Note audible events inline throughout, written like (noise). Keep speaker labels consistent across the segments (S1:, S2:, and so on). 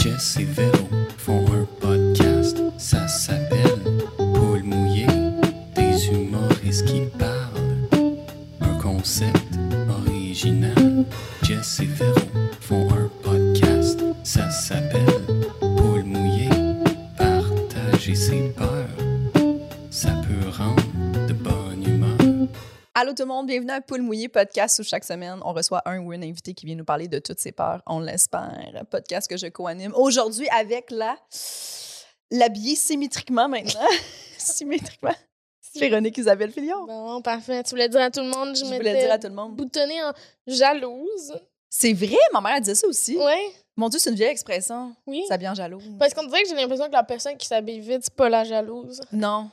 S1: Jess et Véro font un podcast, ça s'appelle Paul mouillé, des humoristes qui parlent. Un concept original. Jess et Véro font un podcast, ça s'appelle Paul mouillé, partager ses peurs. Ça peut rendre de bonne humeur.
S2: Allô tout le monde, bienvenue à Poule Mouillé podcast où chaque semaine on reçoit un ou une invité qui vient nous parler de toutes ses peurs, on l'espère. Un Podcast que je co-anime aujourd'hui avec la l'habillée symétriquement maintenant. (laughs) symétriquement. Véronique Isabelle Fillon.
S3: Bon, parfait. Tu voulais dire à tout le monde, je,
S2: Je voulais
S3: m'étais
S2: dire à tout le monde.
S3: boutonnée en jalouse.
S2: C'est vrai, ma mère elle disait ça aussi.
S3: Ouais,
S2: Mon Dieu, c'est une vieille expression.
S3: oui.
S2: Ça bien jaloux.
S3: Parce qu'on dirait que j'ai l'impression que la personne qui s'habille vite, c'est pas la jalouse.
S2: Non,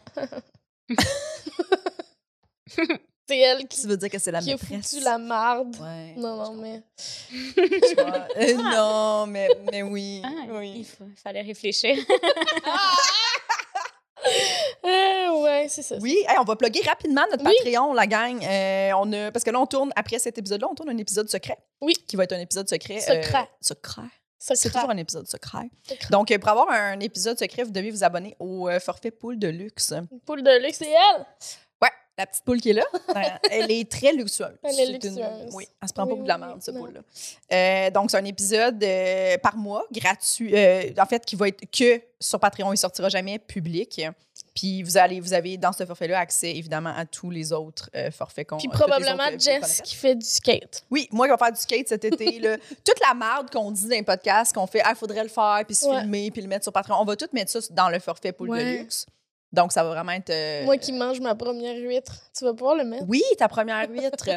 S3: C'est elle qui,
S2: tu veux dire que c'est la
S3: qui a
S2: maîtresse.
S3: foutu la marde.
S2: Ouais.
S3: Non,
S2: je
S3: non,
S2: comprends.
S3: mais.
S2: Tu vois. Euh, non, mais, mais oui.
S4: Ah, il
S2: oui.
S4: fa- fallait réfléchir.
S3: Euh, ouais, c'est ça.
S2: Oui, hey, on va plugger rapidement notre
S3: Oui.
S2: Patreon, la gang. Euh, on a, parce que là, on tourne, après cet épisode-là, on tourne un épisode secret.
S3: Oui.
S2: Qui va être un épisode secret.
S3: Secret.
S2: euh, secret.
S3: Ça
S2: C'est
S3: craque.
S2: toujours un épisode secret.
S3: Secret.
S2: Donc, euh, pour avoir un épisode secret, vous devez vous abonner au euh, forfait poule de luxe.
S3: Une poule de luxe, c'est elle.
S2: Ouais, la petite poule qui est là, euh, elle est très luxueuse.
S3: Elle est
S2: C'est une-
S3: luxueuse.
S2: oui, elle se prend pas
S3: Oui,
S2: pour de la
S3: oui,
S2: merde,
S3: oui,
S2: cette
S3: non.
S2: poule-là. Euh, donc, c'est un épisode euh, par mois, gratuit, euh, en fait, qui va être que sur Patreon, il sortira jamais public. Puis vous, allez, vous avez dans ce forfait-là accès évidemment à tous les autres euh, forfaits qu'on
S3: Puis
S2: euh, toutes les autres,
S3: probablement
S2: euh,
S3: Jess qui fait du skate.
S2: oui, moi qui vais faire du skate cet été,
S3: (laughs)
S2: là, toute la merde qu'on dit dans les podcasts, qu'on fait, ah, faudrait le faire, puis se
S3: Ouais.
S2: filmer, puis le mettre sur Patreon, on va tout mettre ça dans le forfait pour
S3: Ouais.
S2: le luxe. Donc, ça va vraiment être. euh,
S3: Moi qui mange ma première huître. Tu vas pouvoir le mettre?
S2: Oui, ta première huître.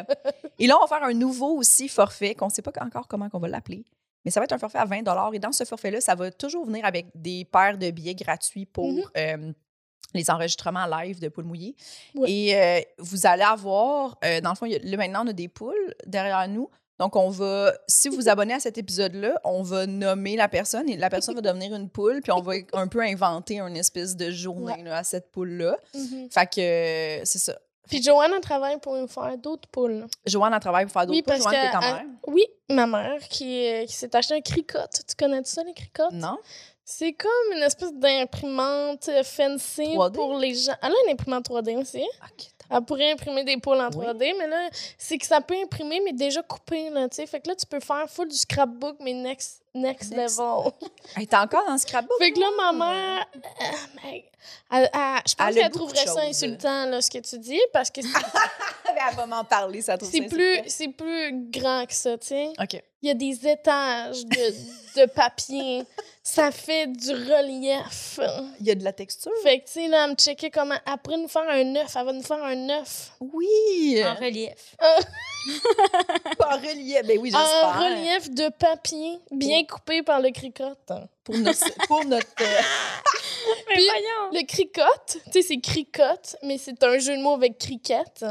S2: et là, on va faire un nouveau aussi forfait qu'on ne sait pas encore comment qu'on va l'appeler. Mais ça va être un forfait à 20 Et dans ce forfait-là, ça va toujours venir avec des paires de billets gratuits pour
S3: Mhm.
S2: euh, les enregistrements live de poules mouillées.
S3: Ouais.
S2: Et euh, vous allez avoir, euh, dans le fond, il y a- là maintenant, on a des poules derrière nous. Donc, on va, si vous vous abonnez à cet épisode-là, on va nommer la personne et la personne va devenir une poule, puis on va un peu inventer une espèce de journée là, à cette poule-là.
S3: Mhm.
S2: Fait que euh, c'est ça.
S3: Puis Joanne, elle travaille pour nous faire d'autres poules.
S2: Joanne, elle travaille pour faire Ah, d'autres
S3: Oui,
S2: poules.
S3: parce
S2: Joanne,
S3: que-
S2: t'es ta mère.
S3: elle- Oui, ma mère qui, euh, qui s'est acheté un cricotte. Tu connais ça, les cricottes?
S2: Non?
S3: C'est comme une espèce d'imprimante euh, fancy
S2: 3D?
S3: pour les gens. Ah, Elle a une imprimante 3D aussi. hein.
S2: Ok, t'as-
S3: Elle pourrait imprimer des poules en
S2: Oui.
S3: 3D, mais là, c'est que ça peut imprimer, mais déjà coupé, là, tu sais. Fait que là, tu peux faire full du scrapbook, mais next, next,
S2: Next.
S3: level. (laughs)
S2: Hey, t'es encore dans le scrapbook?
S3: fait que là, ma mère, euh, mais elle- elle- je
S2: Elle a
S3: pense qu'elle
S2: beaucoup de euh.
S3: trouverait ça
S2: choses.
S3: insultant, là, ce que tu dis, parce
S2: (laughs)
S3: que c'est-
S2: Elle va m'en parler, ça trouve
S3: c'est
S2: ça
S3: plus,
S2: insultant.
S3: c'est plus grand que ça, tu sais.
S2: OK.
S3: Il y a des étages de, de
S2: (laughs)
S3: papier. Ça fait du relief.
S2: Il y a de la texture?
S3: Fait que, tu sais, là, elle me checkait comment. Après nous faire un œuf, elle va nous faire un œuf.
S2: Oui!
S4: en relief.
S2: Pas en relief. Ben oui, j'espère.
S3: Un relief de papier bien coupé par le cricotte.
S2: Pour notre... Pour notre euh,
S4: Mais
S3: Puis-
S4: voyons!
S3: Le cricotte, tu sais, c'est cricotte, mais c'est un jeu de mots avec cricket.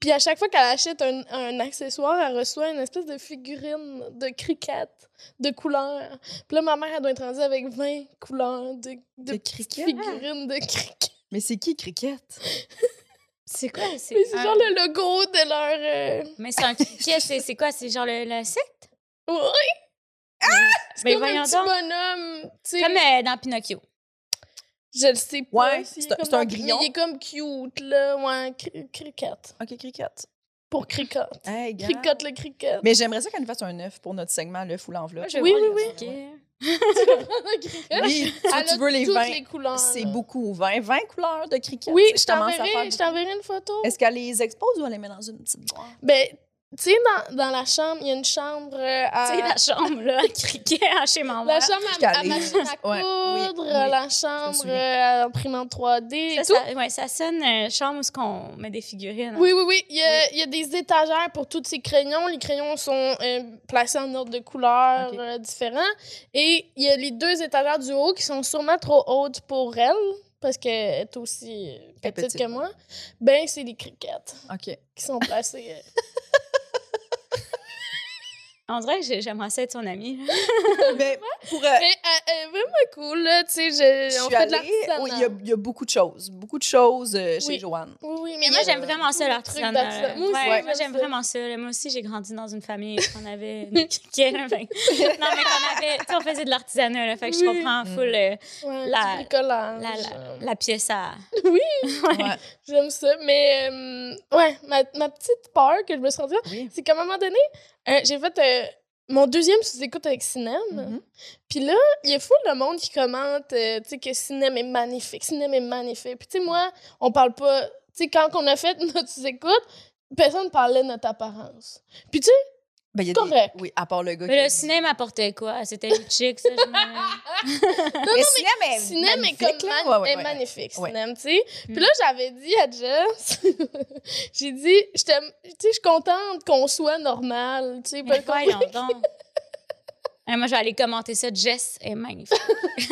S3: Puis à chaque fois qu'elle achète un, un accessoire, elle reçoit une espèce de figurine de cricket de couleur. Puis là, ma mère, elle doit être rendue avec 20 couleurs de, de
S2: De
S3: petites
S2: cricket.
S3: figurines de cricket.
S2: mais c'est qui, Cricket?
S4: C'est quoi? C'est
S3: Mais c'est
S4: un-
S3: genre le logo de leur. euh,
S4: Mais c'est un criquet, c'est c'est quoi? C'est genre le, le sec?
S3: Ouais! C'est
S4: Ah! Mais
S3: comme un
S4: voyons
S3: petit
S4: donc.
S3: bonhomme. tu sais.
S4: Comme euh, dans Pinocchio.
S3: Je le sais pas.
S2: Ouais,
S3: s'il est
S2: c'est un-
S3: comme
S2: c'est un
S3: dans-
S2: grillon.
S3: Mais il est comme cute, là. Ouais, cri- cricket.
S2: OK, Cricket.
S3: Pour cricket.
S2: Hey, gars.
S3: Cricotte le cricket.
S2: Mais j'aimerais ça qu'elle nous fasse un œuf pour notre segment, l'œuf ou l'enveloppe.
S3: Oui, oui, oui. cricket.
S2: Oui, tu,
S3: (laughs)
S2: tu
S3: Elle a
S2: veux les
S3: toutes
S2: 20.
S3: les couleurs.
S2: C'est
S3: là.
S2: beaucoup. 20, 20 couleurs de Cricket.
S3: Oui,
S2: Tu sais,
S3: je
S2: commence à
S3: t'enverrai, je
S2: faire...
S3: t'enverrai une photo.
S2: Est-ce qu'elle les expose ou elle les met dans une petite boîte?
S3: Ben, tu sais, dans, dans la chambre, il y a une chambre euh, à.
S4: Tu sais, la chambre, là, (laughs) le criquet à chez maman.
S3: La chambre
S2: Je suis
S3: à, à
S2: allée.
S3: machine à coudre,
S2: (laughs) Ouais, oui, oui,
S3: la
S2: me
S3: chambre
S2: souviens.
S3: euh, à imprimante 3D et
S4: ça,
S3: tout.
S4: ça- ouais, ça sonne euh, chambre où ce qu'on met des
S2: Hein?
S4: figurines.
S3: Oui, oui, oui. Il y, a, il y a des étagères pour tous ces crayons. Les crayons sont euh, placés en ordre de couleurs
S2: Ok.
S3: euh, différents. Et il y a les deux étagères du haut qui sont sûrement trop hautes pour elle, parce qu'elle est aussi euh,
S2: Très
S3: petite,
S2: petite,
S3: que
S2: ouais.
S3: moi. Ben, c'est les criquettes
S2: (laughs) OK.
S3: qui sont placées. euh,
S4: On dirait que j'ai- j'aimerais ça être son amie.
S2: Mais pour, euh,
S3: Mais elle elle est vraiment cool, là. Tu sais, je-
S2: je
S3: on
S2: suis
S3: fait de
S2: allée,
S3: l'artisanat.
S2: oui, il y a- il y, a beaucoup de choses. Beaucoup de choses euh, chez
S3: Oui. (laughs)
S2: Joanne.
S3: Oui, oui, mais
S4: Mais moi,
S3: il y a-
S4: j'aime vraiment ça,
S3: le truc
S4: l'artisanat.
S3: d'artisan-
S4: là.
S3: Moi aussi,
S4: Ouais,
S3: j'aime
S4: moi, j'aime
S3: ça.
S4: vraiment ça. là. Moi aussi, j'ai grandi dans une famille qu'on avait une
S3: (laughs)
S4: criquette, là, fait- non, mais qu'on avait... Tu sais, on faisait de l'artisanat, là. Fait que je
S3: Oui.
S4: comprends
S2: Mm.
S4: full euh,
S3: Ouais, du
S4: La-
S3: bricolage.
S4: la, la, la pièce à...
S2: Ouais.
S3: J'aime ça, mais euh, ouais, ma, ma petite peur que je me suis rendue, là,
S2: Oui.
S3: c'est qu'à un moment donné, euh, j'ai fait euh, mon deuxième sous-écoute avec Sinem.
S2: Mhm.
S3: Puis là, il y a fou le monde qui commente, euh, tu sais, que Sinem est magnifique, Sinem est magnifique. Puis tu sais, moi, on parle pas... Tu sais, quand on a fait (laughs) notre sous-écoute, personne parlait de notre apparence. Puis tu sais,
S2: Ben, il y a
S3: Correct.
S2: Des, oui, à part le gars.
S4: Mais le
S2: qui-
S4: cinéma apportait quoi? C'était le chic, ça.
S3: (laughs)
S4: je me-
S2: (laughs) mais Sinem est
S3: Sinem est,
S2: magnifique,
S3: comme
S2: là.
S3: man-
S2: Ouais, ouais,
S3: est
S2: ouais.
S3: magnifique,
S2: Ouais.
S3: Sinem, tu sais.
S4: Mm.
S3: Puis là, j'avais dit à Jess, (laughs) j'ai dit, je t'aime- tu sais, je suis contente qu'on soit normal, tu sais, pas
S4: Mais
S3: qu'on-
S4: voyons donc. Hein, moi, je vais aller commenter ça. Jess
S3: (laughs)
S4: est magnifique.
S3: Je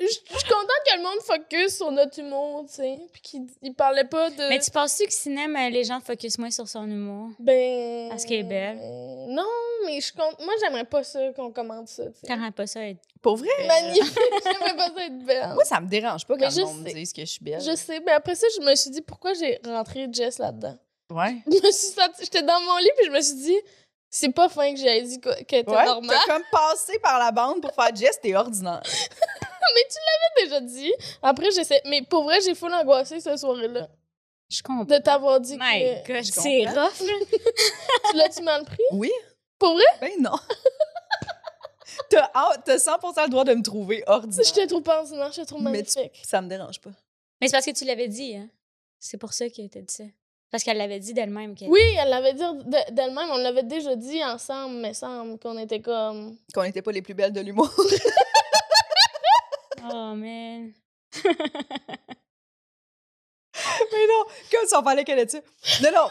S3: je suis contente que le monde focus sur notre humour, tu sais, puis qu'il il parlait pas de...
S4: Mais tu penses-tu que cinéma, les gens focus moins sur son humour?
S3: Ben...
S4: Parce qu'elle est belle.
S3: Non, mais je compte... Moi, j'aimerais pas ça qu'on commente ça, tu sais.
S4: T'arrêtes pas ça. être-
S2: Pour vrai?
S3: Magnifique, (laughs) j'aimerais pas ça être belle.
S2: Moi, ça me dérange pas
S3: Mais
S2: quand
S3: je
S2: le monde me
S3: sais.
S2: dise que je suis belle.
S3: Je sais, mais après ça, je me suis dit, pourquoi j'ai rentré Jess là-dedans? (laughs)
S2: Ouais.
S3: Je me suis sentie- J'étais dans mon lit, puis je me suis dit, c'est pas fin que j'aille dit que t'es
S2: Ouais,
S3: normal.
S2: T'as comme passé par la bande pour faire Jess, t'es ordinaire.
S3: mais tu l'avais déjà dit. Après, j'essaie. Mais pour vrai, j'ai full angoissée cette soirée-là.
S4: Je comprends.
S3: (laughs) De t'avoir dit
S4: My
S3: que.
S4: God,
S2: Je
S4: c'est rough. là.
S3: Tu l'as-tu mal pris?
S2: Oui?
S3: Pour vrai?
S2: Ben non. (laughs) T'as ah, t'as 100% le droit de me trouver
S3: Je
S2: ordinaire.
S3: te trouve pas ordinaire, je te trouve
S2: Mais tu-
S3: magnifique.
S2: Ça me dérange pas.
S4: Mais c'est parce que tu l'avais dit. Hein? C'est pour ça qu'elle t'a dit ça. Parce qu'elle l'avait dit d'elle-même. qu'elle-
S3: Oui, elle l'avait dit de- d'elle-même. On l'avait déjà dit ensemble, mais semble qu'on était comme.
S2: Qu'on n'était pas les plus belles de l'humour.
S4: Oh, man.
S2: mais non, comme si on parlait qu'elle était ça. Non, non.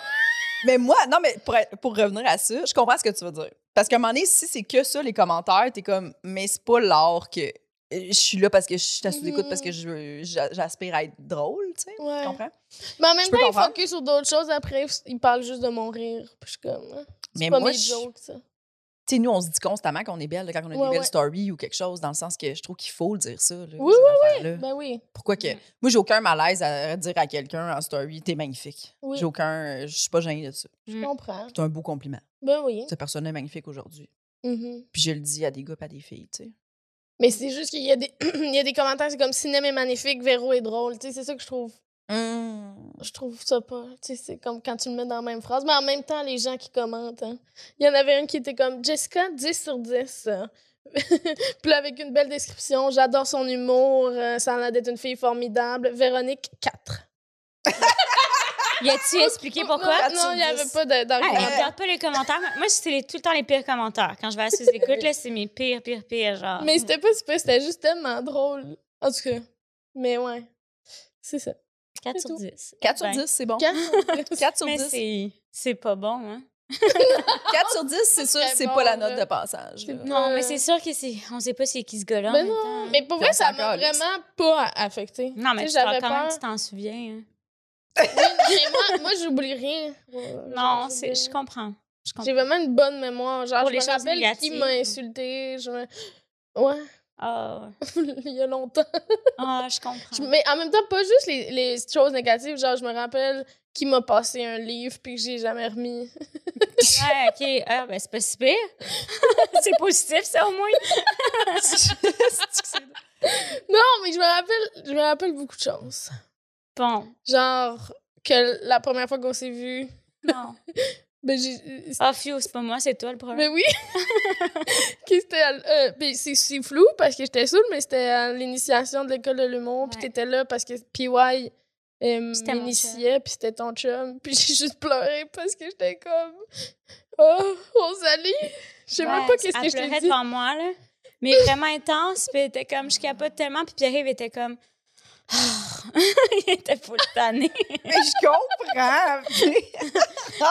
S2: Mais moi, non, mais pour, être- pour revenir à ça, je comprends ce que tu veux dire. Parce qu'à un moment donné, si c'est que ça, les commentaires, t'es comme, mais c'est pas l'art que. Je suis là parce que je suis à sous-écoute
S3: Mhm.
S2: parce que je veux- j'a- j'aspire à être drôle, tu sais.
S3: Ouais.
S2: Tu comprends?
S3: Mais en même
S2: Je
S3: temps,
S2: peux
S3: ils
S2: comprendre.
S3: focus sur d'autres choses. Après, ils parlent juste de mon rire. Puis je suis comme. hein,
S2: Mais
S3: C'est pas
S2: moi,
S3: mes
S2: je- euh,
S3: jokes, ça.
S2: tu sais, nous, on se dit constamment qu'on est belle là, quand on a
S3: Ouais,
S2: des belles
S3: ouais.
S2: stories ou quelque chose, dans le sens que je trouve qu'il faut le dire ça. là,
S3: Oui,
S2: ces
S3: oui,
S2: affaires-là.
S3: Ben oui.
S2: Pourquoi que. Moi, j'ai aucun malaise à dire à quelqu'un en story, t'es magnifique.
S3: Oui.
S2: J'ai aucun. Je suis pas gênée de ça.
S3: Je comprends.
S2: C'est un beau compliment.
S3: Ben oui.
S2: Cette personne est magnifique aujourd'hui.
S3: Mhm.
S2: Puis je le dis à des gars, pas à des filles, tu sais.
S3: Mais c'est juste qu'il y a des, (clears throat) il y a des commentaires, c'est comme cinéma est magnifique, Véro est drôle. Tu sais, c'est ça que je trouve. Je trouve ça pas. Tu sais, c'est comme quand tu le mets dans la même phrase. Mais en même temps, les gens qui commentent. hein. Il y en avait une qui était comme Jessica, 10 sur 10. (laughs) Puis là, avec une belle description, j'adore son humour, euh, ça en a d'être une fille formidable. Véronique, 4. (laughs)
S4: Y a-tu expliqué pourquoi?
S2: Quatre sur
S3: Non, il n'y avait
S2: 10.
S3: pas de-
S4: Ah,
S3: d'argument.
S4: on regarde pas les commentaires. Moi, c'est les- tout le temps les pires commentaires. Quand je vais à sous-écoute, là, c'est mes pires, pires, pires, genre.
S3: Mais c'était pas super, c'était juste tellement drôle. En tout cas, mais ouais. C'est ça.
S4: 4
S3: c'est
S4: sur
S3: tout.
S4: 10.
S2: 4 sur
S4: Ben,
S2: 10, c'est bon. 4,
S3: 4
S2: (laughs) sur
S3: sur 10.
S4: Mais
S2: 10.
S4: c'est- c'est pas bon, hein?
S2: 4 sur 10, c'est sûr,
S3: très
S2: c'est
S3: bon,
S2: pas la
S3: là.
S2: note de passage.
S4: (laughs)
S2: là.
S3: C'est-
S4: Non,
S3: Euh.
S4: mais c'est sûr que c'est. On sait pas c'est qui ce gars-là. en
S3: Ben
S4: même temps.
S3: Mais pour vrai,
S2: Puis on
S3: ça
S2: s'en
S3: m'a
S2: calisse.
S3: vraiment pas affectée.
S4: Non, mais
S3: Tu
S4: tu
S3: sais, j'avais
S4: parles quand même,
S3: peur.
S4: tu t'en souviens. hein.
S3: Oui, mais moi, moi j'oublie rien.
S4: Non, c'est- je comprends. Je comprends.
S3: J'ai vraiment une bonne mémoire. Genre,
S4: Pour
S3: je
S4: les
S3: me
S4: choses
S3: rappelle qui
S4: négatives.
S3: m'a insulté. Je me- Ouais, (laughs)
S4: Ah, ouais.
S3: il y a longtemps.
S4: Ah, je comprends.
S3: Je- Mais en même temps, pas juste les, les choses négatives. Genre, je me rappelle qui m'a passé un livre puis que j'ai jamais remis.
S4: Ouais, ok. Ah, ben, c'est pas
S3: (laughs)
S4: si pire. c'est positif, ça, au moins.
S3: Non, mais je me rappelle, je me rappelle beaucoup de choses.
S4: Bon,
S3: Genre, que la première fois qu'on s'est vu,
S4: non.
S3: ben j'ai.
S4: Ah, Fio, c'est pas moi, c'est toi le problème.
S3: Mais oui! (laughs) Qui c'était à l- euh, puis c'est, c'est flou parce que j'étais saoule, mais c'était à l'initiation de l'école de l'humour. Puis
S4: Ouais.
S3: t'étais là parce que PY euh,
S4: C'était mon
S3: m'initiait, puis c'était ton chum. (laughs) Puis j'ai juste pleuré parce que j'étais comme. Oh, on s'allie! Je sais même
S4: Ouais,
S3: pas qu'est-ce
S4: elle
S3: que je t'ai
S4: pleurait
S3: dit.
S4: devant moi, là. Mais vraiment intense, puis elle était comme, je capote tellement, puis Pierre-Yves était comme, Ah. (laughs) il était full tanné.
S2: Mais je (laughs) comprends. mais-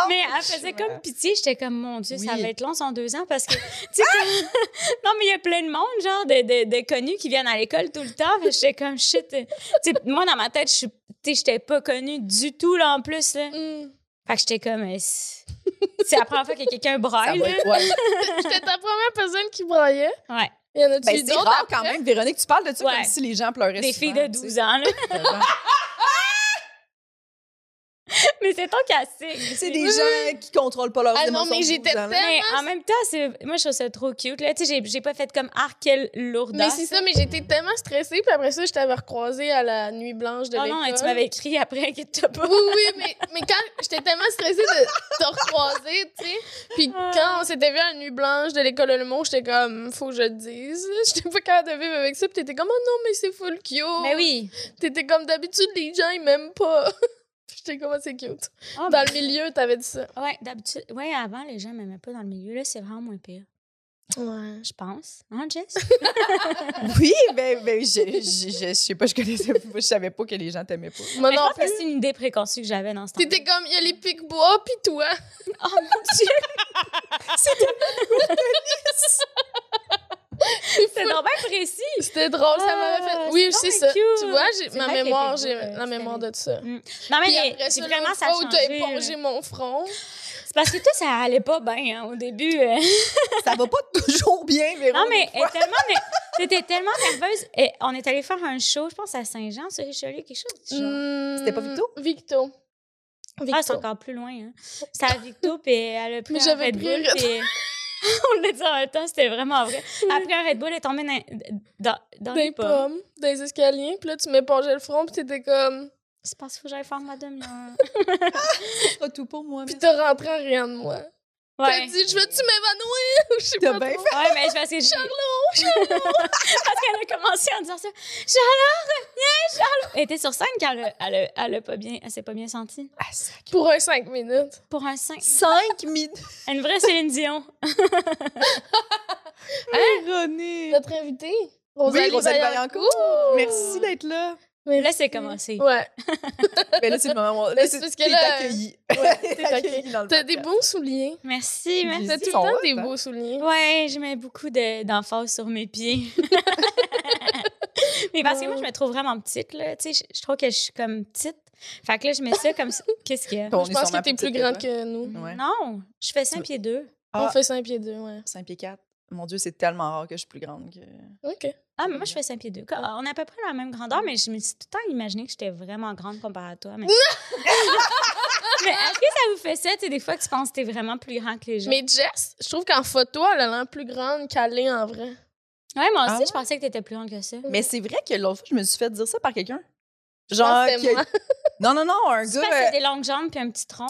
S4: Mais
S3: Oh,
S4: elle faisait comme pitié, j'étais comme, mon Dieu, ça
S2: Oui.
S4: va être long, sans deux ans, parce que, tu sais, comme- (laughs) non, mais il y a plein de monde, genre, de, de- de connus qui viennent à l'école tout le temps, Fait que j'étais comme, shit, euh, tu sais, moi, dans ma tête, je suis- tu sais, j'étais pas connue du tout, là, en plus, là.
S3: Mm.
S4: Fait que j'étais comme, euh, c'est- C'est la première fois que quelqu'un
S2: Ça
S4: braille.
S2: va
S4: là.
S2: être- ouais.
S3: J'étais ta première personne qui braillait.
S4: Ouais.
S3: Il y en a-tu
S2: Ben,
S3: eu
S2: c'est
S3: d'autres?
S2: rare
S3: après?
S2: quand même. Véronique, tu parles de ça
S4: Ouais.
S2: comme si les gens pleuraient.
S4: Des filles de 12 ans, là. (laughs)
S2: ans.
S4: Mais c'est ton casting.
S2: C'est
S4: (laughs)
S2: des gens qui contrôlent pas leurs
S3: Ah non,
S2: émotions.
S3: mais j'étais
S2: dans le-
S3: tellement-
S4: Mais en même temps, c'est- moi, je trouve ça trop cute. Là, tu sais, j'ai- j'ai pas fait comme Ah, quelle
S3: Mais
S4: lourdasse.
S3: c'est ça, mais j'étais tellement stressée, puis après ça, je t'avais recroisée à la nuit blanche de
S4: Oh
S3: l'école.
S4: non, et tu m'avais écrit après, inquiète-toi pas.
S3: Oui, oui, mais, mais quand j'étais tellement stressée de te recroiser, tu sais. Puis
S4: Ah.
S3: quand on s'était vu à la nuit blanche de l'école de l'humour, j'étais comme, faut que je le dise. (laughs) J'étais pas capable de vivre avec ça. Puis t'étais comme, oh non, mais c'est full cute.
S4: Mais Ben oui.
S3: T'étais comme, d'habitude, les gens, ils m'aiment pas. (laughs) Puis j'étais comme, Ah, c'est cute.
S4: Ah,
S3: Dans le milieu, t'avais dit ça.
S4: ben, ouais, d'habitude. Ouais, avant, les gens m'aimaient pas dans le milieu. Là, c'est vraiment moins pire.
S3: Ouais.
S4: Je pense. Hein, Jess?
S2: (laughs) Oui, ben, ben je, je, je, je sais pas, je connaissais pas, je savais pas que les gens t'aimaient pas.
S3: Moi
S4: Mais je
S3: non
S4: pense que
S3: plus.
S4: c'est une idée préconçue que j'avais dans ce temps
S3: T'étais comme, il y a les pics bois, puis toi.
S4: Oh mon Dieu!
S3: (laughs)
S4: C'était donc bien précis.
S3: C'était drôle, ça
S4: Ah,
S3: m'avait fait.
S4: c'est
S3: Oui,
S4: donc
S3: c'est
S4: bien
S3: ça.
S4: cute.
S3: Tu vois, j'ai
S4: C'est
S3: ma
S4: vrai qu'elle
S3: mémoire,
S4: fait
S3: j'ai
S4: beau, euh,
S3: la mémoire de ça.
S4: Non,
S3: Puis
S4: mais
S3: après
S4: c'est
S3: ça,
S4: vraiment
S3: l'autre
S4: ça a
S3: fois où t'as
S4: changé.
S3: épongé
S4: euh.
S3: mon front.
S4: C'est parce que toi, ça allait pas bien hein, au début. euh.
S2: Ça va pas toujours bien, Véro.
S4: Non, mais elle est tellement, mais t'étais tellement nerveuse. Et on est allé faire un show, je pense, à Saint-Jean, sur Richelieu, quelque chose. du genre.
S2: C'était pas Victo?
S3: Mmh, Victo. Victo.
S4: Ah, c'est encore plus loin. Hein. C'était à
S3: (laughs)
S4: Victo, puis elle a pris
S3: Mais
S4: un
S3: j'avais
S4: Red
S3: pris
S4: Bull.
S3: un Red
S4: puis- (laughs) on l'a dit en même temps, c'était vraiment vrai. Après, un Red Bull est tombé dans, dans, dans
S3: des
S4: les pommes.
S3: pommes, des escaliers. Puis là, tu m'épongeais le front, puis t'étais comme...
S4: Je pense qu'il faut que j'aille faire ma demi-heure.
S2: pas tout pour moi.
S3: Puis t'as rentré en rien de moi. T'as
S4: Ouais.
S3: dit, je veux-tu m'évanouir? (laughs) Je sais
S2: T'as
S3: pas
S2: bien
S3: trop.
S4: Ouais, mais je parce que Charlot, (laughs) parce qu'elle a commencé en disant ça. Charlot, reviens, Charlot. Elle était sur scène quand elle, a- elle, a- elle a pas bien, elle s'est pas bien sentie.
S2: Ah, sac.
S3: Pour un 5 minutes.
S4: Pour un 5.
S2: Cinq minutes.
S4: Une vraie Céline Dion.
S2: Hein? René.
S3: Notre invitée, Rosalie,
S2: Oui, Rosalie
S3: Vaillancourt.
S2: Vaillancourt. Merci d'être là.
S4: Là, c'est commencé.
S3: Ouais.
S2: Mais Ben, là, c'est le moment. où- Là,
S3: Mais
S2: c'est
S3: Ben, c'est parce
S2: t'es
S3: que là- euh,
S2: accueilli. (laughs)
S3: ouais,
S2: T'es
S3: t'es
S2: accueilli dans le
S3: T'as des
S2: podcast.
S3: beaux souliers.
S4: Merci, merci.
S3: T'as
S2: hein.
S3: tout
S2: Ils
S3: le
S2: sont
S3: temps
S2: hot,
S3: des
S2: hein?
S3: beaux souliers.
S4: Ouais, je mets beaucoup de- d'emphase sur
S2: (laughs)
S4: mes pieds. Mais parce que moi, je me trouve vraiment petite, là. Tu sais, je, je trouve que je suis comme petite. Fait que là, je mets ça
S2: (laughs)
S4: comme ça. Qu'est-ce qu'il y a?
S2: Bon, on
S3: Je
S2: est
S3: pense
S2: sûrement
S3: que t'es
S2: petite
S3: plus grande
S2: toi.
S3: que nous.
S2: Ouais.
S4: Non, je fais 5 pieds 2.
S2: Ah.
S3: On fait 5 pieds 2, ouais.
S2: 5 pieds 4. Mon Dieu, c'est tellement rare que je suis plus grande que.
S3: OK.
S4: Ah, mais moi, je fais 5 pieds 2. On a à peu près la même grandeur, mais je me suis tout le temps imaginé que j'étais vraiment grande comparée à toi. Mais, (laughs) Mais est-ce que ça vous fait ça, tu sais, des fois que tu penses que t'es vraiment plus grand que les gens?
S3: Mais Jess, je trouve qu'en photo, elle a l'air plus grande qu'elle est en vrai.
S4: Ouais, moi aussi,
S2: Ah ouais?
S4: je pensais que t'étais plus grande que ça.
S2: Mais c'est vrai que l'autre fois, je me suis fait dire ça par quelqu'un.
S3: Mm. pense
S2: Genre.
S3: que c'est
S2: que-
S3: moi.
S2: (laughs) Non, non, non, un
S4: Tu
S2: gars.
S4: fais
S2: euh,
S4: des longues jambes puis un petit tronc.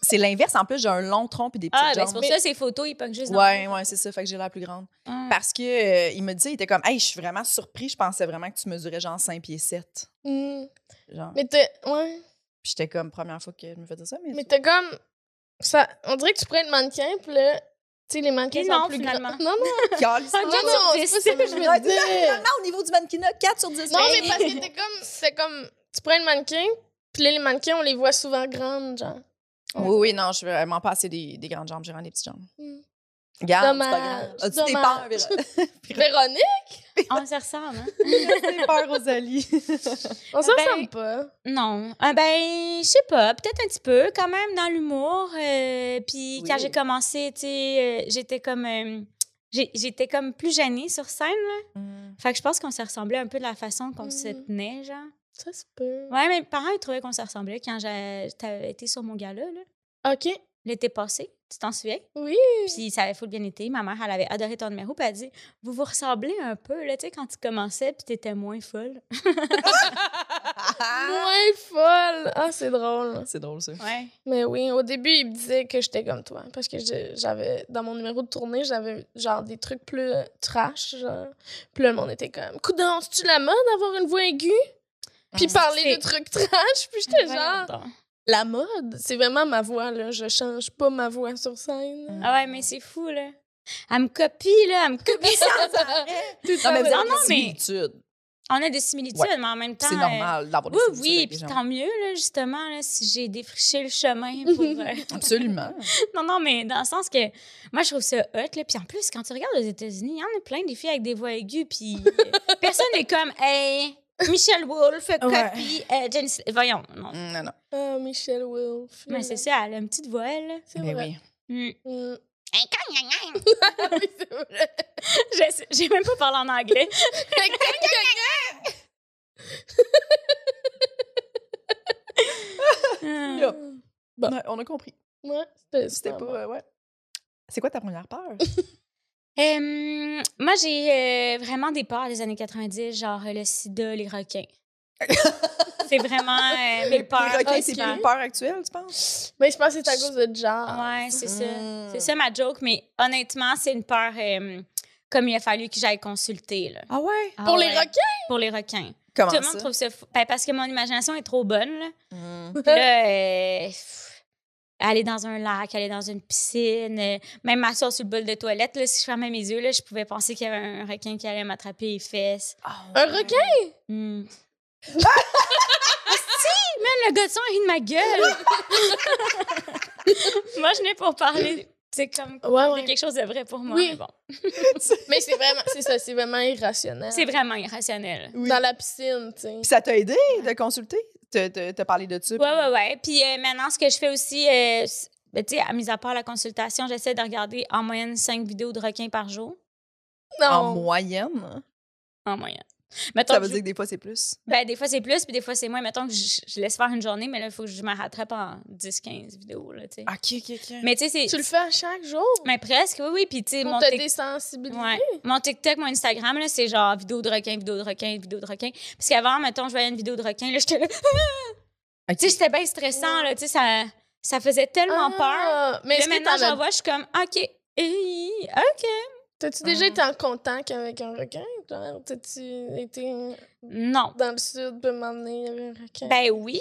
S2: C'est l'inverse. En plus, j'ai un long tronc et des petites
S4: Ah, ben
S2: jambes.
S4: c'est pour ça, ces photos, ils pognent juste dans
S2: Ouais, ouais, c'est ça. Fait que j'ai l'air plus grande.
S4: Ah.
S2: Parce que euh, il me dit, il était comme, hey, je suis vraiment surpris. Je pensais vraiment que tu mesurais genre 5 pieds 7.
S3: Hmm.
S2: Genre.
S3: Mais t'es. Ouais.
S2: Puis j'étais comme, première fois que je me fais dire ça, mais.
S3: Mais t'as comme. Ça... On dirait que tu prends le mannequin, puis là. Tu sais, les mannequins
S4: Et
S3: sont
S4: non,
S3: plus
S4: finalement.
S3: grands. Non, non, (laughs)
S2: Calme.
S4: Ah,
S3: non,
S4: Quatre
S3: non,
S4: sur
S3: c'est pas ça
S4: dix.
S3: que je veux dire.
S2: Finalement, au niveau du mannequinat, 4 sur Ben, 10.
S3: Non, mais parce que t'es comme. C'est comme. Tu prends le mannequin, puis là, les mannequins, on les voit souvent grandes, genre.
S2: Oui, oui, non, je suis vraiment pas assez des, des grandes jambes, j'ai vraiment des petites jambes.
S4: Mm.
S3: Hmm.
S2: Regarde, c'est pas
S3: Dommage,
S2: grave. As-tu des peurs,
S3: dommage.
S4: (laughs)
S2: Véro-
S3: Véronique,
S4: On se ressemble, hein?
S2: As-tu des peurs, (laughs) Rosalie?
S3: on s'en
S4: Ben-
S3: ressemble pas.
S4: Non. Ah ben, je sais pas, peut-être un petit peu quand même dans l'humour. euh, puis quand
S2: Oui.
S4: j'ai commencé, tu sais, euh, j'étais comme euh, j'ai- j'étais comme plus gênée sur scène. là.
S2: Hmm.
S4: Fait que je pense qu'on se ressemblait un peu de la façon qu'on se
S3: Mhm.
S4: tenait, genre.
S3: Ça se peut.
S4: Ouais, mes parents ils trouvaient qu'on se ressemblait quand j'a- t'avais été sur mon gala là,
S3: OK.
S4: l'été passé. Tu t'en souviens?
S3: Oui.
S4: Puis ça avait full bien été. Ma mère, elle avait adoré ton numéro. Puis elle a dit Vous vous ressemblez un peu, là, tu sais, quand tu commençais, puis t'étais moins folle.
S3: Moins folle. Ah, c'est drôle.
S2: c'est drôle, ça.
S4: Ouais.
S3: Mais oui, au début, il me disait que j'étais comme toi. Parce que je- j'avais, dans mon numéro de tournée, j'avais genre des trucs plus euh, trash. Genre. Puis là, le monde était comme, coudon, c'est-tu la mode d'avoir une voix aiguë? Puis
S2: Ah,
S3: parler
S4: c'est-
S3: de trucs trash. Puis j'étais
S4: (laughs) Voyons
S3: genre,
S4: donc.
S3: la mode, c'est vraiment ma voix, là. Je change pas ma voix sur scène.
S4: Ah ouais, mais c'est fou, là. Elle me copie, là. Elle
S3: (laughs)
S4: me copie ça.
S2: Non, mais vous
S4: Non,
S2: avez
S4: non,
S2: des
S4: mais-
S2: similitudes.
S4: On a des similitudes,
S2: Ouais.
S4: mais en même temps.
S2: C'est
S4: euh,
S2: normal d'avoir des
S4: Oui,
S2: similitudes.
S4: oui,
S2: avec les
S4: puis
S2: gens.
S4: tant mieux, là, justement, là, si j'ai défriché le chemin
S2: (laughs)
S4: pour. euh, (laughs)
S2: Absolument.
S4: non, non, mais dans le sens que moi, je trouve ça hot, là. Puis en
S2: (laughs)
S4: plus, quand tu regardes aux États-Unis, il y en a plein des filles avec des voix aiguës, puis euh, personne n'est comme, hey, Michelle Wolf,
S2: Ouais.
S4: copie, euh, Janice- Voyons, non.
S2: Mm, Non, non.
S3: Ah, Michelle Wolf.
S2: Mm.
S4: Mais c'est ça, elle a une petite voix, elle.
S3: C'est
S2: Ben
S3: vrai.
S2: oui.
S4: Mm.
S3: Mm.
S4: Je
S3: Ah (laughs) oui, c'est vrai.
S4: sais- J'ai même pas parlé en
S2: (laughs)
S4: anglais. Mm.
S2: Yup.
S3: Bon.
S2: Ouais, on a compris.
S3: Ouais, c'était
S4: Ah,
S2: C'était
S3: super
S2: pas.
S3: bon.
S2: euh, ouais. C'est quoi ta première peur?
S4: Euh, moi, j'ai euh, vraiment des peurs des années 90, genre euh, le sida,
S2: (laughs)
S4: les requins. c'est vraiment euh, mes peurs. Hum.
S2: Les requins, c'est
S4: Ok.
S2: plus une peur actuelle, tu penses?
S3: Mais je pense que c'est à cause de Jar.
S4: Ouais, c'est ça.
S2: Mm.
S4: C'est ça ma joke, mais honnêtement, c'est une peur euh, comme il a fallu que j'aille consulter. Là.
S2: Ah ouais?
S4: Ah
S3: Pour les
S4: ouais,
S3: requins?
S4: Pour les requins.
S2: Comment
S4: Tout le
S2: ça?
S4: monde trouve ça fou. Ben, parce que mon imagination est trop bonne. Là.
S2: Mm.
S4: Puis là, euh, pff, aller dans un lac, aller dans une piscine, euh, même m'asseoir sur le bol de toilette, là, si je fermais mes yeux, là, je pouvais penser qu'il y avait un requin qui allait m'attraper les fesses.
S2: Ah
S3: Un
S2: ouais.
S3: requin?
S4: Hmm. (laughs) Ah, si, man, le gars de son a ri de ma gueule. (laughs) Moi, je n'ai pour parler. C'est comme
S3: Ouais,
S4: c'est quelque chose de vrai pour moi.
S3: Oui.
S4: mais bon.
S3: Mais c'est vraiment, c'est ça, c'est vraiment irrationnel.
S4: C'est vraiment irrationnel.
S2: Oui.
S3: Dans la piscine, tu sais.
S2: Puis ça t'a aidé de consulter? T'as- T'as t'as parlé de ça?
S4: Ouais, ouais, ouais. Puis euh, maintenant, ce que je fais aussi, euh, s- ben, tu sais, à mis à part la consultation, j'essaie de regarder en moyenne 5 vidéos de requins par jour. Ah,
S2: En
S3: Non.
S2: moyenne?
S4: En moyenne. Mettons
S2: Ça
S4: que
S2: veut
S4: je-
S2: dire que des fois, c'est plus.
S4: ben, des fois, c'est plus, puis des fois, c'est moins. Mettons que je, je laisse faire une journée, mais là, il faut que je me rattrape en 10-15 vidéos, là, tu sais.
S2: Ok, ok, ok.
S4: Mais tu sais,
S3: Tu
S4: c'est...
S3: le fais à chaque jour?
S4: Mais presque, oui, oui. Puis tu sais,
S3: Pour
S4: mon
S3: te
S4: tic-
S3: désensibiliser?
S4: Ouais. Mon TikTok, mon Instagram, là, c'est genre vidéo de requin, vidéo de requin, vidéo de requin. Parce qu'avant, mettons, je voyais une vidéo de requin, là, j'étais là. (laughs)
S2: Ok.
S4: Tu sais, j'étais bien stressant, là, tu sais, ça, ça faisait tellement peur.
S3: Ah, Mais
S4: Là,
S3: est-ce
S4: maintenant,
S3: que t'en
S4: j'en
S3: as...
S4: vois, je suis comme, OK, hey, OK.
S3: T'as-tu déjà été en contact avec un requin? Genre, T'as-tu été
S4: Non.
S3: dans le sud, puis m'emmener, il y avait un requin?
S4: Ben oui.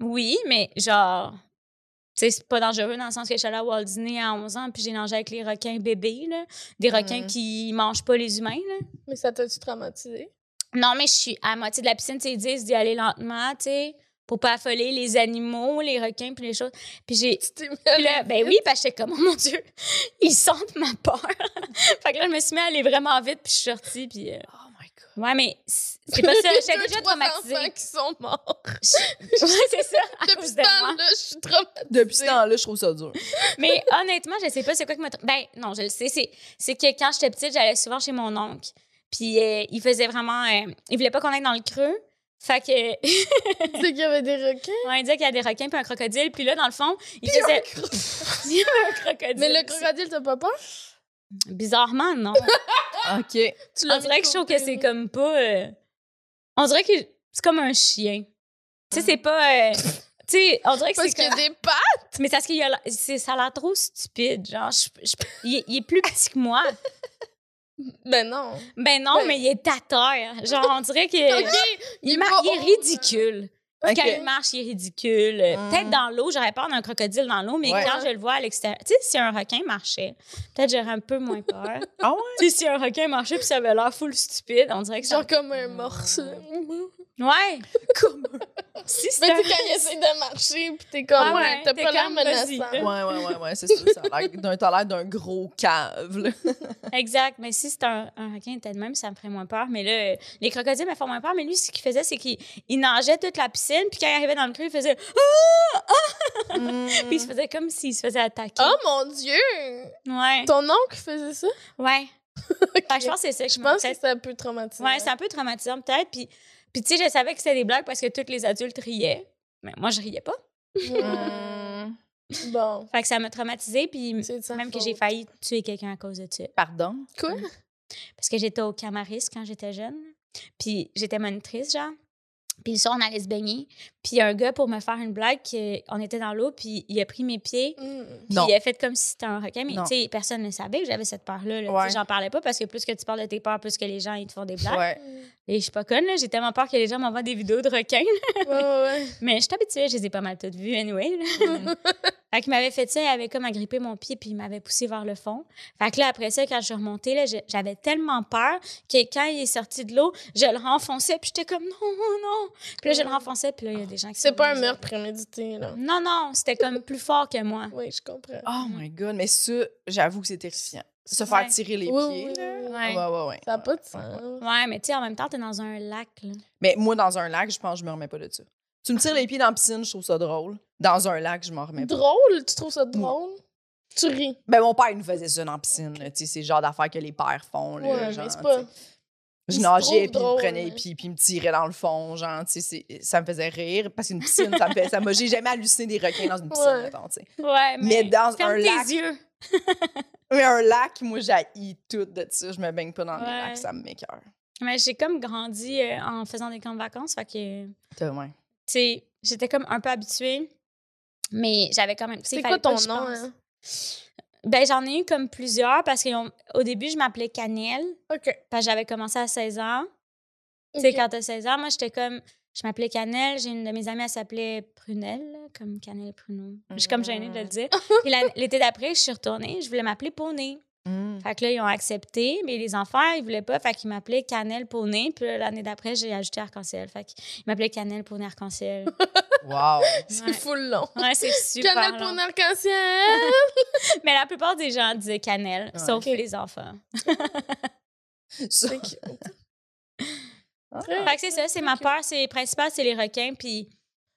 S4: Oui, mais genre, tu sais, c'est pas dangereux dans le sens que je suis allée à Walt Disney à 11 ans, puis j'ai nagé avec les requins bébés, là. Des requins
S3: Mmh.
S2: Mm.
S4: qui mangent pas les humains, là.
S3: Mais ça t'a-tu traumatisé?
S4: Non, mais je suis à moitié de la piscine, tu sais, ils disent d'y aller lentement, tu sais, pour pas affoler les animaux, les requins, puis les choses. Puis j'ai.
S3: Tu t'es mis
S4: Puis là, ben oui, parce que j'étais comme, oh mon Dieu, (laughs) ils sentent ma peur. (laughs) fait que là, je me suis mis à aller vraiment vite, puis je suis sortie, puis. euh,
S2: Oh my God.
S4: Ouais, mais c'est c'est pas ça,
S3: (laughs)
S4: j'étais
S3: Deux,
S4: déjà
S3: trois
S4: traumatisée. (laughs)
S3: enfants qui sont morts.
S4: Ouais,
S3: (laughs)
S4: c'est ça, à
S3: Depuis
S4: cause
S3: ce
S4: de moi.
S3: temps-là, je suis traumatisée.
S2: Depuis ce temps-là, je trouve ça dur.
S4: Mais honnêtement, je sais pas c'est quoi que me... tra- Ben non, je le sais, c'est, c'est que quand j'étais petite, j'allais souvent chez mon oncle. Puis euh, il faisait vraiment... euh, il voulait pas qu'on aille dans le creux. Fait que... (laughs)
S3: C'est qu'il y avait des requins.
S4: Ouais, il disait qu'il y a des requins puis un crocodile. Puis là, dans le fond, il faisait. (laughs) Il y avait un crocodile.
S3: Mais le crocodile, t'as pas peur?
S4: Bizarrement,
S3: (laughs)
S4: non.
S2: Ok.
S3: Tu
S4: On dirait que je trouve que c'est comme pas. euh, On dirait que c'est comme un chien. Tu sais, c'est
S3: (laughs)
S4: pas. euh, Tu sais, on dirait que
S3: Parce
S4: c'est
S3: qu'il y
S4: comme.
S3: a des pattes.
S4: Mais c'est parce qu'il y a. la- c'est- Ça a l'air trop stupide. Genre, je- je- il, est, il est plus petit que moi.
S3: Ben non.
S4: Ben non,
S3: Ben-
S4: mais il est à terre. Genre, on
S3: (laughs)
S4: dirait que.
S3: OK.
S4: Il,
S3: il est
S4: mar-
S3: pas
S4: il
S3: haut, Ah.
S4: est ridicule.
S2: Ok.
S4: Quand il marche, il est ridicule. Euh,
S2: Mm.
S4: Peut-être dans l'eau, j'aurais peur d'un crocodile dans l'eau, mais
S2: Ouais.
S4: quand je le vois à l'extérieur, tu sais, si un requin marchait, peut-être j'aurais un peu moins
S3: (laughs)
S4: peur.
S2: Ah ouais?
S4: tu sais, si un requin marchait puis ça avait l'air full stupide, on dirait que ça.
S3: Genre comme
S4: Mm.
S3: un morceau.
S4: Ouais!
S3: (laughs)
S4: Comme. si
S3: Ah. Mais
S4: c'était.
S3: tu sais, quand il essaie de marcher, pis t'es comme,
S4: Ah ouais,
S3: t'as
S4: t'es
S3: pas l'air
S4: comme, vas-y,
S3: menaçant.
S4: là.
S2: Ouais, ouais, ouais, ouais, c'est sûr. Ça a l'air d'un, t'as l'air d'un gros cave, là.
S4: Exact. Mais si c'était un, un requin, était de même, ça me ferait moins peur. Mais là, euh, les crocodiles me font moins peur. Mais lui, ce qu'il faisait, c'est qu'il il nageait toute la piscine, puis quand il arrivait dans le creux, il faisait. (gasps) Puis il se faisait comme s'il se faisait attaquer.
S3: Oh mon Dieu!
S4: Ouais.
S3: Ton oncle faisait ça? (laughs)
S4: Ouais. Fait que je pense que c'est ça que
S3: Je
S4: je
S3: pense que ça peut traumatiser.
S4: Ouais, c'est un peu traumatisant peut-être. Puis, puis tu sais, je savais que c'était des blagues parce que tous les adultes riaient. Mais moi, je riais pas.
S2: Mm.
S3: Bon.
S4: Fait que ça m'a traumatisée. Puis
S3: C'est de sa
S4: même que j'ai
S3: faute.
S4: failli tuer quelqu'un à cause de ça.
S2: Pardon?
S3: Quoi?
S4: Parce que j'étais au Camaris quand j'étais jeune. Puis j'étais monitrice, genre. Puis le soir, on allait se baigner. Puis un gars, pour me faire une blague, que- on était dans l'eau, puis il a pris mes pieds.
S3: Mm.
S4: Puis
S2: Non.
S4: il a fait comme si c'était un requin. Mais
S2: Non.
S4: tu sais, personne ne savait que j'avais cette peur-là. là. Tu sais,
S2: Ouais.
S4: J'en parlais pas parce que plus que tu parles de tes peurs, plus que les gens, ils te font des blagues.
S2: Ouais.
S4: Et je suis pas conne, là. J'ai tellement peur que les gens m'envoient des vidéos de requins.
S3: Ouais, ouais,
S4: (laughs) Mais je suis habituée, je les ai pas mal toutes vues anyway. Là.
S2: (laughs)
S4: fait qu'il m'avait fait ça, il avait comme agrippé mon pied puis il m'avait poussé vers le fond. Fait que là, après ça, quand je suis remontée, là, j'ai- j'avais tellement peur que quand il est sorti de l'eau, je le renfonçais puis j'étais comme non, non, non. Puis là, je le renfonçais puis là, il y a des gens qui
S3: C'est
S4: sont
S3: pas un
S4: venus.
S3: meurtre prémédité, là.
S4: Non, non, c'était comme plus fort que moi.
S3: Oui, je comprends.
S2: Oh my God, mais ça, j'avoue que c'est terrifiant. se faire
S4: Ouais.
S2: tirer les
S3: Oui,
S2: pieds.
S3: oui,
S2: là.
S3: oui, oui.
S4: Ouais.
S2: Ouais, ouais, ouais.
S3: Ça n'a pas de
S2: Ouais, ouais.
S3: sens.
S4: Ouais, mais tu sais, en même temps, t'es dans un lac, là.
S2: Mais moi, dans un lac, je pense que je me remets pas de ça. Tu me tires les pieds dans la piscine, je trouve ça drôle. Dans un lac, je m'en remets pas.
S3: Drôle, tu trouves ça drôle? Tu ris.
S2: Ben, mon père, il nous faisait ça dans la piscine. là. Tu sais, C'est le genre d'affaires que les pères font. là,
S3: Ouais,
S2: genre,
S3: mais c'est pas.
S2: tu sais. Je
S3: il se
S2: nageais,
S3: trouve
S2: puis il me
S3: drôle,
S2: prenait les
S3: hein.
S2: pieds, puis il me tirait dans le fond. Genre, tu sais, c'est- ça me faisait rire. Parce qu'une piscine, ça me fait. Ça m'a- J'ai jamais halluciné des requins dans une piscine,
S3: Ouais.
S2: mettons, tu sais.
S4: Ouais,
S2: Mais dans
S4: ferme
S2: un
S4: tes
S2: lac.
S4: yeux.
S2: Mais un lac, moi, j'haïs tout de ça. Je me baigne pas dans les
S4: Ouais.
S2: lacs, ça me m'écœure.
S4: Mais j'ai comme grandi euh, en faisant des camps de vacances, fait que, tu
S2: T'as- ouais.
S4: sais, j'étais comme un peu habituée, mais j'avais quand même... tu sais,
S3: C'est
S4: fallait
S3: quoi ton
S4: pas que je
S3: nom?
S4: pense.
S3: Hein?
S4: Ben, j'en ai eu comme plusieurs, parce qu'au début, je m'appelais Cannelle,
S3: OK.
S4: parce que j'avais commencé à 16 ans. Tu sais,
S3: Ok.
S4: quand t'as 16 ans, moi, j'étais comme... Je m'appelais Cannelle, j'ai une de mes amies, elle s'appelait Prunelle, là, comme Cannelle Pruneau. Je suis comme gênée de le dire.
S3: Ah.
S4: Puis la- l'été d'après, je suis retournée, je voulais m'appeler Poney.
S2: Mm.
S4: Fait que là, ils ont accepté, mais les enfants, ils voulaient pas. Fait qu'ils m'appelaient Cannelle Poney. Puis là, l'année d'après, j'ai ajouté Arc-en-Ciel. Fait qu'ils m'appelaient Cannelle Poney Arc-en-Ciel.
S2: (laughs) Wow.
S4: Ouais.
S3: (laughs) C'est full long. (laughs)
S4: Ouais, c'est super.
S3: Canal
S4: long.
S3: pour un
S4: (laughs)
S3: arc-en-ciel!
S4: Mais la plupart des gens disaient Cannelle,
S2: Ouais.
S4: sauf
S3: Ok.
S4: les enfants.
S2: Ça- Ah.
S4: Fait que c'est ça, c'est ma
S3: Ok.
S4: peur. C'est principal, c'est les requins. Puis.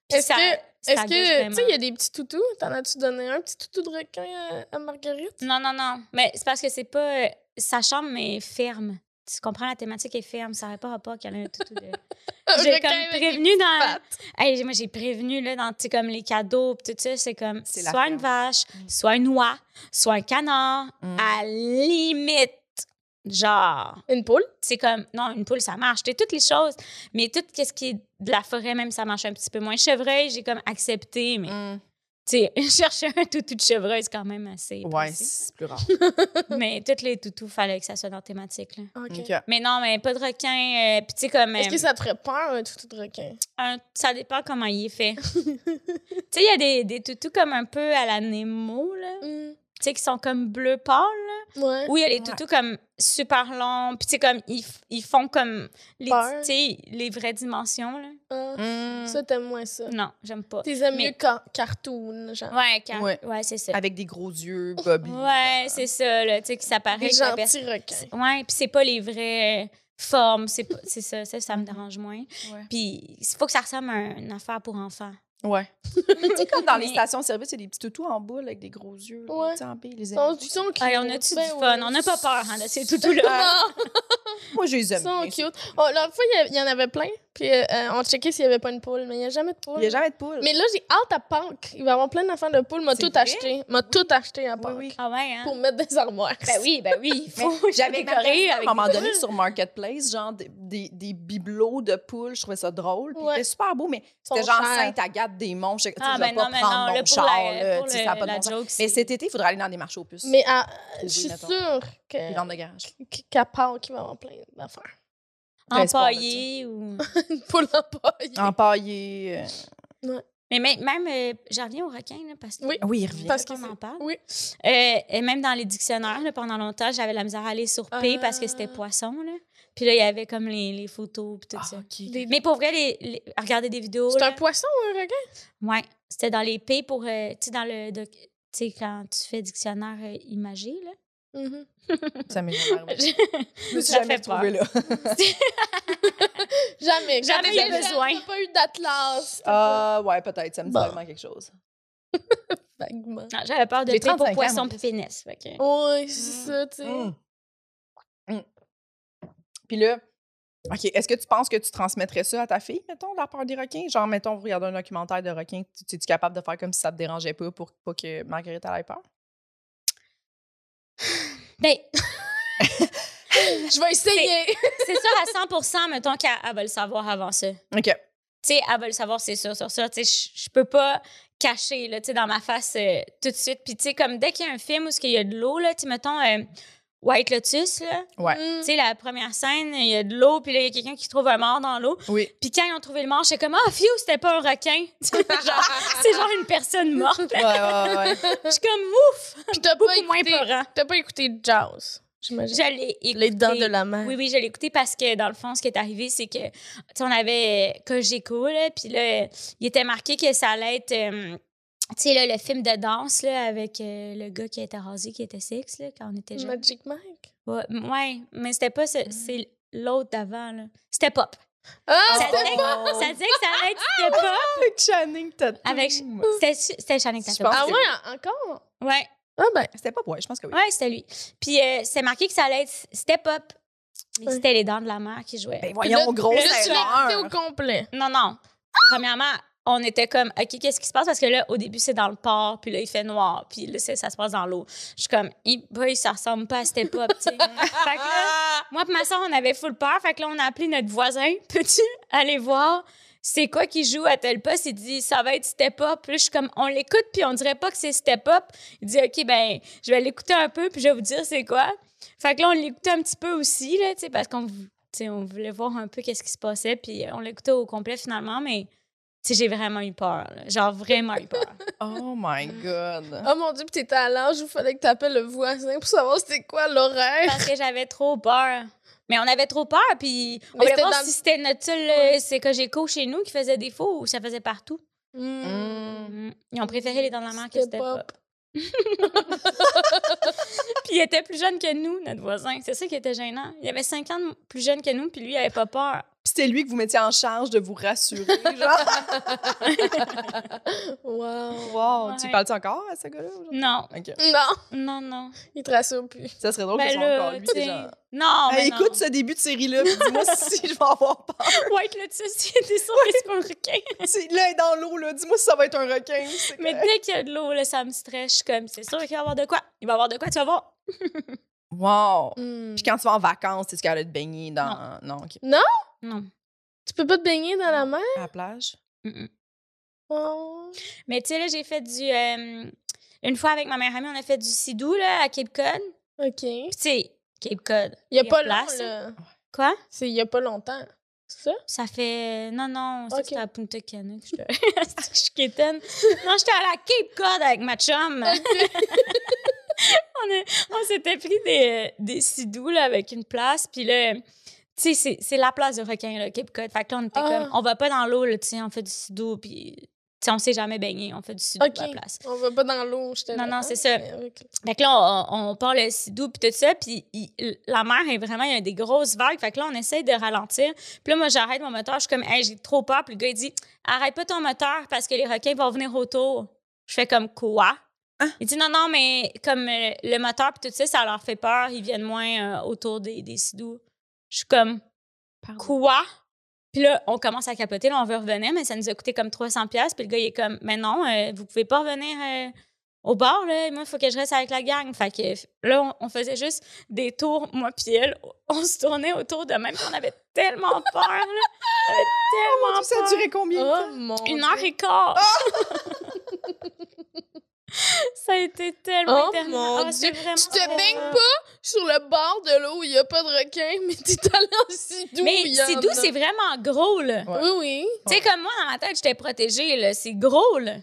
S4: puis
S3: Est-ce
S4: ça-
S3: que,
S4: ça
S3: est-ce
S4: gauche
S3: que, tu sais, il y
S4: vraiment.
S3: a des petits toutous. T'en as-tu donné un petit toutou de requin à, à Marguerite?
S4: Non, non, non. Mais c'est parce que c'est pas. euh, Sa chambre est ferme. Tu comprends, la thématique est ferme. Ça répare pas qu'elle a un
S3: (laughs)
S4: toutou de.
S3: Un
S4: J'ai
S3: Ah, requin
S4: comme
S3: avec des
S4: prévenu dans.
S3: pattes.
S4: Hey, j'ai- moi, j'ai prévenu, là, dans, tu sais, comme les cadeaux, pis tout ça, c'est comme,
S2: C'est la
S4: soit une
S2: ferme.
S4: vache,
S2: Mm.
S4: soit une oie, soit un canard,
S2: Mm.
S4: à limite, genre,
S3: Une poule?
S4: c'est comme, non, une poule, ça marche, tu sais, toutes les choses, mais tout ce qui est de la forêt, même, ça marche un petit peu moins. Chevreuil, j'ai comme accepté, mais,
S2: Mm.
S4: tu sais, (laughs) chercher un toutou de chevreuil, c'est quand même assez.
S2: Ouais, (laughs)
S4: précis.
S2: c'est plus rare.
S4: mais toutes les toutous, fallait que ça soit dans thématique, là.
S3: OK.
S2: Ok.
S4: Mais non, mais pas de requin, euh, puis tu sais, comme.
S3: Est-ce
S4: euh,
S3: que ça te ferait peur, un toutou de requin?
S4: Un- ça dépend comment il est fait. tu sais, il y a des, des toutous comme un peu à la Nemo, là.
S3: Mm.
S4: Tu sais, qui sont comme bleu pâle. là.
S3: Ouais.
S4: Ou il y a les toutous comme super longs. Puis tu sais, comme, ils, f- ils font comme les,
S3: Peur.
S4: tu sais, les vraies dimensions, là.
S3: Ah,
S2: Mm.
S3: Ça, t'aimes moins ça.
S4: Hmm. Non, j'aime pas.
S3: T'es amis
S4: Mais-
S3: mieux car- cartoon, genre.
S4: Ouais, quand- ouais.
S2: Ouais. Ah, euh,
S4: c'est ça.
S2: Avec des gros yeux, Bobby.
S4: Ouais, c'est ça, là. Tu sais, qui s'apparaît.
S3: Des
S4: que la personne-
S3: gentils requins.
S4: Ouais, puis c'est pas les vraies euh, formes. C'est pas- c'est ça, ça, ça me dérange moins.
S2: Ouais.
S4: Puis il faut que ça ressemble à un- une affaire pour enfants.
S2: Ouais. (laughs) tu sais, comme dans les
S4: Mais-
S2: stations-service, il y a des petits toutous en boule avec des gros yeux. là,
S3: Ouais.
S2: tu sais, en baie, les
S3: Ils sont-
S2: amis.
S3: Ils sont cute.
S4: Hey, on a-tu
S3: Ben
S4: du
S3: oui.
S4: fun? On n'a pas peur hein, de ces toutous-là.
S3: Non,
S2: Moi, je les
S3: ils
S2: aime.
S3: sont
S2: bien, ça.
S3: cute. Oh, la fois, il y a- il y en avait plein. Puis euh, euh, on checkait s'il n'y avait pas une poule. Mais il n'y a jamais de poule.
S2: Il n'y a jamais de poule.
S3: Mais là, j'ai hâte à Pâques. Il va y avoir plein d'enfants de poules. M'a
S2: C'est
S3: tout
S2: vrai?
S3: acheté. M'a tout acheté à
S2: Oui,
S3: Pâques.
S2: oui.
S4: Ah ouais, hein?
S3: Pour mettre des armoires.
S4: Ben oui, ben
S2: (laughs)
S4: oui, il
S2: Mais
S4: faut.
S2: J'avais
S4: décorer
S2: décoré à un
S4: avec
S2: moment
S4: des
S2: donné sur Marketplace, genre des, des, des bibelots de poules. Je trouvais ça drôle. Puis
S3: Ouais.
S2: C'était super beau, mais
S3: Ils
S2: c'était
S3: sont
S2: genre
S3: chers.
S2: Sainte-Agathe des Monts. Je sais
S4: Ah,
S2: pas
S4: ben non, mais
S2: prendre
S4: non,
S2: mon
S4: là, pour
S2: char.
S4: la,
S2: là,
S4: pour
S2: tu sais,
S4: le- euh,
S2: ça a pas de
S4: la
S2: bon sens.
S4: joke,
S2: Mais
S4: c'est-
S2: cet été, il faudra aller dans des marchés aux puces.
S3: Mais à- je
S2: Trouver,
S3: suis
S2: mettons.
S3: sûre
S2: Les
S3: que-
S2: ventes de garage.
S3: qu'à Pâques, il va y avoir plein d'affaires. (laughs)
S4: empaillé ou...
S3: Une poule empaillée.
S2: Empaillé. euh,
S4: Mais même, même euh, je reviens au requin, là, parce que...
S3: Oui.
S2: Ah Oui, il revient.
S4: Parce
S3: Parce
S4: qu'on
S3: que
S4: en parle.
S3: oui.
S4: Euh, et même dans les dictionnaires, là, pendant longtemps, j'avais la misère à aller sur P parce que c'était
S3: Ah.
S4: poisson. Là. Puis là, il y avait comme les, les photos puis tout
S2: Ah,
S4: ça.
S2: ok.
S4: (laughs)
S3: Des-
S4: Mais pour vrai, les, les- regarder des vidéos.
S3: C'est
S4: là,
S3: un poisson ou un requin?
S4: Ouais, c'était dans les P pour. euh, tu sais, dans le. doc- Tu sais, quand tu fais dictionnaire euh, imagé, là.
S3: Mhm.
S2: Ça m'est jamais arrivé. Je me suis
S4: Ça
S2: jamais
S4: fait peur.
S2: retrouvée là.
S3: Jamais. Quand
S4: Jamais
S3: t'étais
S4: eu besoin.
S3: jeune, T'as pas eu d'atlas.
S2: Ah, ouais, peut-être. Ça me dit
S3: Bon.
S2: vaguement quelque chose.
S3: Vaguement.
S4: (laughs) Non, j'avais peur de
S2: J'ai
S4: P pour
S2: 35 ans,
S4: poisson
S2: moi,
S4: puis pénis. fait que-
S3: Oui, c'est ça, tu sais.
S2: Mm. Mm. Puis là, OK, est-ce que tu penses que tu transmettrais ça à ta fille, mettons, la peur des requins? Genre, mettons, vous regardez un documentaire de requins, tu tu es capable de faire comme si ça te dérangeait pas pour pas que Marguerite elle ait peur?
S4: Ben,
S3: Je vais essayer.
S4: c'est sûr à 100 mettons qu'elle elle va le savoir avant ça. Tu
S2: OK.
S4: (laughs) sais, elle va le savoir, c'est sûr, sur ça. Tu sais, je- je peux pas cacher, là, tu sais, dans ma face euh, tout de suite. Puis, tu sais, comme dès qu'il y a un film où il y a de l'eau, là, tu sais, mettons euh, White Lotus, là,
S2: Ouais.
S3: Mm. (laughs)
S4: tu sais, la première scène, il y a de l'eau, puis là, il y a quelqu'un qui trouve un mort dans l'eau.
S2: Oui.
S4: Puis quand ils ont trouvé le mort, j'étais comme « Ah, Fiu, c'était pas un requin! » (laughs) Genre, C'est genre une personne
S3: (laughs)
S4: morte.
S2: Ouais, ouais, (laughs) ouais.
S4: Je suis comme « Ouf!
S3: Puis t'as » pas,
S4: Beaucoup moins
S3: écouté...
S4: peurant.
S3: t'as pas écouté Jaws,
S4: Je
S3: j'imagine.
S4: l'ai écouté.
S3: Les dents de la mer.
S4: Oui, oui, je l'ai écouté parce que, dans le fond, ce qui est arrivé, c'est que, tu sais, on avait euh, Cogeco, là, puis là, il était marqué que ça allait être... euh, Tu sais, là, le film de danse là, avec euh, le gars qui a été rasé, qui était six, là, quand on était jeune.
S3: Magic Mike.
S4: Ouais, m- ouais, mais c'était pas ce- c'est l'autre d'avant. là. C'était pop.
S3: Ah,
S4: Ça disait,
S2: Oh.
S4: que- ça disait que ça allait être C'était pop.
S2: Avec Channing Tatum.
S4: Avec- C'était su- C'était Channing
S2: Je
S4: Tatum.
S2: pense
S3: ah ouais, en- encore?
S4: Ouais,
S3: Ah ben,
S2: C'était pas ouais, je pense que oui.
S4: ouais c'était lui. Puis euh, c'était marqué que ça allait être Step Up. Mais
S3: Ouais.
S4: c'était les dents de la mer qui jouaient.
S2: Ben voyons, grosse
S3: Là, tu l'as écouté au
S2: erreur.
S3: complet.
S4: Non, non. Premièrement, on était comme, OK, qu'est-ce qui se passe? Parce que là, au début, c'est dans le port, puis là, il fait noir, puis là, c'est- ça se passe dans l'eau. Je suis comme, Hey boy, ça ressemble pas à Step Up, tu sais. fait que là, moi et ma soeur, on avait full peur. Fait que là, on a appelé notre voisin. (laughs) Peux-tu aller voir c'est quoi qui joue à tel poste? Il dit, ça va être Step Up. Puis là, je suis comme, on l'écoute, puis on dirait pas que c'est Step Up. Il dit, OK, ben, je vais l'écouter un peu, puis je vais vous dire c'est quoi. Fait que là, on l'écoutait un petit peu aussi, là, tu sais, parce qu'on vou- tu sais, on voulait voir un peu qu'est-ce qui se passait. Puis euh, on l'écoutait au complet finalement, mais tu sais, j'ai vraiment eu peur. là. Genre vraiment eu peur.
S2: Oh my god.
S3: Oh mon dieu, pis t'étais à l'âge où fallait que t'appelles le voisin pour savoir c'était quoi l'horaire.
S4: parce que j'avais trop peur. Mais on avait trop peur, puis on
S3: Mais
S4: voulait
S3: c'était
S4: voir
S3: dans-
S4: si c'était notre seul euh, c'est que j'ai co chez nous qui faisait défaut ou ça faisait partout.
S3: Hmm.
S4: Mm. Ils ont préféré les dents de la mer que
S3: C'était
S4: c'était pop. puis il était plus jeune que nous, notre voisin. C'est ça qui était gênant. Il avait 5 ans de plus jeune que nous, puis lui, il avait pas peur.
S2: Puis c'était lui que vous mettiez en charge de vous rassurer,
S3: (laughs)
S2: genre.
S3: Wow.
S2: Wow, tu
S4: Ouais.
S2: parles encore à ce gars-là aujourd'hui?
S4: Non,
S2: OK.
S3: Non,
S4: non, non.
S3: il te rassure plus.
S2: Ça serait drôle
S4: Ben
S2: que ce soit
S4: là,
S2: encore lui,
S4: tu
S2: c'est
S4: sais,
S2: genre.
S4: Non, mais
S2: Hey, écoute ce début de série-là, puis dis-moi (laughs) si je vais avoir peur. (laughs)
S4: White Lotus, il était sur les
S3: (laughs)
S4: requin.
S2: C'est- Là, elle est dans l'eau, là. Dis-moi si ça va être un requin. c'est
S4: Mais
S2: correct.
S4: dès qu'il y a de l'eau, là, ça me stresse. Je suis comme, c'est sûr qu'il va y avoir de quoi. Il va y avoir de quoi, tu vas voir.
S2: Wow.
S4: Mm.
S3: Hmm.
S2: Puis quand tu vas en vacances, c'est ce qu'elle a de baigner dans. Non, OK.
S4: Non.
S3: Tu peux pas te baigner dans la mer?
S4: Hein?
S2: À la plage.
S3: Oh.
S4: Mais tu sais, là, j'ai fait du. euh, une fois avec ma meilleure amie, on a fait du sidou, là, à Cape Cod.
S3: OK.
S4: Puis,
S3: Il
S4: tu sais, Cape Cod.
S3: y a
S4: y a
S3: pas
S4: place,
S3: long, là.
S4: Quoi?
S3: C'est il y a pas longtemps. C'est ça?
S4: Ça fait. Non, non, ça,
S3: Ok.
S4: c'était à Punta Cana que j'étais. (laughs) C'est que je suis quétaine. Non, j'étais à la Cape Cod avec ma chum. (laughs) on est- on s'était pris des, des sidous, là, avec une place. Puis là, tu sais, c'est- c'est la place de requin, là, Cape Cod. Fait que là, on était
S3: Ah.
S4: comme. On va pas dans l'eau, là, tu sais, on fait du sidou. Puis, tu sais, on s'est jamais baigné. On fait du sidou
S3: Ok.
S4: à la place.
S3: On va pas dans l'eau, je te
S4: Non,
S3: le-
S4: non,
S3: Ah,
S4: c'est ça.
S3: mais avec-
S4: Fait que là, on, on part le sidou puis tout ça, puis il- la mer est vraiment, il y a des grosses vagues. Fait que là, on essaye de ralentir. Puis là, moi, j'arrête mon moteur. Je suis comme, hey, j'ai trop peur. Puis le gars, il dit, arrête pas ton moteur parce que les requins vont venir autour. Je fais comme, quoi?
S2: Hein?
S4: Il dit, non, non, mais comme euh, le moteur puis tout ça, ça leur fait peur. Ils viennent moins euh, autour des, des sidous. Je suis comme, quoi? Puis là, on commence à capoter, là, on veut revenir, mais ça nous a coûté comme 300$. piastres. Puis le gars, il est comme, mais non, euh, vous pouvez pas revenir euh, au bar, là. Moi, il faut que je reste avec la gang. Fait que f- là, on, on faisait juste des tours, moi puis elle. On se tournait autour de même, puis on avait tellement peur, là. On
S2: (laughs)
S4: avait tellement
S2: Oh Ça
S4: peur.
S2: a duré combien de
S4: Ah.
S2: temps?
S3: Oh mon
S4: Une
S3: Dieu. Ah!
S4: heure et quart. (laughs) ça a été tellement
S3: Oh
S4: éternel.
S3: mon
S4: Ah, c'est
S3: Dieu.
S4: vraiment
S3: Tu te baignes
S4: horrible.
S3: pas sur le bord de l'eau où il y a pas de requin, (laughs) mais t'es allé en Sidou.
S4: Mais
S3: il y en
S4: c'est doux,
S3: a.
S4: c'est vraiment gros, là.
S2: Ouais.
S3: Oui, oui.
S4: Tu sais, comme moi, dans ma tête, j'étais protégée, là. C'est gros, là.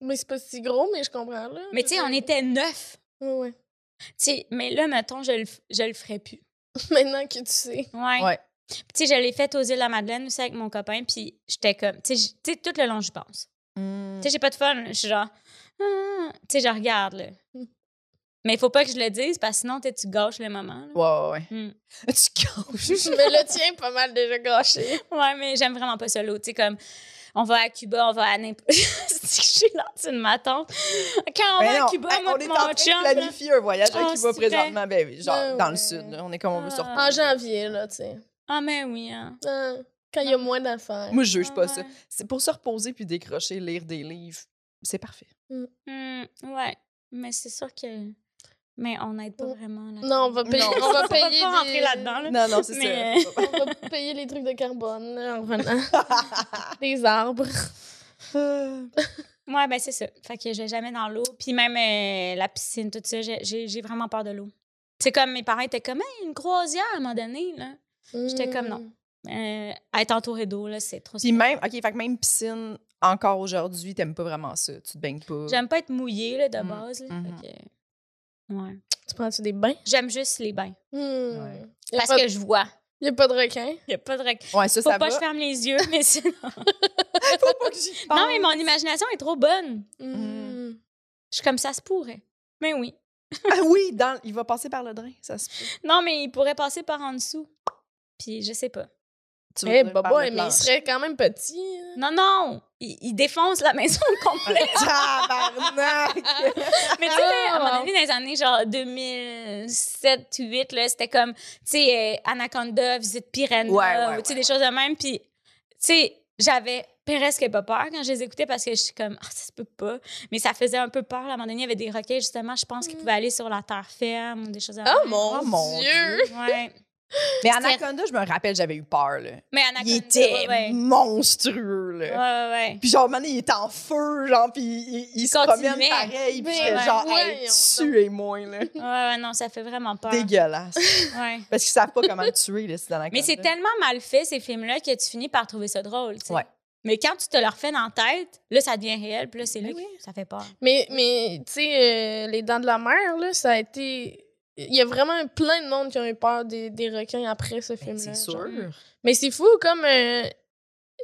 S3: Mais c'est pas si gros, mais je comprends, là.
S4: Mais tu sais, on était neuf.
S3: Oui, oui.
S4: Tu sais, mais là, mettons, je le, f- je le ferais plus.
S3: (laughs) Maintenant que tu sais.
S4: Ouais.
S2: Ouais.
S4: Puis, tu sais, je l'ai faite aux îles de la Madeleine aussi avec mon copain, puis j'étais comme. Tu sais, j- tu sais, tout le long, je pense.
S2: Hmm.
S4: Tu sais,
S3: Mm.
S4: j'ai pas de fun. là. Je suis genre. Ah. Tu sais, je regarde, là.
S3: Mm.
S4: Mais il faut pas que je le dise, parce que sinon, tu sais, tu gâches le moment. là.
S2: Ouais, ouais, ouais.
S4: Hmm.
S2: (laughs) Tu gauches.
S3: mais (laughs) le tien, pas mal déjà gâché.
S4: Ouais, mais j'aime vraiment pas ça, l'eau. Tu sais, comme. On va à Cuba, on va à n'importe. (laughs) C'est que je suis lente, une ma tante. Quand on
S2: Ben
S4: va
S2: non,
S4: à Cuba,
S2: hey,
S4: moi,
S2: on
S4: puis
S2: est
S4: mon
S2: en train
S4: chum,
S2: de
S4: là.
S2: planifier un voyage
S4: Ah,
S2: à Cuba
S4: c'est vrai.
S2: présentement, ben, genre
S3: Ben
S2: dans
S3: ouais.
S2: le sud. là. On est comme on veut
S4: Ah.
S2: sortir.
S3: En janvier, là, tu sais.
S4: Ah, mais oui, hein.
S3: Ah, quand il y a moins d'affaires.
S2: Moi, je juge pas
S4: Ah,
S2: ça. C'est pour se reposer puis décrocher, lire des livres. C'est parfait.
S4: Hmm, ouais, mais c'est sûr que. Mais on n'aide pas
S3: Mm.
S4: vraiment. Là.
S3: Non, on va payer,
S2: Non,
S3: on va
S4: va
S3: payer
S4: pas rentrer
S3: des-
S4: là-dedans, là.
S2: Non, non, c'est
S4: Mais- euh,
S2: ça.
S3: On va payer les trucs de carbone là, en revenant. des arbres.
S2: Euh,
S4: Ouais, ben c'est ça. Fait que je vais jamais dans l'eau. Puis même euh, la piscine, tout ça, j'ai- j'ai j'ai vraiment peur de l'eau. C'est comme mes parents étaient comme Hey, une croisière à un moment donné. Là. J'étais comme non.
S3: Hmm.
S4: Euh, être entouré d'eau, là, c'est trop.
S2: Puis même, OK, fait que même piscine, encore aujourd'hui, t'aimes pas vraiment ça. Tu te baignes pas.
S4: J'aime pas être mouillée là, de
S2: Mm.
S4: base. là.
S2: Mhm.
S4: Fait que, ouais.
S3: Tu prends-tu des bains? Hmm.
S4: J'aime juste les bains.
S2: Ouais.
S3: Il
S4: Parce que je vois.
S3: n'y a pas de requin.
S4: Il n'y a pas de rec-
S2: Ouais, ça,
S4: Faut
S2: ça
S4: pas
S2: va.
S4: que je ferme les yeux, mais sinon.
S2: (laughs) Faut pas que j'y pense.
S4: Non, mais mon imagination est trop bonne.
S3: Hmm.
S4: Je suis comme ça se pourrait. Mais oui.
S2: Ah oui, dans- il va passer par le drain, ça se peut.
S4: Non, mais il pourrait passer par en dessous. Puis je sais pas.
S2: Tu veux
S3: Eh,
S2: dire
S3: bah,
S2: par le
S3: ouais, mais il
S2: plancher.
S3: serait quand même petit. hein.
S4: Non, non! Il, il défonce la (laughs) maison au complet.
S2: (laughs) Tabarnak!
S4: mais tu sais,
S2: Ah,
S4: à mon avis, dans les années genre 2007, 2008, là, c'était comme, tu sais, euh, Anaconda, Visite Piranha,
S2: Ouais, ouais,
S4: ou tu sais,
S2: ouais,
S4: des choses de même. Puis, tu sais, j'avais presque pas peur quand je les écoutais parce que je suis comme, ah, ça se peut pas. Mais ça faisait un peu peur. là. À un moment donné, il y avait des requins, justement, je pense qu'ils
S3: Mm.
S4: pouvaient aller sur la terre ferme ou des choses de
S3: Oh
S4: même.
S3: mon,
S2: Hmm. Oh, mon
S3: Dieu!
S4: Ouais.
S2: mais Anaconda, je me rappelle, j'avais eu peur, là.
S4: Mais Anaconda,
S2: Il était
S4: ouais, ouais.
S2: monstrueux, là.
S4: Ouais, ouais, ouais.
S2: Puis genre, maintenant, il est en feu, genre, puis il, il se
S4: Continuait.
S2: promène pareil, puis
S3: Mais
S2: j'étais
S4: ouais,
S2: genre,
S3: voyons
S2: hey, tuez-moi, là.
S4: Ouais, ouais, non, ça fait vraiment peur.
S2: Dégueulasse.
S4: Ouais.
S2: Parce qu'ils savent pas comment le tuer, là, c'est dans la
S4: Mais c'est tellement mal fait, ces films-là, que tu finis par trouver ça drôle. tu sais.
S2: Ouais.
S4: Mais quand tu te le refais dans la tête, là, ça devient réel, puis là, c'est là
S2: Ben
S4: que ça fait peur.
S3: Mais, mais tu sais, euh, les dents de la mer, là, ça a été. Il y a vraiment plein de monde qui ont eu peur des, des requins après ce film-là.
S2: C'est
S3: genre.
S2: sûr.
S3: Mais c'est fou, comme euh,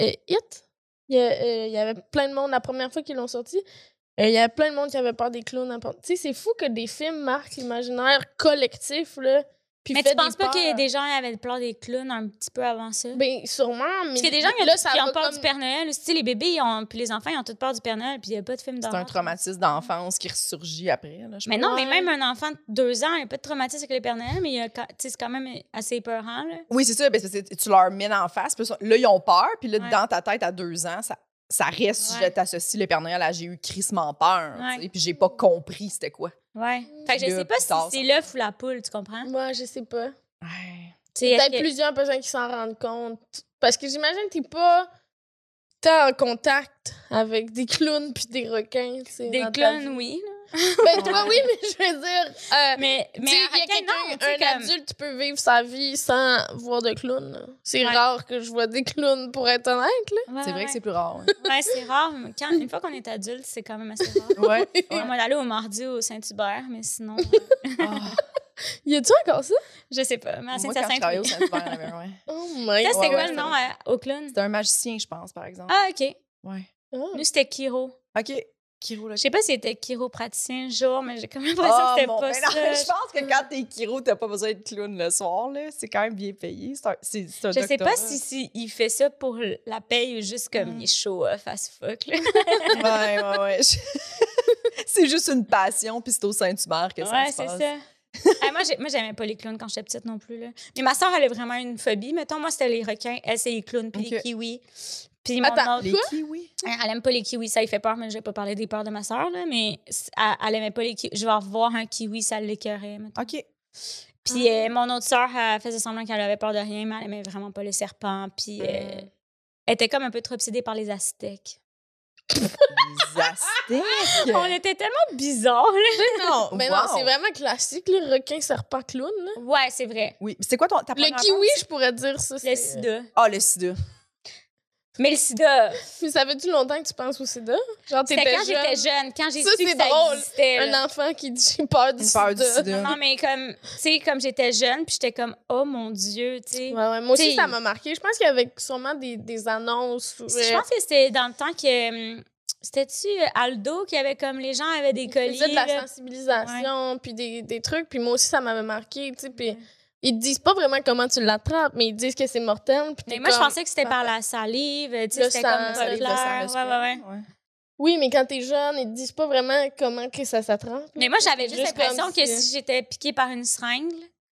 S3: euh, It, il y, a, euh, il y avait plein de monde la première fois qu'ils l'ont sorti. euh, Il y avait plein de monde qui avait peur des clowns. n'importe- Tu sais, c'est fou que des films marquent l'imaginaire collectif, là. Puis
S4: Mais
S3: fait
S4: tu penses
S3: des
S4: pas qu'il y a
S3: peurs.
S4: des gens qui avaient peur des clowns un petit peu avant ça?
S3: Ben, sûrement, mais.
S4: Parce qu'il y a des gens qui ont,
S3: là, ça
S4: qui ont
S3: va
S4: peur
S3: comme-
S4: du Père Noël. aussi. Tu sais, les bébés, ils ont, puis les enfants, ils ont tous peur du Père Noël, puis il n'y a pas de film
S2: C'est
S4: d'horreur.
S2: un traumatisme d'enfance qui ressurgit après, là, je
S4: Mais non, mais
S3: Ouais.
S4: même un enfant de deux ans, il n'y a pas de traumatisme avec le Père Noël, mais il y a quand- tu sais, c'est quand même assez peurant. Là.
S2: Oui, c'est ça. parce que c'est- tu leur mets en face. puis ça- là, ils ont peur. Puis là,
S4: Ouais.
S2: dans ta tête, à deux ans, ça, ça reste.
S4: Ouais.
S2: Je t'associe le Père Noël à j'ai eu crissement peur. tu
S4: Ouais.
S2: sais, Puis j'ai pas compris c'était quoi.
S4: Ouais. Fait que je
S2: Puis là,
S4: sais pas
S2: plus
S4: si
S2: tard,
S4: c'est l'œuf ou la poule, tu comprends?
S3: Moi, je sais pas.
S4: Tu sais, est-ce
S3: Peut-être
S4: que-
S3: plusieurs personnes qui s'en rendent compte. Parce que j'imagine que t'es pas tant en contact avec des clowns puis des requins. tu sais,
S4: Des
S3: dans ta vie.
S4: clowns, oui. là.
S3: (laughs) Ben, toi, oui, mais je veux dire. euh,
S4: Mais,
S3: tu
S4: mais
S3: sais,
S4: un
S3: il y a
S4: requin, non, tu
S3: quelqu'un,
S4: sais,
S3: un
S4: comme-
S3: adulte peut vivre sa vie sans voir de clown. là. C'est
S4: Ouais.
S3: rare que je vois des clowns, pour être honnête. Là.
S4: Ouais,
S2: C'est vrai
S4: ouais.
S2: que c'est plus rare.
S4: Ouais, c'est rare. mais Quand, une fois qu'on est adulte, c'est quand même assez rare.
S2: (laughs) Ouais.
S4: On va aller au mardi au Saint-Hubert,
S2: (laughs)
S4: mais sinon, euh,
S3: Y a-tu encore ça?
S4: je sais pas. Mais à
S2: Ah, Moi, quand je
S4: Saint-Hyacinthe,
S2: travaillais au
S4: oui.
S2: Saint-Hubert,
S4: (laughs)
S2: il y avait un, ouais.
S3: Oh my
S4: Ça,
S3: god.
S4: c'était
S2: Ouais,
S4: quoi
S2: ouais,
S4: le
S2: ça
S4: nom à Oakland?
S2: C'était un magicien, je pense, par exemple.
S4: Ah, OK.
S2: Ouais.
S3: Oh.
S4: Nous, c'était Kiro.
S2: OK. Kiro, là.
S4: Je sais pas si c'était chiropraticien jour, mais j'ai quand même l'impression
S2: Ah,
S4: que c'était
S2: mon-
S4: pas
S2: mais non, (laughs)
S4: ça.
S2: je pense que quand t'es Kiro, t'as pas besoin de clown le soir, là. C'est quand même bien payé. C'est un, c'est, c'est un
S4: Je sais
S2: doctorat.
S4: pas si, si il fait ça pour la paye ou juste comme
S2: Mm.
S4: il est show off as fuck. là.
S2: Ouais, ouais, ouais. Je- (laughs) c'est juste une passion, puis c'est au Saint-Hubert que ça
S4: Ouais,
S2: se
S4: c'est
S2: passe.
S4: ça. Ah, moi, j'ai- moi, j'aimais pas les clowns quand j'étais petite non plus. Là. Mais ma soeur, elle a vraiment une phobie. Mettons, moi, c'était les requins, elle, c'est les clowns, puis les
S2: Ok.
S4: kiwis. Puis mon
S3: Attends,
S4: autre-
S2: Les
S3: Quoi?
S2: kiwis.
S4: Elle Hein, elle aime pas les kiwis, ça lui fait peur, mais je vais pas parler des peurs de ma soeur, là, mais c- elle, elle aimait pas les kiwis. Je vais revoir un kiwi, ça l'écœurait. mettons.
S2: OK.
S4: Puis
S3: Ah.
S4: euh, mon autre soeur, elle faisait semblant qu'elle avait peur de rien, mais elle aimait vraiment pas le serpent. Puis euh,
S3: Mm.
S4: elle était comme un peu trop obsédée par les aztèques.
S2: Les Aztèques.
S4: On était tellement bizarres, là.
S3: Non, mais non,
S2: Wow.
S3: c'est vraiment classique, le requin, serpent, clown. là.
S4: (laughs) Ouais, c'est vrai.
S2: Oui. C'est quoi ton, ta première
S3: Le kiwi,
S2: affaire?
S3: je pourrais dire ça.
S4: Le
S3: c'est-
S4: sida.
S2: Ah, le sida.
S4: Mais le sida,
S3: Mais ça fait-tu longtemps que tu penses au sida? Genre,
S4: c'était
S3: t'étais
S4: quand
S3: jeune,
S4: j'étais jeune, quand j'ai
S3: Ça,
S4: su que
S3: c'est
S4: ça
S3: drôle.
S4: existait. là.
S3: un enfant qui dit j'ai peur du
S2: Une peur du
S3: sida.
S2: sida.
S4: Non, mais comme, tu sais, comme j'étais jeune, puis j'étais comme, oh mon Dieu, tu sais.
S3: Ouais, ouais, moi aussi,
S4: T'sais,
S3: ça m'a marqué. Je pense qu'il y avait sûrement des, des annonces. ou,
S4: Je
S3: euh,
S4: pense que c'était dans le temps que. hum, C'était-tu euh, Aldo qui avait comme les gens avaient des
S3: Ils
S4: colliers?
S3: faisaient de la
S4: là?
S3: sensibilisation, puis des, des trucs. Puis moi aussi, ça m'avait marqué, tu sais. Puis ils te disent pas vraiment comment tu l'attrapes, mais ils disent que c'est mortel. Puis
S4: Mais
S3: t'es
S4: moi, je
S3: comme-
S4: pensais que c'était par la salive, tu
S3: Le
S4: sais, c'était
S3: sang,
S4: comme pas
S3: salive, le
S4: clair. Ouais, ouais, ouais.
S3: Oui, mais quand t'es jeune, ils te disent pas vraiment comment que ça s'attrape.
S4: Mais moi, j'avais
S3: C'est
S4: juste
S3: juste
S4: l'impression
S3: comme
S4: que
S3: si- hein.
S4: si j'étais piquée par une seringue,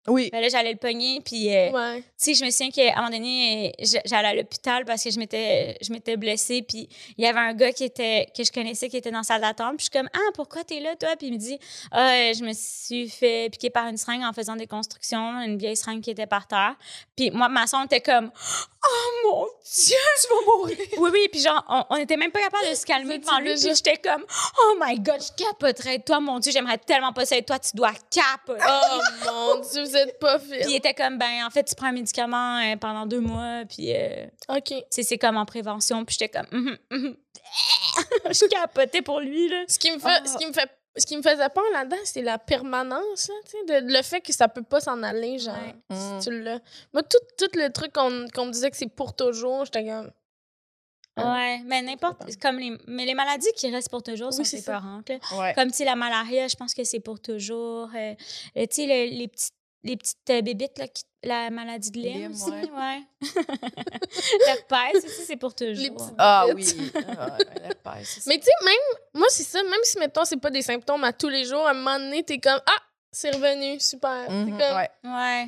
S2: Oui.
S4: ben là, j'allais le pogner. Puis, euh,
S3: Ouais.
S4: tu sais, je me souviens qu'à un moment donné, euh, j- j'allais à l'hôpital parce que je m'étais, je m'étais blessée. Puis, il y avait un gars qui était, que je connaissais qui était dans la salle d'attente. Puis, je suis comme, ah, pourquoi t'es là, toi? Puis, il me dit, ah, euh, je me suis fait piquer par une seringue en faisant des constructions, une vieille seringue qui était par terre. Puis, moi, ma soeur était comme, oh mon Dieu!
S2: Tu vas mourir.
S4: (laughs) Oui, oui, puis genre, on, on était même pas capable de se calmer
S3: C'est
S4: devant lui,
S3: déjà-
S4: puis j'étais comme, oh my god, je capoterais de toi, mon Dieu, j'aimerais tellement pas ça être toi, tu dois capoter.
S2: Ah,
S3: Oh mon dieu, vous êtes pas fit.
S4: Puis il était comme, ben, en fait, tu prends un médicament euh, pendant deux mois, puis euh, tu
S3: OK.
S4: sais, c'est comme en prévention, puis j'étais comme, Mhm, mhm. (laughs) je capotais pour lui, là.
S3: Ce qui me fait,
S2: Ah.
S3: ce qui me fait, ce qui me faisait peur là-dedans, c'est la permanence, hein, tu sais, de- le fait que ça peut pas s'en aller, genre.
S4: Ouais.
S2: Mm.
S3: Si tu l'as. Moi, tout, tout le truc qu'on qu'on me disait que c'est pour toujours, j'étais comme.
S4: Ouais, mais n'importe.
S2: dépend.
S4: Comme les, mais les maladies qui restent pour toujours
S3: Oui,
S4: sont
S3: c'est ça.
S4: séparantes.
S2: Ouais.
S4: Comme tu sais, la malaria, je pense que c'est pour toujours. Euh, euh, tu sais, le- les petites, les petites euh, bébites, là, qui- la maladie de Lyme.
S2: Lyme,
S4: aussi,
S2: ouais.
S4: ouais. (laughs) L'herpès aussi, c'est pour toujours.
S3: Les petites-
S2: Ah
S3: vite.
S2: oui.
S3: (laughs)
S2: Ah, ouais, la paille, c'est ça.
S3: Mais tu sais, même, moi, c'est ça, même si, mettons, c'est pas des symptômes à tous les jours, à un moment donné, t'es comme, ah, c'est revenu, super.
S2: Mhm,
S3: C'est comme,
S2: ouais.
S4: Ouais.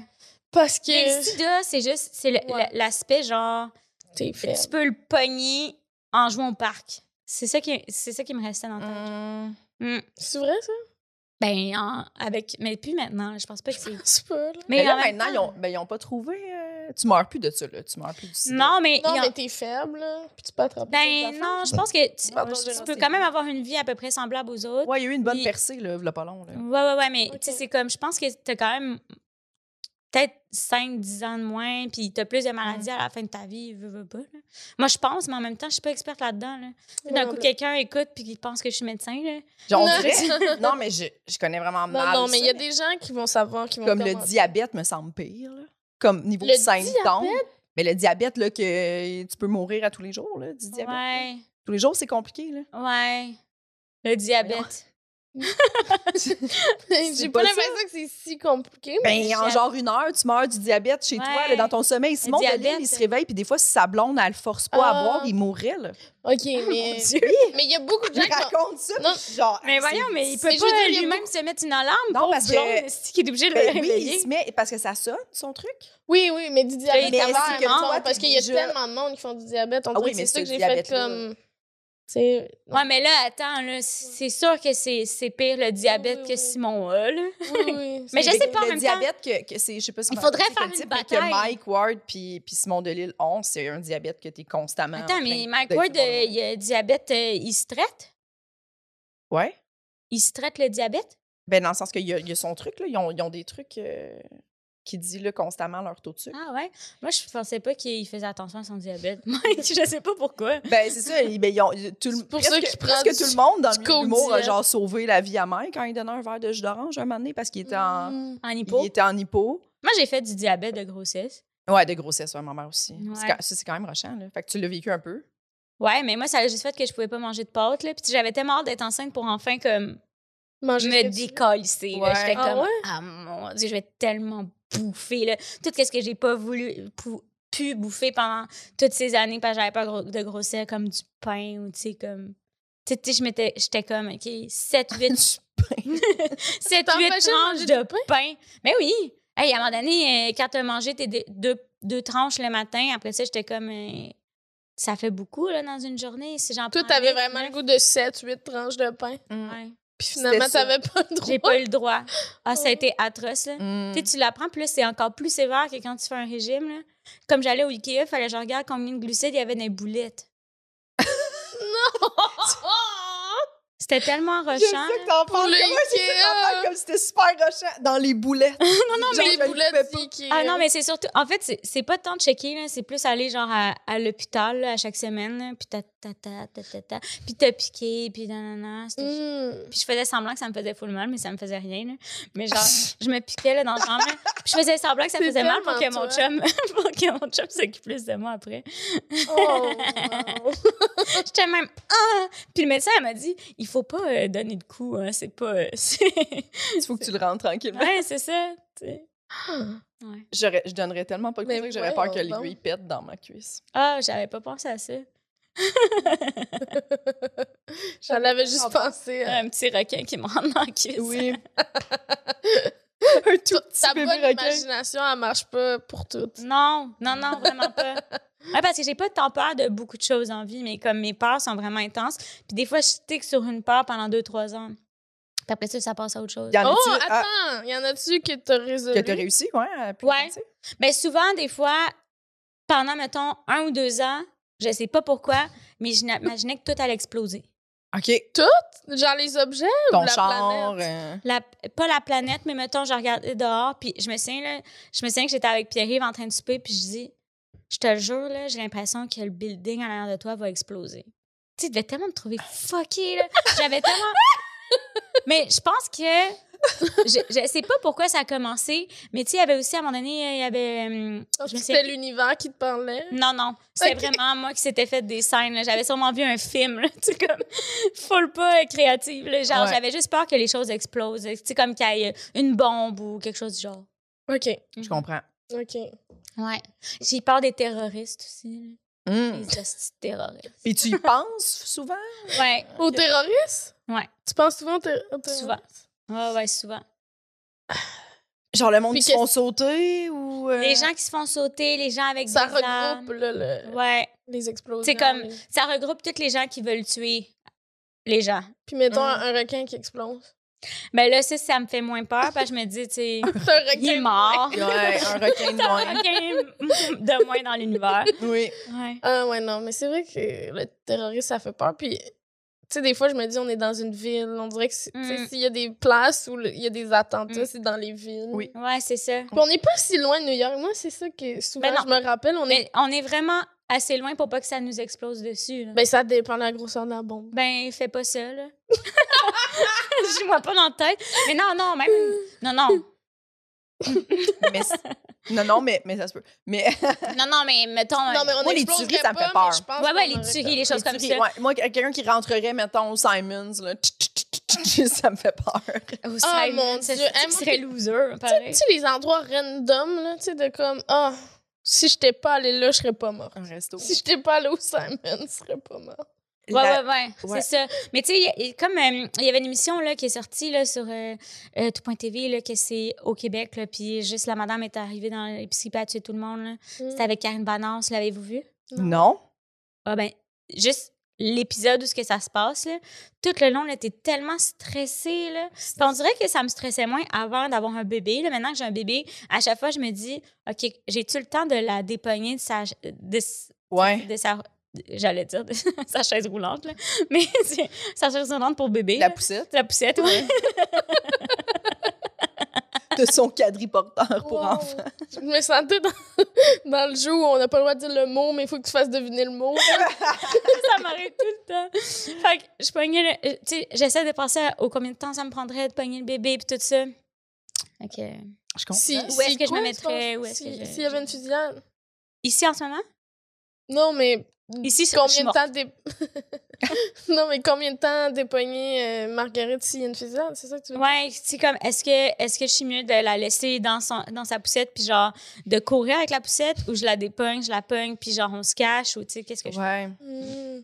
S3: parce que
S4: Mais le sida, c'est juste c'est le-
S3: Ouais.
S4: le- l'aspect genre,
S3: t'es fait.
S4: tu peux le pogner en jouant au parc. C'est ça qui, c'est ça qui me restait dans ta
S2: Hum,
S4: Mm.
S3: C'est vrai, ça?
S4: Ben, en- avec. Mais plus maintenant, je pense pas que c'est.
S3: C'est pas, là.
S2: Mais là,
S4: en même
S2: maintenant, ils
S4: temps-
S2: ont, ben, ils ont pas trouvé. euh, Tu meurs plus de ça, là. Tu meurs plus du sida.
S4: Non, mais.
S3: Non,
S4: ils ont-
S3: mais t'es faible, là, puis tu peux attraper d'autres
S4: Ben
S3: affaires.
S4: non, je pense que tu,
S2: Pardon,
S4: tu
S2: j'ai
S4: peux
S2: lancé.
S4: quand même avoir une vie à peu près semblable aux autres.
S2: Ouais, il y a eu une bonne
S4: Il-
S2: percée, là, v'là pas long, là.
S4: Ouais, ouais, ouais, mais
S3: Ok.
S4: tu sais, c'est comme, je pense que t'as quand même peut-être 5-10 ans de moins, puis t'as plus de maladies à la fin de ta vie, veux, veux pas. là. Moi, je pense, mais en même temps, je suis pas experte là-dedans. Là. Tu sais, D'un
S3: Non,
S4: coup,
S3: mais-
S4: quelqu'un écoute puis il pense que je suis médecin. Là.
S2: Genre, on
S3: Non.
S2: dirait- non, mais je, je connais (laughs) vraiment
S3: (laughs) Non,
S2: mal.
S3: non, mais
S2: ça,
S3: il y a des gens qui vont savoir, qui vont
S2: Comme le
S3: commencer.
S2: diabète me semble pire, là. Comme niveau
S3: Le
S2: symptômes. Mais le diabète, là, que tu peux mourir à tous les jours, là, du diabète.
S4: Ouais,
S2: Tous les jours, c'est compliqué, là.
S4: ouais. Le diabète.
S3: J'ai (laughs)
S2: C'est
S3: pas
S2: pas ça.
S3: l'impression que c'est si compliqué. mais-
S2: Ben, en
S4: J'ai-
S2: genre une heure, tu meurs du diabète chez toi, là,
S4: Ouais.
S2: dans ton sommeil. Simon,
S4: diabète.
S2: Delisle, il se réveille, puis des fois, si sa blonde, elle le force pas
S3: Ah.
S2: à boire, il mourrait, là. (laughs)
S3: OK, mais... Mais il y a beaucoup de
S2: Je
S3: gens qui vont-
S2: raconte ça,
S3: Non.
S2: puis genre...
S4: (laughs) Mais
S2: c'est-
S4: voyons, mais il peut
S3: Mais je veux dire,
S4: pas
S3: il y a
S4: lui-même se mettre une alarme.
S2: Non,
S4: pauvre
S2: parce que-
S4: blonde, c'est qu'il est obligé de le
S2: Ben oui,
S4: réveiller.
S2: il se met... Parce que ça sonne, son truc.
S3: Oui, oui, mais du diabète,
S4: Mais
S3: à
S4: c'est
S3: l'heure,
S4: que toi,
S3: non,
S2: t'es
S3: parce qu'il y a
S2: déjà-
S3: tellement de monde qui font du diabète. On
S2: Ah
S3: dirait
S2: oui,
S3: que
S2: mais
S3: c'est ça
S2: ce
S3: que j'ai fait
S2: diabète-là.
S3: comme... C'est...
S4: Ouais, mais là, attends, là, c'est sûr que c'est c'est pire le diabète
S3: oui,
S4: que
S3: oui.
S4: Simon a, là.
S3: Oui,
S2: (laughs)
S3: oui,
S4: Mais
S3: c'est
S4: je sais
S3: dégueu.
S4: pas, en
S2: le
S4: même
S2: diabète que, que c'est, je sais pas si
S4: Il
S2: ma-
S4: faudrait
S2: c'est
S4: faire
S2: le
S4: une
S2: type, mais
S4: bataille.
S2: que Mike Ward puis puis Simon Delisle ont, c'est un diabète que t'es constamment. en
S4: Attends,
S2: train
S4: mais Mike
S2: d'être
S4: Ward,
S2: sur le
S4: euh, il a diabète, euh, il se traite?
S2: loin. Ouais.
S4: Il se traite le diabète?
S2: Ben dans le sens qu'il y, a- il y a son truc là, ils ont, ils ont des trucs euh, qui disent là, constamment leur taux de sucre.
S4: Ah ouais? Moi, je pensais pas qu'il faisait attention à son diabète. (laughs) Mike, je sais pas pourquoi.
S2: Ben c'est ça, ils- ben, ils ont tout le
S3: C'est pour
S2: presque,
S3: ça qu'il prend
S2: presque
S3: du-
S2: tout le monde dans
S3: du
S2: le milieu de l'humour a
S3: Coke
S2: genre sauvé la vie à Mike quand il donnait un verre de jus d'orange un moment donné parce qu'il était en
S3: Mm.
S4: En
S2: il
S4: Mmh, hypo.
S2: était en hypo.
S4: Moi, j'ai fait du diabète de grossesse.
S2: Ouais, de grossesse ouais, ma mère aussi. C'est
S4: Ouais.
S2: quand- ça c'est quand même rochant là. Fait que tu l'as vécu un peu.
S4: Ouais, mais moi, ça a juste fait que je pouvais pas manger de pâtes, là. Puis j'avais tellement hâte d'être enceinte pour enfin, comme,
S3: Manger ce
S4: me
S3: que tu veux.
S4: décalisser. là.
S2: Ouais.
S4: J'étais
S3: Ah
S4: comme,
S3: ouais?
S4: ah mon Dieu, je vais tellement bouffer, là. Tout ce que j'ai pas voulu, pou- pu bouffer pendant toutes ces années, parce que j'avais pas gro- de grossesse, comme du pain ou, tu sais, comme. Tu sais, tu sais, je m'étais- j'étais comme, OK,
S3: (laughs)
S4: 7, 8. (laughs) 7, 8
S3: T'empêchais de
S4: tranches
S3: manger
S4: de
S3: du
S4: pain. Mais oui! Hey, à un moment donné, euh, quand t'as mangé tes dé- deux, deux tranches le matin, après ça, j'étais comme. euh, ça fait beaucoup, là, dans une journée. Si j'en
S3: Toi,
S4: prends
S3: t'avais
S4: huit,
S3: vraiment le
S4: neuf,
S3: goût de 7, 8 tranches de pain.
S4: ouais.
S3: Puis finalement,
S2: C'était ça.
S3: t'avais pas le droit.
S4: J'ai pas eu le droit. Ah,
S3: Oh.
S4: ça a été atroce, là.
S2: Mm.
S4: Tu sais, tu l'apprends, puis là, c'est encore plus sévère que quand tu fais un régime. Là. Comme j'allais au Ikea, fallait que je regarde combien de glucides il y avait dans les boulettes.
S3: (laughs)
S4: C'était tellement
S2: Je sais
S4: rochant.
S2: que t'en parles.
S3: le
S2: Moi, j'ai
S3: Ikea.
S2: dit t'en parles comme si c'était super rochant. Dans les
S3: (laughs)
S2: boulettes. non, non,
S3: J'ai des boulettes qui...
S4: Ah non, mais c'est surtout... En fait, c'est- c'est pas tant de checker, là, c'est plus aller genre à, à l'hôpital là, à chaque semaine, là, puis ta ta ta ta ta ta, puis t'as piqué, puis nanana. c'était-
S3: (laughs) Mm.
S4: Puis je faisais semblant que ça me faisait full mal, mais ça me faisait rien. Là. Mais genre, je me piquais là, dans le genre. là. Puis je faisais semblant que ça me
S3: C'est
S4: faisait mal pour que,
S3: tellement
S4: mon chum, (laughs) pour que mon chum s'occupe plus de moi après.
S3: Oh, wow.
S4: J'étais même ah! Puis le médecin elle m'a dit il faut pas euh, donner de coups, hein, c'est pas euh, (laughs) c'est-
S2: Il faut que tu le rentres tranquillement.
S4: Ouais, c'est ça. tu sais.
S2: J'aurais- je donnerais tellement pas de
S3: Mais
S2: coups que j'aurais peur que
S3: voyons
S2: l'aiguille pète dans ma cuisse.
S4: Ah, j'avais pas pensé à ça.
S3: J'en avais juste pensé. à-
S4: Un petit requin qui me (laughs) rentre dans la
S2: (laughs)
S3: (laughs)
S4: cuisse.
S2: Un tout petit
S3: Ta bonne
S2: bébé requin.
S3: imagination, elle marche pas pour toutes.
S4: Non, non, non, vraiment pas. Ouais, parce que j'ai pas tant peur de beaucoup de choses en vie, mais comme mes peurs sont vraiment intenses, puis des fois je tique sur une peur pendant deux, trois ans. Puis après ça, ça passe à autre chose.
S2: Y en
S3: Oh,
S2: a-tu
S3: attends!
S2: ah,
S3: Y en a-tu que t'as résolu?
S2: que t'as réussi, ouais? à plus
S4: Ouais.
S2: penser?
S4: Mais souvent, des fois, pendant, mettons, un ou deux ans, je sais pas pourquoi, mais je m'imaginais que tout allait exploser.
S2: OK.
S3: Genre les objets?
S2: Ton
S3: la
S2: char. euh,
S4: la- pas la planète, mais mettons, je regardais dehors, puis je me souviens, là, je me souviens que j'étais avec Pierre-Yves en train de souper, puis je dis, je te le jure, là, j'ai l'impression que le building à l'arrière de toi va exploser. Tu sais, il devait tellement me trouver fuckée, là. J'avais tellement... mais je pense que je, je sais pas pourquoi ça a commencé, mais tu sais, il y avait aussi à un moment donné, il y avait. hum, je me
S3: C'était
S4: souviens-
S3: l'univers qui te parlait.
S2: Mm.
S4: Non, non, c'était
S3: Ok.
S4: vraiment moi qui s'étais fait des scènes. là. J'avais sûrement vu un film, là, (laughs) tu sais, comme full pas euh, créative. là. Genre,
S2: Ouais.
S4: j'avais juste peur que les choses explosent, tu sais, comme qu'il y ait euh, une bombe ou quelque chose du genre.
S3: OK.
S2: Je comprends.
S3: OK.
S4: Ouais. J'ai peur des terroristes aussi, là.
S2: Mm.
S4: les hosties de terroristes.
S2: Puis
S3: (laughs)
S2: tu y penses souvent?
S4: Ouais,
S3: Aux terroristes?
S4: Ouais.
S3: Tu penses souvent aux, ter- aux terroristes?
S4: Souvent. ouais, ouais, souvent.
S2: Genre le monde
S3: Puis
S2: qui se
S3: qu'est-ce-
S2: font sauter ou. euh,
S4: Les gens qui se font sauter, les gens avec
S3: Ça
S4: des
S3: regroupe
S4: armes.
S3: là, le-
S4: Ouais.
S3: les explosions.
S4: C'est comme-
S3: les-
S4: Ça regroupe toutes les gens qui veulent tuer les gens.
S3: Puis mettons
S2: Mm.
S3: un requin qui explose. (laughs)
S4: Mais là, ça, ça me fait moins peur parce que je me dis, tu sais,
S3: C'est un requin.
S4: il est mort.
S2: Ouais, un requin
S3: (laughs)
S2: de
S4: T'as
S2: moins.
S4: rien (laughs) de moins dans l'univers.
S2: Oui.
S4: Ouais.
S3: Ah ouais, non, mais c'est vrai que le terrorisme, ça fait peur. Puis, tu sais, des fois, je me dis, on est dans une ville. On dirait que c'est- tu sais,
S4: Mm.
S3: s'il y a des places où le- il y a des attentats,
S4: Mm.
S3: c'est dans les villes.
S2: Oui.
S4: Ouais, c'est ça.
S3: Puis on n'est pas si loin de New York. Moi, c'est ça que souvent,
S4: Ben non.
S3: je me rappelle. On est...
S4: Mais on est vraiment assez loin pour pas que ça nous explose dessus. là.
S3: Ben, ça dépend de la grosseur de la bombe.
S4: Ben, fais pas ça, là. (laughs) Je vois pas dans la tête. Mais non, non,
S3: (laughs)
S4: même. Non, non.
S2: Mais c- non, non, mais, mais ça se peut. Mais
S4: Non, non, mais mettons.
S3: Non, mais on
S2: Moi, les
S3: exploserait
S2: tueries, ça me
S3: pas,
S2: fait peur.
S3: mais je pense
S4: Ouais, ouais,
S3: qu'on
S4: les
S3: aurait
S4: tueries,
S3: peur.
S4: les choses comme
S2: tu-
S4: ça.
S2: ouais, moi, quelqu'un qui rentrerait, mettons, au Simons, là, tch, tch, tch, tch, tch, ça me fait peur.
S4: Oh,
S3: mon Dieu, hein, moi,
S4: serait
S3: puis-
S4: loser,
S3: (laughs) Tu
S4: pareil.
S3: sais, les endroits random, là, tu sais, de comme, ah, si j'étais pas allée là, je serais pas morte.
S2: (laughs) Un resto.
S3: Si j'étais pas allée au Simon, je serais pas morte.
S4: Ouais,
S2: La-
S4: ouais, ouais,
S2: ouais.
S4: c'est ça. Mais tu sais, il y a- comme euh, il y avait une émission là, qui est sortie là, sur euh, euh, tout.tv, là, que c'est au Québec, là, puis juste la madame est arrivée dans l'épicerie puis elle a tué tout le monde. là. C'était avec Karine Banance, l'avez-vous vu?
S2: Non?
S4: Ah ben, juste l'épisode où ce que ça se passe, là, tout le long, là, t'es tellement stressée, là. Puis on dirait que ça me stressait moins avant d'avoir un bébé. Là, maintenant que j'ai un bébé, à chaque fois, je me dis, OK, j'ai-tu le temps de la dépogner de sa... de s-
S2: Ouais.
S4: de sa j'allais dire de (laughs) sa chaise roulante là. (laughs) mais c'est- sa chaise roulante pour bébé
S2: La
S4: là.
S2: poussette
S4: la poussette ouais.
S2: de son quadriporteur (laughs) pour
S3: Wow.
S2: enfants.
S3: Je me sentais dans, (laughs) dans le jeu où on n'a pas le droit de dire le mot, mais il faut que tu fasses deviner le mot.
S4: (laughs)
S2: Ah,
S4: ça m'arrête tout le temps fait que je pognais le- tu sais j'essaie de penser à- au combien de temps ça me prendrait de pogner le bébé puis tout ça OK.
S2: Je comprends.
S3: Si,
S4: Où est-ce
S3: si
S4: que je me
S3: quoi,
S4: mettrais?
S3: tu
S4: Où
S3: penses?
S4: est-ce
S3: Si-
S4: que
S3: S'il
S4: je-
S3: y avait une fusillade.
S4: Ici en ce moment?
S3: Non, mais.
S4: Ici, je- je suis
S3: combien de
S4: morte.
S3: temps dé... (laughs) Non, mais combien de temps dépogner euh, Marguerite s'il y a une fusillade? C'est ça que tu veux?
S4: Ouais, c'est comme est-ce que est-ce que je suis mieux de la laisser dans son dans sa poussette puis genre de courir avec la poussette ou je la dépogne, je la pogne puis genre on se cache ou tu sais qu'est-ce que je
S2: Ouais,
S3: Hmm.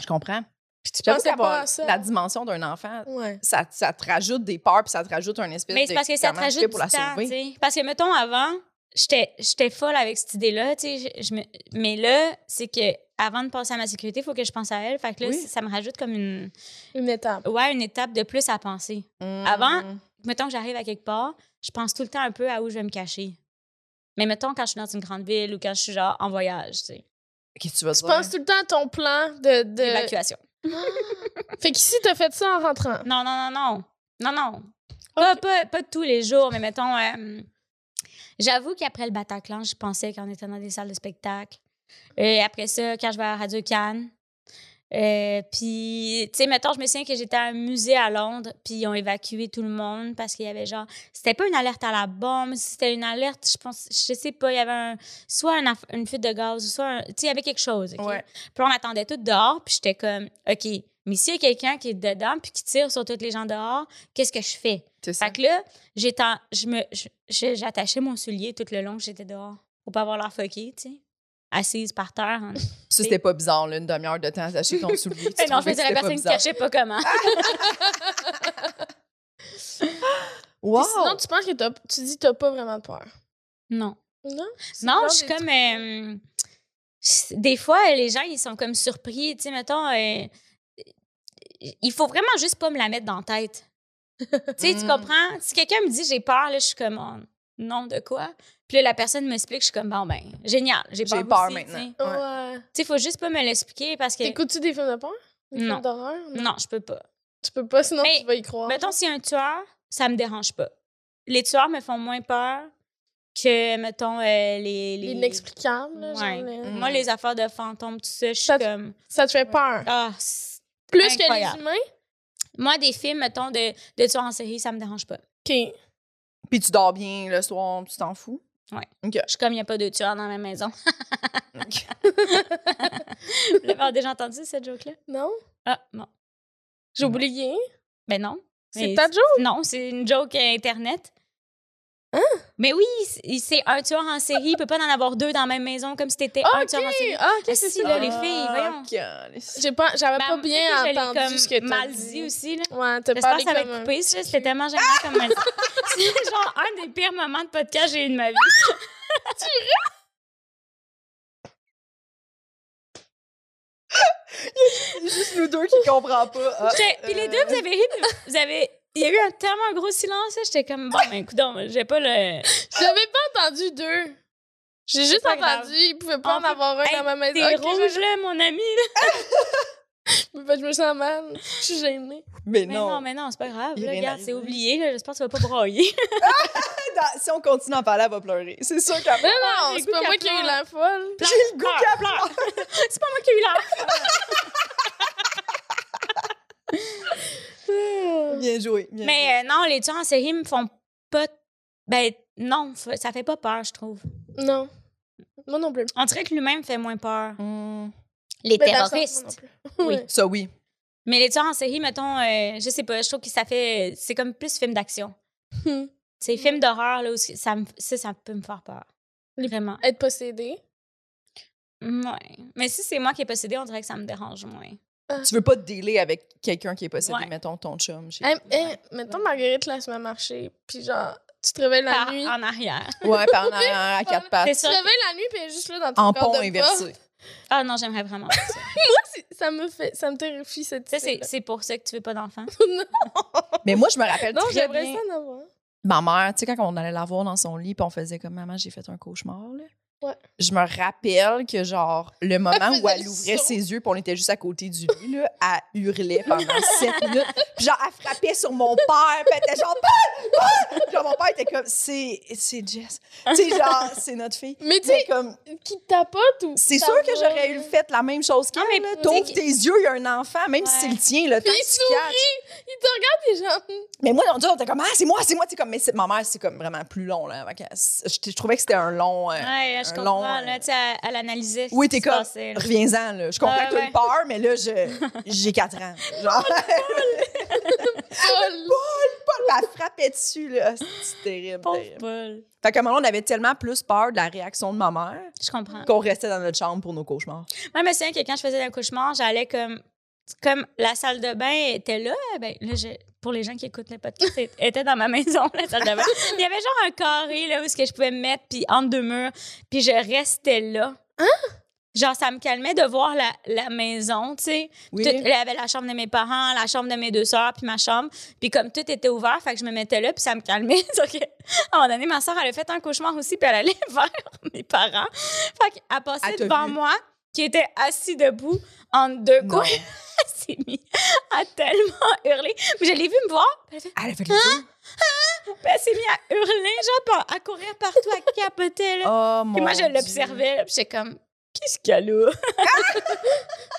S2: je comprends.
S3: Puis tu
S2: J'avoue
S3: penses
S2: que
S3: pas
S2: la,
S3: à ça?
S2: la dimension d'un enfant,
S3: Ouais.
S2: ça, ça te rajoute des peurs puis ça te rajoute un espèce
S4: Mais
S2: de
S4: c'est parce que ça te
S2: comment je fais
S4: rajoute du
S2: pour la
S4: temps, tu
S2: sauver.
S4: sais. Parce que, mettons, avant, j'étais j'étais folle avec cette idée-là, tu sais. je- je me- Mais là, c'est que avant de penser à ma sécurité, il faut que je pense à elle. Fait que là,
S2: Oui.
S4: ça ça me rajoute comme une,
S3: Une étape.
S4: ouais, une étape de plus à penser.
S2: Hum.
S4: Avant- Mettons que j'arrive à quelque part, je pense tout le temps un peu à où je vais me cacher. Mais mettons quand je suis dans une grande ville ou quand je suis genre en voyage, tu sais.
S2: Qu'est-ce que tu vas
S3: Tu penses tout le temps à ton plan de. de...
S4: Évacuation.
S3: Fait qu'ici, t'as fait ça en rentrant.
S4: Euh, Non, non, non, non. Non, non. Pas, pas, pas tous les jours, mais mettons. euh, J'avoue qu'après le Bataclan, je pensais qu'on était dans des salles de spectacle. Et Euh, après ça, quand je vais à Radio Cannes. euh, puis, tu sais, mettons, je me souviens que j'étais à un musée à Londres, puis ils ont évacué tout le monde parce qu'il y avait genre. C'était pas une alerte à la bombe, c'était une alerte, je pense, je sais pas, il y avait un, soit un aff- une fuite de gaz, soit. un- Tu sais, il y avait quelque chose. OK?
S2: Ouais.
S4: Puis on attendait tout dehors, puis j'étais comme, OK, mais s'il y a quelqu'un qui est dedans, puis qui tire sur toutes les gens dehors, qu'est-ce que je fais?
S2: C'est ça.
S4: Fait que là, j'étais en- je me, je- je- j'attachais mon soulier tout le long que j'étais dehors pour pas avoir l'air fuckée, tu sais, assise par terre. hein.
S2: Ça, c'était pas bizarre, là, une demi-heure de temps à attacher ton
S4: (laughs)
S2: soulier. (laughs) Tu
S4: Eh
S2: trouvais
S4: non, je me
S2: que
S4: disais la
S2: c'était pas
S4: personne qui
S2: bizarre. Ah!
S4: cachait pas comment.
S2: Wow!
S3: Puis Sinon, tu penses que t'as- tu dis que t'as pas vraiment peur.
S4: non.
S3: Non?
S4: Non,
S3: genre
S4: je suis
S3: des
S4: comme. euh, je- des fois, les gens, ils sont comme surpris. Tu sais, mettons, euh, il faut vraiment juste pas me la mettre dans la tête. tu sais, tu
S2: Mm.
S4: comprends? Si quelqu'un me dit j'ai peur, là, je suis comme, oh, non, de quoi? Puis là, la personne m'explique, je suis comme, bon, ben, génial, j'ai peur.
S2: J'ai peur
S4: aussi,
S2: maintenant.
S4: Tu sais.
S2: Ouais.
S3: Ouais.
S4: Tu sais, faut juste pas me l'expliquer parce que.
S3: T'écoutes-tu des films de peur? Des
S4: Non.
S3: films d'horreur?
S4: Non, je peux pas.
S3: Tu peux pas, sinon
S4: Mais-
S3: tu vas y croire.
S4: Mettons, s'il y a un tueur, ça me dérange pas. Les tueurs me font moins peur que, mettons, euh, les. les-
S3: L'inexplicable, là, genre,
S4: Ouais. Mm-hmm.
S3: le-
S4: Moi, les affaires de fantômes, tout ça, je suis
S3: Ça te-
S4: comme.
S3: Ça te fait peur.
S4: Ah, c'est-
S3: Plus que les
S4: incroyable.
S3: humains?
S4: Moi, des films, mettons, de, de tueurs en série, ça me dérange pas.
S3: OK.
S2: Puis tu dors bien le soir, tu t'en fous.
S4: Je suis comme, il n'y a pas de tueur dans ma maison. (laughs) Vous l'avez déjà entendu, cette joke-là?
S3: Non?
S4: Ah, non.
S3: J'ai oublié.
S4: Ben non.
S3: C'est
S4: Mais
S3: ta joke?
S4: Non, c'est une joke euh, Internet. Mais oui, c'est- c'est un tueur en série. Il peut pas en avoir deux dans la même maison, comme si t'étais un tueur en série.
S3: Ah,
S4: Ah,
S3: OK, c'est
S4: si,
S3: ça.
S4: là, les filles, voyons.
S2: voyons.
S3: J'ai pas, j'avais
S4: Ben,
S3: pas bien
S4: je l'ai
S3: entendu
S4: comme
S3: ce que t'as
S4: mal
S3: dit.
S4: dit aussi, là.
S3: Ouais, t'as
S4: J'espère
S3: parlé
S4: que ça va être
S3: comme un-
S4: coupé. ça, C'était tellement gênant comme (laughs) C'est genre un des pires moments de podcast que j'ai eu de ma vie.
S2: Juste nous deux qui comprend pas. Ah,
S4: J'étais- Puis
S3: euh.
S4: les deux, vous avez ri, puis vous avez... Il y a eu un tellement gros silence, là, j'étais comme, bon, ben, coudonc, j'ai
S3: (laughs)
S4: pas le...
S3: (laughs) J'avais pas entendu deux. J'ai juste
S4: pas
S3: entendu,
S4: grave.
S3: il pouvait pas en
S4: Enfin,
S3: avoir un
S4: hey,
S3: dans ma maison.
S4: T'es
S3: Ok,
S4: rouge, là, mon ami, là.
S3: Je, mais ben, je me sens mal. Je suis
S4: (laughs)
S3: gênée.
S2: Mais
S4: Mais non,
S2: non.
S4: mais non, c'est pas grave.
S2: Il est
S4: Là,
S2: bien
S4: regarde, c'est
S2: arrivé.
S4: oublié, là, j'espère que tu vas pas
S3: (laughs)
S4: broyer.
S2: Dans- Si on continue à en parler, elle va pleurer. C'est sûr qu'elle va.
S3: Non, non,
S4: Ah, j'ai
S3: c'est
S4: le goût
S3: pas moi
S4: qu'elle
S3: qui ai eu
S4: pleure.
S3: la folle.
S2: J'ai le goût
S4: Pleure,
S2: qu'elle
S4: pleure. (laughs) c'est pas moi qui ai eu l'air. (laughs)
S2: Bien joué. bien joué.
S4: Mais euh, non, les tueurs en série me font pas... Ben non, fa- ça fait pas peur, je trouve.
S3: Non. Moi non plus.
S4: On dirait que l'humain me fait moins peur.
S2: Hmm.
S4: Les
S3: Ben, dans le sens, moi non
S4: terroristes.
S3: plus. (laughs)
S4: Oui.
S3: Ouais.
S2: Ça, oui.
S4: Mais les tueurs en série, mettons, euh, je sais pas, je trouve que ça fait. C'est comme plus film d'action.
S3: Hmm.
S4: C'est film d'horreur, là, où c'est- ça, me- ça, ça peut me faire peur.
S3: Les-
S4: Vraiment.
S3: Être possédé.
S4: Ouais. Mais si c'est moi qui ai possédé, on dirait que ça me dérange moins.
S2: Tu veux pas te dealer avec quelqu'un qui est possédé,
S4: Ouais.
S2: mettons ton chum. chez-
S4: (laughs)
S3: Hey, hey, mettons, Marguerite, là, se met à marcher. Puis genre, tu te réveilles la
S4: Par-
S3: nuit.
S4: en arrière.
S2: Ouais, par en arrière, à quatre pattes.
S3: Tu
S4: C'est
S3: te
S4: sûr. que-
S3: réveilles la nuit, puis elle est juste là dans ton
S2: En
S3: corps
S2: pont
S3: de
S2: inversé.
S4: Ah non,
S2: (laughs)
S4: j'aimerais vraiment pas ça.
S3: bas. (laughs) Ça me fait, ça me terrifie cette
S4: Ça, c'est
S3: idée-là.
S4: c'est pour ça que tu veux pas d'enfant.
S2: Mais moi, je me rappelle
S3: Non,
S2: très
S3: j'aimerais
S2: bien.
S3: ça en avoir.
S2: Ma mère, tu sais, quand on allait la voir dans son lit, puis on faisait comme maman, j'ai fait un cauchemar, là.
S3: Ouais.
S2: Je me rappelle que, genre, le moment où
S3: faisait
S2: elle
S3: le
S2: ouvrait
S3: saut.
S2: ses yeux, puis on était juste à côté du lit, là, elle hurlait pendant sept minutes. Puis, genre, elle frappait sur mon père, puis elle était genre, Paul! Paul! Genre, mon père était comme, c'est c'est Jess. Tu sais, genre, c'est notre fille.
S3: Mais tu
S2: Mais comme,
S3: sais, qui tapote ou.
S2: c'est
S3: ça
S2: sûr que
S3: va,
S2: j'aurais eu
S3: là.
S2: fait la même chose qu'elle,
S4: mais
S2: là.
S4: tu sais
S2: T'ouvres
S4: que-
S2: tes yeux, il y a un enfant, même si
S4: Ouais.
S2: c'est le tien, là.
S3: Puis
S2: tant
S3: il
S2: que tu
S3: sourit.
S2: catches.
S3: (laughs) Il te regarde, t'es genre. (laughs)
S2: Mais moi, on dit, on était comme, ah, c'est moi, c'est moi, tu sais, comme, mais c'est- ma mère, c'est comme vraiment plus long, là. Fait que, Je, je trouvais que c'était un long. euh,
S4: Ouais, je
S2: un
S4: comprends.
S2: long, euh,
S4: là, tu sais, elle, elle analysait. ce
S2: Oui,
S4: qui
S2: t'es
S4: se
S2: comme-
S4: passait, là.
S2: Reviens-en, là. Je comprends
S4: Ouais,
S2: que t'as
S4: ouais.
S2: eu peur, mais là,
S4: (laughs)
S2: je- j'ai 4 ans. Genre, (laughs)
S3: Paul.
S2: elle frappait dessus, là. Ah, C'est c'est terrible,
S4: Pauvre
S2: terrible.
S4: Paul.
S2: Fait qu'à un moment, on avait tellement plus peur de la réaction de ma mère
S4: Je comprends.
S2: qu'on restait dans notre chambre pour nos cauchemars.
S4: Moi, je me souviens que quand je faisais l'accouchement, j'allais comme. Comme la salle de bain était là, ben, là je- pour les gens qui écoutent le podcast, elle était dans ma maison, la salle de bain. Il y avait genre un carré là, où ce que je pouvais me mettre, puis entre deux murs, puis je restais là. Genre, ça me calmait de voir la, la maison, tu sais.
S2: Oui.
S4: Tout- Il y avait la chambre de mes parents, la chambre de mes deux sœurs, puis ma chambre. Puis comme tout était ouvert, fait que je me mettais là, puis ça me calmait. (laughs) Sauf que, à un moment donné, ma sœur, elle a fait un cauchemar aussi, puis elle allait (laughs) vers mes parents. Fait qu'elle passait
S2: Elle t'a
S4: devant
S2: Ah, vu.
S4: moi, qui était assis debout, entre deux
S2: Non.
S4: coins. (laughs) Elle s'est mise à tellement hurler. Mais je l'ai vue me voir, puis elle, fait-
S2: Elle a fait le jeu.
S4: puis elle s'est mise à hurler, genre, puis à courir partout, à capoter, là.
S2: Oh, mon
S4: puis moi, je
S2: Dieu.
S4: l'observais, là, puis j'étais comme, qu'est-ce qu'elle a?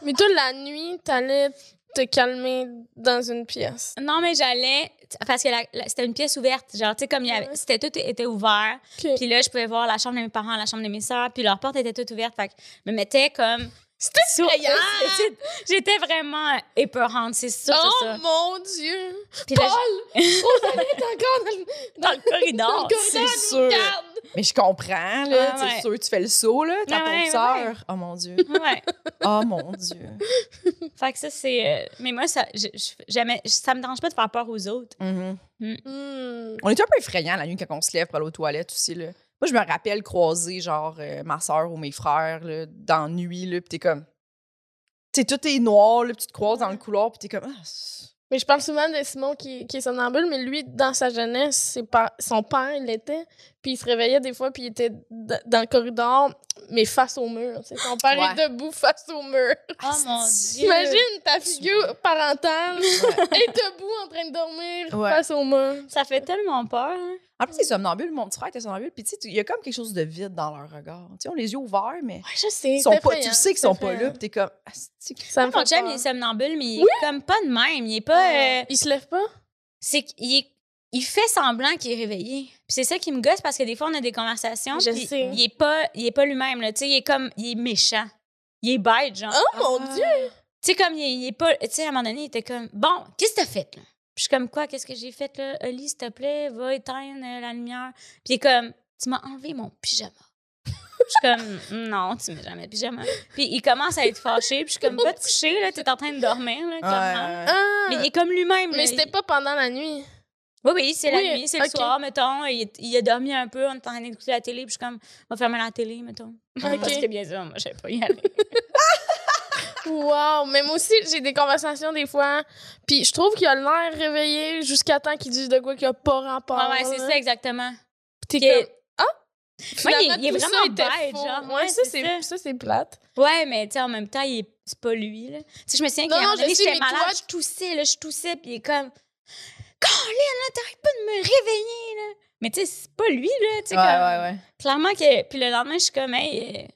S3: Mais toi, la nuit, t'allais te calmer dans une pièce.
S4: Non, mais j'allais, parce que la- la- c'était une pièce ouverte, genre, tu sais, comme il y avait,
S3: Ouais.
S4: c'était tout était ouvert.
S3: Ok.
S4: Puis là, je pouvais voir la chambre de mes parents, la chambre de mes sœurs, puis leur porte était toute ouverte. Fait que je me mettais comme. C'était
S3: effrayant!
S4: J'étais vraiment épeurante, c'est sûr,
S3: oh
S4: c'est ça.
S3: mon Dieu!
S4: Puis
S3: Paul!
S4: là, (laughs)
S3: Oh, ça allait être encore dans le,
S4: je- dans le
S3: dans le
S4: corridor.
S3: corridor,
S2: c'est
S3: elle nous
S2: sûr.
S3: regarde.
S2: Mais je comprends, là.
S4: Ah,
S2: c'est
S4: ouais.
S2: sûr, tu fais le saut, là. T'as
S4: Ah,
S2: ton
S4: ouais,
S2: sœur. Oh, mon Dieu.
S4: ouais.
S2: Oh, mon
S4: (laughs)
S2: Dieu.
S4: Fait que ça, c'est. euh, Mais moi, ça, je- je- jamais, ça me dérange pas de faire peur aux autres.
S2: Mhm.
S3: Hmm.
S2: On était un peu effrayants la nuit quand on se lève pour aller aux toilettes aussi. Là. Moi, je me rappelle croiser genre euh, ma soeur ou mes frères là, dans la nuit, là, puis t'es comme. Tu sais, tout est noir, là, puis tu te croises dans le couloir, puis t'es comme. Ah, c'est-
S3: Mais je parle souvent de Simon qui, qui est somnambule, mais lui, dans sa jeunesse, ses pa- son père l'était. Puis il se réveillait des fois, puis il était d- dans le corridor, mais face au mur. tu sais. son père
S2: Ouais.
S3: est debout face au mur.
S4: Oh mon Dieu.
S3: Imagine ta figure parentale (laughs) est debout en train de dormir
S2: Ouais.
S3: face au mur.
S4: Ça fait tellement peur. hein.
S2: En plus, les somnambules, mon petit frère était somnambule, puis tu sais, il y a comme quelque chose de vide dans leur regard. Tu sais, on les yeux ouverts, mais.
S3: Ouais, je sais.
S2: Ils sont
S3: c'est
S2: pas, tu
S3: effrayant,
S2: sais qu'ils
S3: c'est
S2: sont pas
S3: effrayant.
S2: là, puis t'es comme. Ah, c'est-
S3: Ça me
S4: Mon
S3: fait
S4: chum,
S3: peur.
S4: il est somnambule, mais il est
S3: Oui.
S4: comme pas de même. Il est pas. euh,
S3: Il se lève pas?
S4: c'est qu'il est il fait semblant qu'il est réveillé. Puis c'est ça qui me gosse parce que des fois, on a des conversations.
S3: Je
S4: puis
S3: sais.
S4: Il est pas, il est pas lui-même, là. Tu sais, il est comme, il est méchant. Il est bête, genre.
S3: Oh mon
S2: Ah.
S3: Dieu!
S4: Tu sais, comme, il est, il est pas. Tu sais, à un moment donné, il était comme, bon, qu'est-ce que t'as fait, là? Puis je suis comme, quoi, qu'est-ce que j'ai fait, là? Oli, s'il te plaît, va éteindre euh, la lumière. Puis il est comme, tu m'as enlevé mon pyjama. je suis comme, (laughs) non, tu mets jamais de pyjama. Puis il commence à être fâché. Puis je suis comme, va te coucher, là, t'es en train de dormir, là, clairement.
S3: Ah!
S4: Mais il
S3: Mais,
S4: est comme lui-même. là.
S3: c'était pas pendant la nuit.
S4: Oui, oui, c'est
S3: Oui,
S4: la nuit, c'est
S3: ok.
S4: le soir, mettons. Il, est- il a dormi un peu, on est en train d'écouter la télé, puis je suis comme, on va fermer la télé, mettons. Parce que bien sûr, moi, je pas y aller.
S3: Wow! Mais moi aussi, j'ai des conversations des fois. Puis je trouve qu'il a l'air réveillé jusqu'à temps qu'il dise de quoi qu'il a pas rapport.
S4: Ah ouais, c'est
S3: là.
S4: ça, exactement.
S3: Puis
S4: Puis,
S3: t'es comme,
S4: Moi, il est-
S3: finalement,
S4: il est
S3: tout ça
S4: vraiment
S3: était
S4: bête,
S3: faux.
S4: genre.
S3: Ouais,
S4: Ouais,
S3: ça,
S4: c'est
S3: c'est- ça, c'est plate.
S4: Ouais, mais tu sais, en même temps, il est- c'est pas lui, là. Tu sais, je me souviens
S3: Non,
S4: qu'à un
S3: non,
S4: moment
S3: je
S4: donné,
S3: sais,
S4: j'étais
S3: mais
S4: malade,
S3: toi-
S4: je toussais, là, je toussais, puis il est comme, Colin, là, t'arrêtes pas de me réveiller, là. Mais tu sais, c'est pas lui, là. Tu sais,
S2: Ouais,
S4: comme-
S2: ouais, ouais.
S4: Clairement que. Puis le lendemain, je suis comme, hey, euh,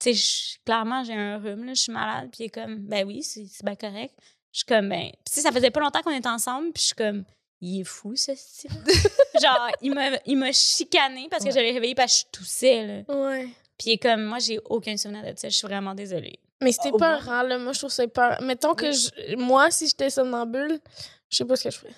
S4: tu sais, je- clairement, j'ai un rhume, là, je suis malade. Puis il est comme, ben oui, c'est c'est bien correct. Je suis comme, ben, tu sais, ça faisait pas longtemps qu'on était ensemble. Puis je suis comme, il est fou, ce style.
S3: (laughs)
S4: Genre, il m'a- il m'a chicané parce que
S2: Ouais.
S4: j'allais réveiller parce que je toussais, là.
S3: Ouais.
S4: Puis il est comme, moi, j'ai aucun souvenir de ça. Je suis vraiment désolée.
S3: Mais c'était
S2: Au
S3: pas rare, là. Moi, je trouve ça peur. Mettons que je- moi, si j'étais somnambule, je sais pas ce que je ferais.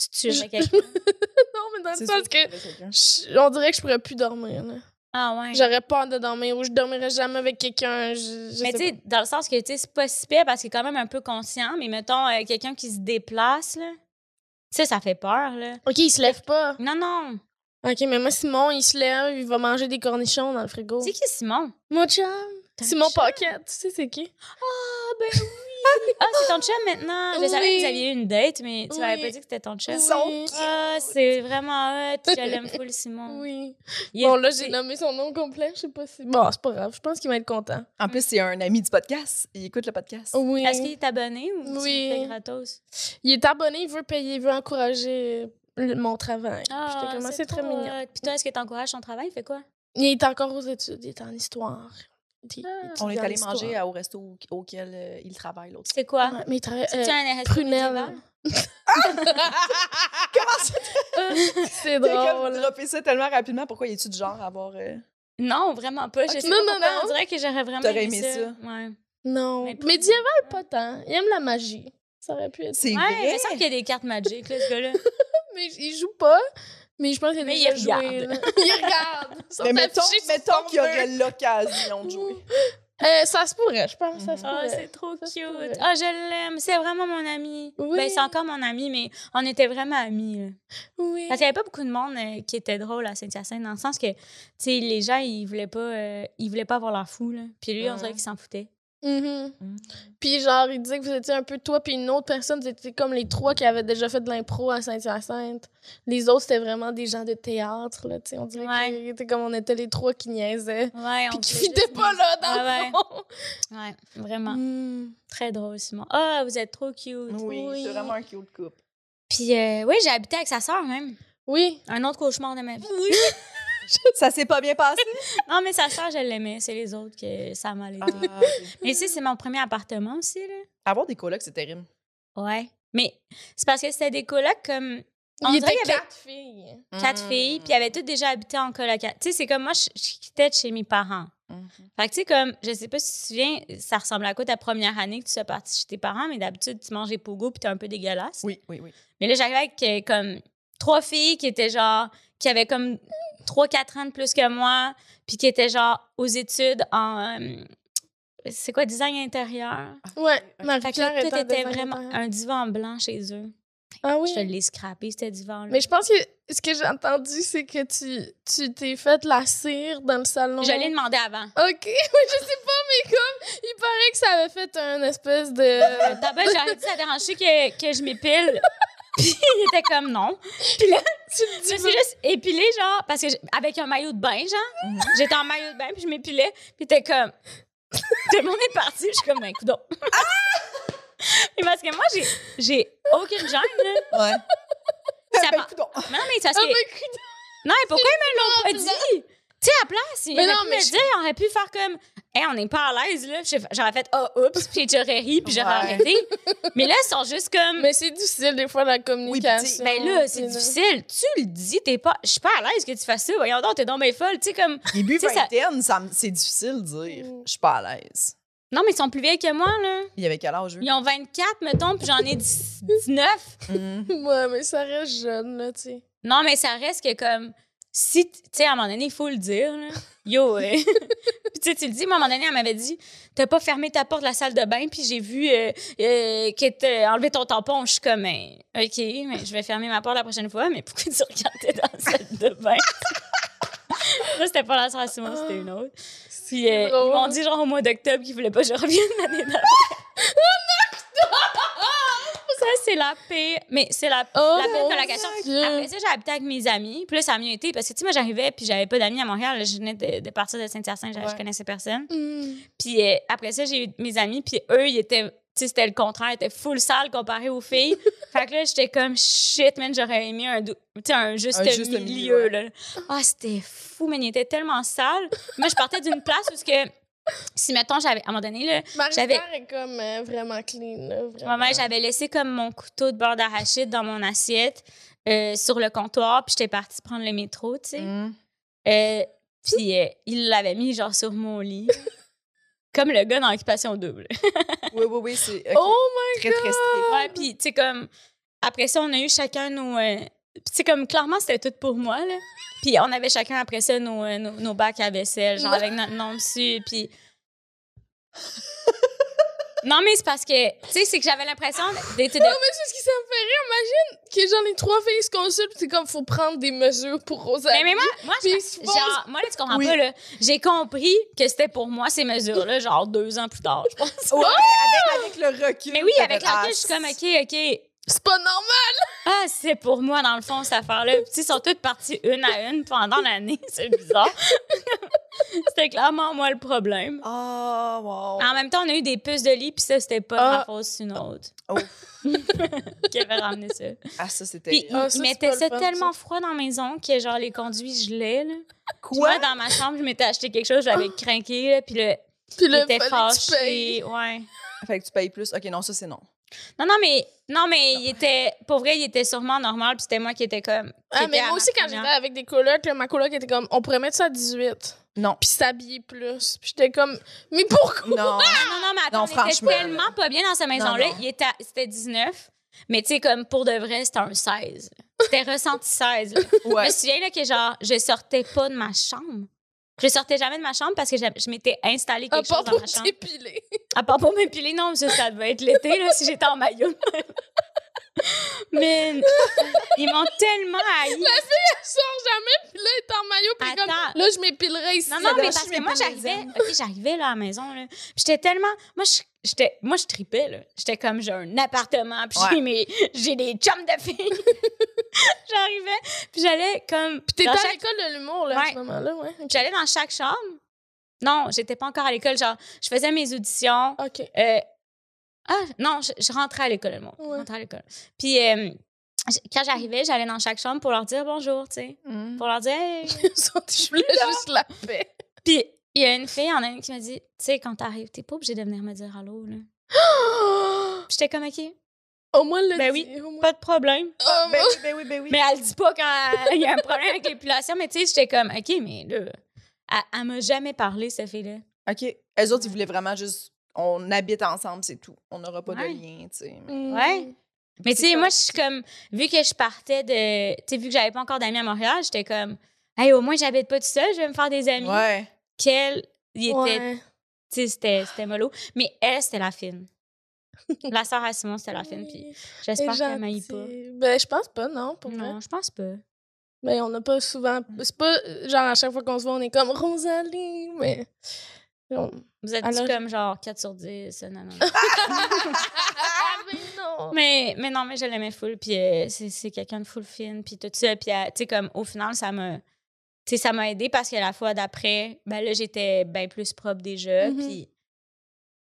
S4: Tu
S3: (laughs)
S4: tuerais quelqu'un.
S3: Non, mais dans le
S2: C'est
S3: sens
S2: sûr
S3: que
S2: c'est quelqu'un.
S3: je- on dirait que je pourrais plus dormir, là.
S4: Ah ouais.
S3: J'aurais peur de dormir ou je dormirais jamais avec quelqu'un. je- je
S4: Mais
S3: sais
S4: tu sais, dans le sens que, tu sais, c'est pas si pire parce qu'il est quand même un peu conscient. Mais mettons, euh, quelqu'un qui se déplace, là. Ça, ça fait peur, là.
S3: pas. Ok, il se lève pas.
S4: Non, non.
S3: Ok, mais moi, Simon, il se lève, il va manger des cornichons dans le frigo.
S4: C'est qui Simon?
S3: Mon chum.
S4: T'as
S3: Simon
S4: un chum?
S3: Paquette, tu sais, c'est qui?
S4: Ah, ben oui! ah, c'est ton chum maintenant! Je savais
S3: Oui.
S4: que vous aviez eu une date, mais tu
S3: Oui.
S4: m'avais pas dit que c'était ton chum.
S2: Son
S3: Oui.
S4: Ah, c'est vraiment hot! Je l'aime full, Simon.
S3: Oui.
S4: Il est-
S3: Bon, là, j'ai nommé son nom complet, je sais pas si. Bon, c'est pas grave, je pense qu'il va être content.
S2: En plus, c'est un ami du podcast. Il écoute le podcast.
S3: Oh, Oui.
S4: Est-ce qu'il est abonné ou tu
S3: Oui.
S4: le fais gratos?
S3: Il est abonné, il veut payer, il veut encourager le- mon travail. J'étais comme, Ah, c'est très
S4: trop
S3: mignon.
S4: hot. Puis toi, est-ce que t'encourages son travail? Il fait quoi?
S3: Il est encore aux études, il est en histoire. Il- il
S4: Ah.
S3: étudie
S2: On est
S3: en
S2: allé
S3: histoire.
S2: manger à- au resto au- auquel euh, il travaille l'autre.
S4: C'est quoi?
S3: Ouais, mais il travaille.
S4: C'est-tu
S3: euh,
S4: un resto
S3: prunelle. (laughs)
S4: médiéval?
S2: Comment ça (laughs)
S3: c'est
S2: t'es comme
S3: drôle.
S2: droppé ça tellement rapidement? Pourquoi y es-tu du genre à avoir... euh,
S4: Non, vraiment pas. Je
S3: Ok.
S4: sais
S3: Non,
S4: pas
S3: non,
S4: pourquoi.
S3: non.
S4: On dirait que j'aurais vraiment
S2: T'aurais aimé ça.
S4: Ouais.
S3: Non.
S4: Mais-
S3: Médiéval, pas tant. Il aime la magie. Ça aurait pu être.
S2: C'est
S4: Ouais, il
S2: vrai?
S4: me semble qu'il y a des cartes magiques, là,
S3: (laughs)
S4: ce gars-là.
S3: Mais il joue pas. Mais je pense qu'il a
S4: Mais
S3: déjà
S4: (laughs) il
S3: joué,
S4: regarde.
S3: là. il (laughs) regarde. Ils sont
S2: Mais mettons,
S3: affichés sur
S2: mettons
S3: son
S2: qu'il y aurait
S3: mur.
S2: l'occasion de
S4: (laughs)
S2: jouer.
S3: (laughs) Euh, ça se pourrait, je pense. Ça se
S4: Ah,
S3: pourrait.
S4: c'est trop
S3: Ça, c'est vrai.
S4: cute. Ah, je l'aime. C'est vraiment mon ami.
S3: Oui.
S4: Ben, c'est encore mon ami, mais on était vraiment amis. là.
S3: oui.
S4: Parce qu'il n'y avait pas beaucoup de monde euh, qui était drôle à Saint-Hyacinthe, dans le sens que, tu sais, les gens, ils voulaient pas, euh, ils voulaient pas avoir leur fou, là. Puis lui, on
S2: Ouais.
S4: dirait qu'il s'en foutait.
S3: Mhm.
S2: Mm.
S3: Puis genre, il disait que vous étiez un peu toi puis une autre personne, vous étiez comme les trois qui avaient déjà fait de l'impro à Saint-Hyacinthe. Les autres, c'était vraiment des gens de théâtre, là, tu sais. On dirait
S4: Ouais.
S3: que c'était comme on était les trois qui niaisaient.
S4: Ouais,
S3: Puis
S4: on
S3: qui
S4: voulait
S3: fitaient
S4: juste-
S3: pas, là, dans
S4: Ah
S3: le fond.
S4: Ouais, vraiment.
S3: Mm.
S4: Très drôle, Simon. Ah, vous êtes trop cute.
S2: Oui,
S3: Oui.
S2: c'est vraiment un cute couple.
S4: Puis, euh, oui, j'ai habité avec sa sœur, même.
S3: Oui.
S4: Un autre cauchemar de ma vie.
S3: Oui.
S2: Ça s'est pas bien
S4: (laughs)
S2: passé?
S4: Non, mais sa sœur, je l'aimais. C'est les autres que ça m'a
S2: Ah,
S4: été.
S2: ok.
S4: Mais tu sais, c'est mon premier appartement aussi, là.
S2: Avoir des colocs, c'est terrible.
S4: Ouais. Mais c'est parce que c'était des colocs comme. On
S3: il
S4: dirait
S3: était
S4: qu'il y avait-
S3: quatre filles.
S4: quatre
S2: Mm.
S4: filles, puis ils avaient toutes déjà habité en colocation. Tu sais, c'est comme moi, je, je quittais de chez mes parents.
S2: Mhm.
S4: Fait que, tu sais, comme, je sais pas si tu te souviens, ça ressemble à quoi ta première année que tu sois partie chez tes parents, mais d'habitude, tu manges des pogos puis t'es un peu dégueulasse.
S2: Oui, oui, oui.
S4: Mais là, j'arrivais avec, euh, comme, trois filles qui étaient genre, qui avaient comme 3-4 ans de plus que moi, puis qui étaient genre aux études en. euh, c'est quoi, design intérieur?
S3: Ouais.
S4: Ah. Fait que
S3: Marie-Pierre
S4: là, tout
S3: était, en
S4: était
S3: design
S4: vraiment
S3: intérieur.
S4: un divan blanc chez eux.
S3: Ah oui.
S4: Je l'ai scrappé, ce divan-là.
S3: Mais je pense que ce que j'ai entendu, c'est que tu tu t'es fait la cire dans le salon.
S4: Je l'ai demandé avant.
S3: OK, (laughs) oui, je sais pas, mais comme, il paraît que ça avait fait un espèce (laughs)
S4: (laughs)
S3: de...
S4: Euh, D'abord, j'ai arrêté de ça déranger que, que je
S3: (laughs)
S4: m'épile. Puis il était comme non. Puis là, je me suis juste épilée, genre, parce que j'- avec un maillot de bain, genre.
S2: Mhm.
S4: J'étais en maillot de bain, puis je m'épilais. Puis il était comme. (laughs) Tout le monde est parti. Je suis comme, ben, coudonc.
S3: Ah!
S4: (laughs) Mais parce que moi, j'ai, j'ai aucune gêne, là.
S2: (laughs) Ouais.
S4: Ça
S2: Ben,
S4: part-
S2: coudonc.
S4: (laughs) Mais non, mais c'est parce
S3: Ah,
S4: que.
S3: mais écoute,
S4: Non, mais pourquoi ils me l'ont pas
S3: c'est
S4: dit? Tu sais, à place, il
S3: Mais
S4: aurait
S3: non,
S4: pu
S3: mais
S4: me
S3: je-
S4: dire, il aurait pu faire comme, hey, on n'est pas à l'aise, là. J'ai- J'aurais fait, oh, oups, puis j'aurais ri, puis j'aurais
S2: Ouais.
S4: arrêté. mais là, ils sont juste comme,
S3: Mais c'est difficile, des fois, la communication.
S4: ben là, c'est
S3: Puis
S4: difficile. Tu le dis, t'es pas, je suis pas à l'aise que tu fasses ça. Voyons donc, t'es donc bien folle. Tu sais, comme,
S2: Début
S4: Tu sais, ça-
S2: vingtaine, ça... me- c'est difficile de dire.
S3: Mm.
S2: Je suis pas à l'aise.
S4: non, mais ils sont plus vieilles que moi, là.
S2: Il y avait quel âge, eux?
S4: Ils ont 24, mettons, puis j'en ai 10 19.
S2: Mm.
S3: (laughs) Ouais, mais ça reste jeune, là, tu sais.
S4: Non, mais ça reste que comme, si, t- tu sais, à un moment donné, il faut le dire, là. Yo, ouais. Puis tu sais, tu le dis, moi, à un moment donné, elle m'avait dit, t'as pas fermé ta porte de la salle de bain, puis j'ai vu euh, euh, que t'as enlevé ton tampon. Je suis comme, Ben, OK, mais je vais fermer ma porte la prochaine fois, mais pourquoi tu regardais dans la salle de bain? Là, c'était pas la soirée, moi, c'était une autre. Puis euh, ils
S3: drôle.
S4: m'ont dit, genre, au mois d'octobre, qu'ils voulaient pas que je revienne l'année d'après. Ça, c'est la paix. Mais c'est la,
S3: Oh,
S4: la pire
S3: mon
S4: colocation.
S3: Dieu.
S4: Après ça, j'ai habité avec mes amis. Puis là, ça a mieux été parce que, tu sais, moi, j'arrivais, puis j'avais pas d'amis à Montréal. Je venais de, de partir de Saint-Hyacinthe, je- je
S2: Ouais.
S4: connaissais personne.
S3: Mm.
S4: Puis euh, après ça, j'ai eu mes amis, puis eux, ils étaient. Tu sais, c'était le contraire, ils étaient full sale comparé
S2: (laughs)
S4: aux filles. fait que là, j'étais comme shit, man, j'aurais aimé un, dou- tu sais, un juste,
S2: Un juste
S4: milieu.
S2: milieu,
S4: là. Ah, c'était fou, man, ils étaient tellement sales. Moi, je partais d'une place où, ce que, si mettons, j'avais. À un moment donné, là, J'avais-
S3: Marie-Pierre est comme euh, vraiment clean, là. Vraiment.
S4: Maman, j'avais laissé comme mon couteau de beurre d'arachide dans mon assiette euh, sur le comptoir, puis j'étais partie prendre le métro, tu sais.
S2: Mm.
S4: Euh, puis euh, il l'avait mis genre sur mon lit. comme le gars dans Occupation Double.
S2: Oui, oui, oui, c'est ok,
S3: Oh
S2: très, très strict.
S4: ouais, puis tu sais, comme après ça, on a eu chacun nos. euh, puis tu sais, comme clairement, c'était tout pour moi, là. Puis on avait chacun après ça nos, euh, nos, nos bacs à vaisselle, genre
S3: Non.
S4: avec notre nom dessus, puis. Non, mais c'est parce que, tu sais, c'est que j'avais l'impression d'être de-
S3: Non, mais c'est ce qui ça me fait rire. Imagine que genre les trois filles se consultent, pis c'est comme faut prendre des mesures pour Rosalie.
S4: Ben, Mais, mais moi, moi, je-
S3: Puis ils se font-
S4: genre, moi, là, tu comprends
S2: Oui.
S4: pas, là. J'ai compris que c'était pour moi ces mesures-là, genre deux ans plus tard,
S2: (laughs)
S4: je pense.
S2: Ouais, avec, avec le recul.
S4: Oh! Mais oui,
S2: t'as
S4: avec
S2: fait, ah,
S4: laquelle je suis comme, OK, OK.
S3: C'est pas normal.
S4: Ah, c'est pour moi, dans le fond, cette affaire-là. Puis, tu sais, ils sont toutes parties une à une pendant l'année. (laughs) C'est bizarre. c'était clairement moi le problème.
S2: Ah, wow.
S4: En même temps, on a eu des puces de lit, puis ça, c'était pas de ma
S2: Ah.
S4: faute, c'est une autre.
S2: Oh.
S4: (laughs) Qui avait ramené ça.
S2: Ah, ça, c'était.
S4: Puis,
S3: Ah, ça,
S4: ils
S3: c'est
S4: mettaient
S3: pas le
S4: ça
S3: fun,
S4: tellement froid dans la maison que, genre, les conduits gelaient, là. Puis
S2: Quoi?
S4: Moi, dans ma chambre, je m'étais acheté quelque
S3: (laughs)
S4: chose, j'avais craqué, là, puis le,
S3: Puis
S4: il
S3: là,
S4: était
S3: fallait que tu payes.
S4: fâché. Ouais.
S2: Fait que tu payes plus. OK, non, ça, c'est non.
S4: Non, non, mais, non, mais il était, pour vrai, il était sûrement normal, puis c'était moi qui était comme. qui
S3: Ah,
S4: était
S3: mais
S4: à
S3: moi
S4: ma
S3: aussi, quand
S4: première.
S3: j'étais avec des colocs, là, ma coloc était comme, on pourrait mettre ça à 18,
S4: (laughs)
S2: Non.
S3: puis s'habiller plus. Puis j'étais comme, mais pourquoi?
S2: Non.
S4: Non, non, non, mais attends,
S2: Non,
S4: on était
S2: franchement,
S4: tellement pas bien dans cette maison-là.
S2: non.
S4: Il était, à- c'était 19, mais tu sais, comme pour de vrai, c'était un 16. C'était ressenti 16. là. Je
S2: Ouais.
S4: me souviens, là, que genre, je sortais pas de ma chambre. Je sortais jamais de ma chambre parce que j'avais- je m'étais installée
S3: À
S4: quelque
S3: part
S4: chose dans
S3: pour
S4: ma chambre.
S3: t'épiler. (laughs)
S4: À part pour m'épiler, non, ça, ça devait être l'été, là, si j'étais en maillot. (laughs) Mais ils m'ont tellement haï.
S3: Elle sort jamais, puis là, elle est en maillot, puis elle est comme,
S4: Attends.
S3: là, je m'épilerai ici.
S4: Non, non,
S2: doit
S4: mais parce
S2: chier
S4: que
S2: dans
S4: moi,
S2: les
S4: j'arrivais, ok, j'arrivais là à la maison, là. Puis j'étais tellement, moi, je- j'étais, moi, je tripais, là. J'étais comme, j'ai un appartement, puis j'ai
S2: Ouais.
S4: mes, j'ai des chums de filles. (laughs) j'arrivais, puis j'allais comme,
S3: T'étais
S4: dans
S3: à
S4: chaque-
S3: l'école de l'humour, là, à
S4: Ouais.
S3: ce moment-là, ouais. ok.
S4: j'allais dans chaque chambre. Non, j'étais pas encore à l'école, genre, je faisais mes auditions.
S3: OK. (laughs)
S4: euh, ah, non, je, je rentrais à l'école, le monde. Je
S3: Ouais.
S4: rentrais à l'école. Puis, euh, j- quand j'arrivais, j'allais dans chaque chambre pour leur dire bonjour, tu sais.
S3: Mm.
S2: Mm.
S4: Pour leur
S3: (laughs)
S4: dire, Hey,
S3: Je voulais juste la (gasps) paix.
S4: Puis il y a une fille en Inde qui m'a dit, tu sais, quand t'arrives, t'es pas obligée de venir me dire allô, là. Puis j'étais comme, OK,
S3: Au moins, le
S4: Ben
S3: dit,
S4: oui. Ah,
S3: au moins.
S4: pas de problème.
S3: Oh,
S2: Ben oui, ben oui, ben oui.
S4: Mais elle dit pas quand
S3: (laughs)
S4: il y a un problème avec l'épilation, mais tu sais, j'étais comme, OK, mais là, elle, elle m'a jamais parlé, cette fille-là.
S2: OK. Elles autres, ils voulaient vraiment juste. On habite ensemble, c'est tout. On n'aura pas
S4: Ouais.
S2: de lien, tu sais. mais-
S3: Mm.
S4: Ouais. Mais tu sais,
S3: C'est
S4: moi, je suis comme, vu que je partais de, tu sais, vu que j'avais pas encore d'amis à Montréal, j'étais comme, hey, au moins, j'habite pas tout seul, je vais me faire des amis.
S2: Ouais.
S4: Qu'elle, il était,
S3: Ouais.
S4: tu sais, c'était c'était mollo. Mais elle, c'était la
S3: (laughs)
S4: fine. la sœur à Simon, c'était la fine, puis
S3: Oui.
S4: j'espère
S3: Et
S4: qu'elle m'aille pas.
S3: gentille. Ben, je pense pas, non, pour moi.
S4: Non, je pense pas.
S3: Ben, on n'a pas souvent. C'est pas euh, genre à chaque fois qu'on se voit, on est comme Rosalie, mais. Non.
S4: Vous êtes
S3: Alors-
S4: comme genre 4 sur 10, euh, non, non. non.
S3: mais non!
S4: mais, mais non, mais je l'aimais full, puis euh, c'est c'est quelqu'un de full fine, puis tout ça. Puis, euh, tu sais, comme au final, ça m'a. Tu sais, ça m'a aidé parce que la fois d'après, ben là, j'étais bien plus propre déjà.
S3: Mhm.
S4: Puis,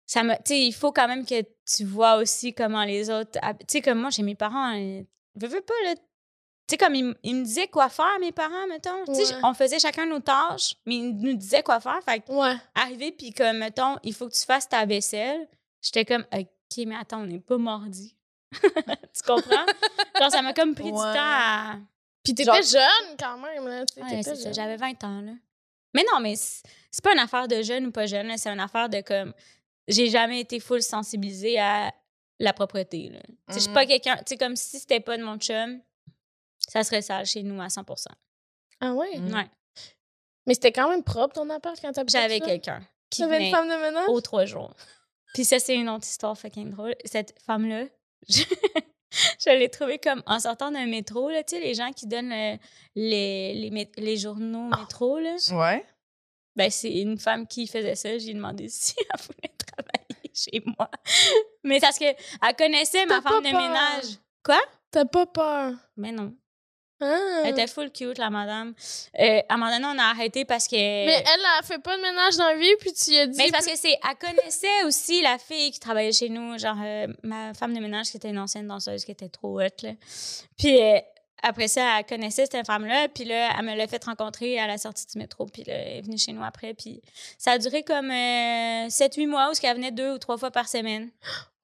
S4: ça m'a. Tu sais, il faut quand même que tu vois aussi comment les autres. hab- Tu sais, comme moi, j'ai mes parents. euh, veux, veux pas, là. Tu sais, comme ils, m- ils me disaient quoi faire, mes parents, mettons. Tu sais, j-
S3: Ouais.
S4: on faisait chacun nos tâches, mais ils nous disaient quoi faire. Fait que
S3: Ouais.
S4: arrivé, puis comme, mettons, il faut que tu fasses ta vaisselle, j'étais comme, OK, mais attends, on n'est pas mordi. (laughs) tu comprends? Genre, ça m'a comme pris du temps
S2: Ouais.
S4: à.
S3: Puis t'étais
S2: Genre-
S3: jeune quand même, là. tu sais,
S4: Ouais,
S3: t'étais
S4: c'est ça,
S3: jeune.
S4: j'avais 20 ans, là. Mais non, mais c'est c'est pas une affaire de jeune ou pas jeune, là, c'est une affaire de comme. J'ai jamais été full sensibilisée à la propreté, là. Tu sais, Je suis pas
S2: Mhm.
S4: quelqu'un. Tu sais, comme si c'était pas de mon chum, ça serait sale chez nous à 100
S3: Ah ouais?
S2: Mhm.
S4: Ouais.
S3: Mais c'était quand même propre ton appart quand t'habitais
S4: J'avais
S3: seule?
S4: quelqu'un qui
S3: T'avais
S4: venait
S3: une femme de ménage?
S4: aux trois jours. Puis ça, c'est une autre histoire fucking drôle. Cette femme-là, (laughs) je, je l'ai trouvée comme en sortant d'un métro, là, tu sais, les gens qui donnent euh, les, les, mé- les journaux au
S3: Ah.
S4: métro, là.
S2: Ouais.
S4: Ben, c'est une femme qui faisait ça. J'ai demandé (laughs) si elle voulait travailler chez moi. Mais parce que elle connaissait ma
S3: T'as
S4: femme
S3: pas
S4: de
S3: peur.
S4: ménage.
S3: T'as pas peur?
S4: Mais non.
S3: Ah.
S4: Elle était full cute, la madame. Euh, à un moment donné, on a arrêté parce que.
S3: Mais elle, elle fait pas de ménage dans la vie, puis tu lui as dit...
S4: Mais c'est parce que c'est. Elle connaissait aussi la fille qui travaillait chez nous. Genre, euh, ma femme de ménage, qui était une ancienne danseuse qui était trop hot, là. Puis euh, après ça, elle connaissait cette femme-là. Puis là, elle me l'a fait rencontrer à la sortie du métro. Puis là, elle est venue chez nous après. Puis ça a duré comme 7-8 mois où ce qu'elle venait deux ou trois fois par semaine.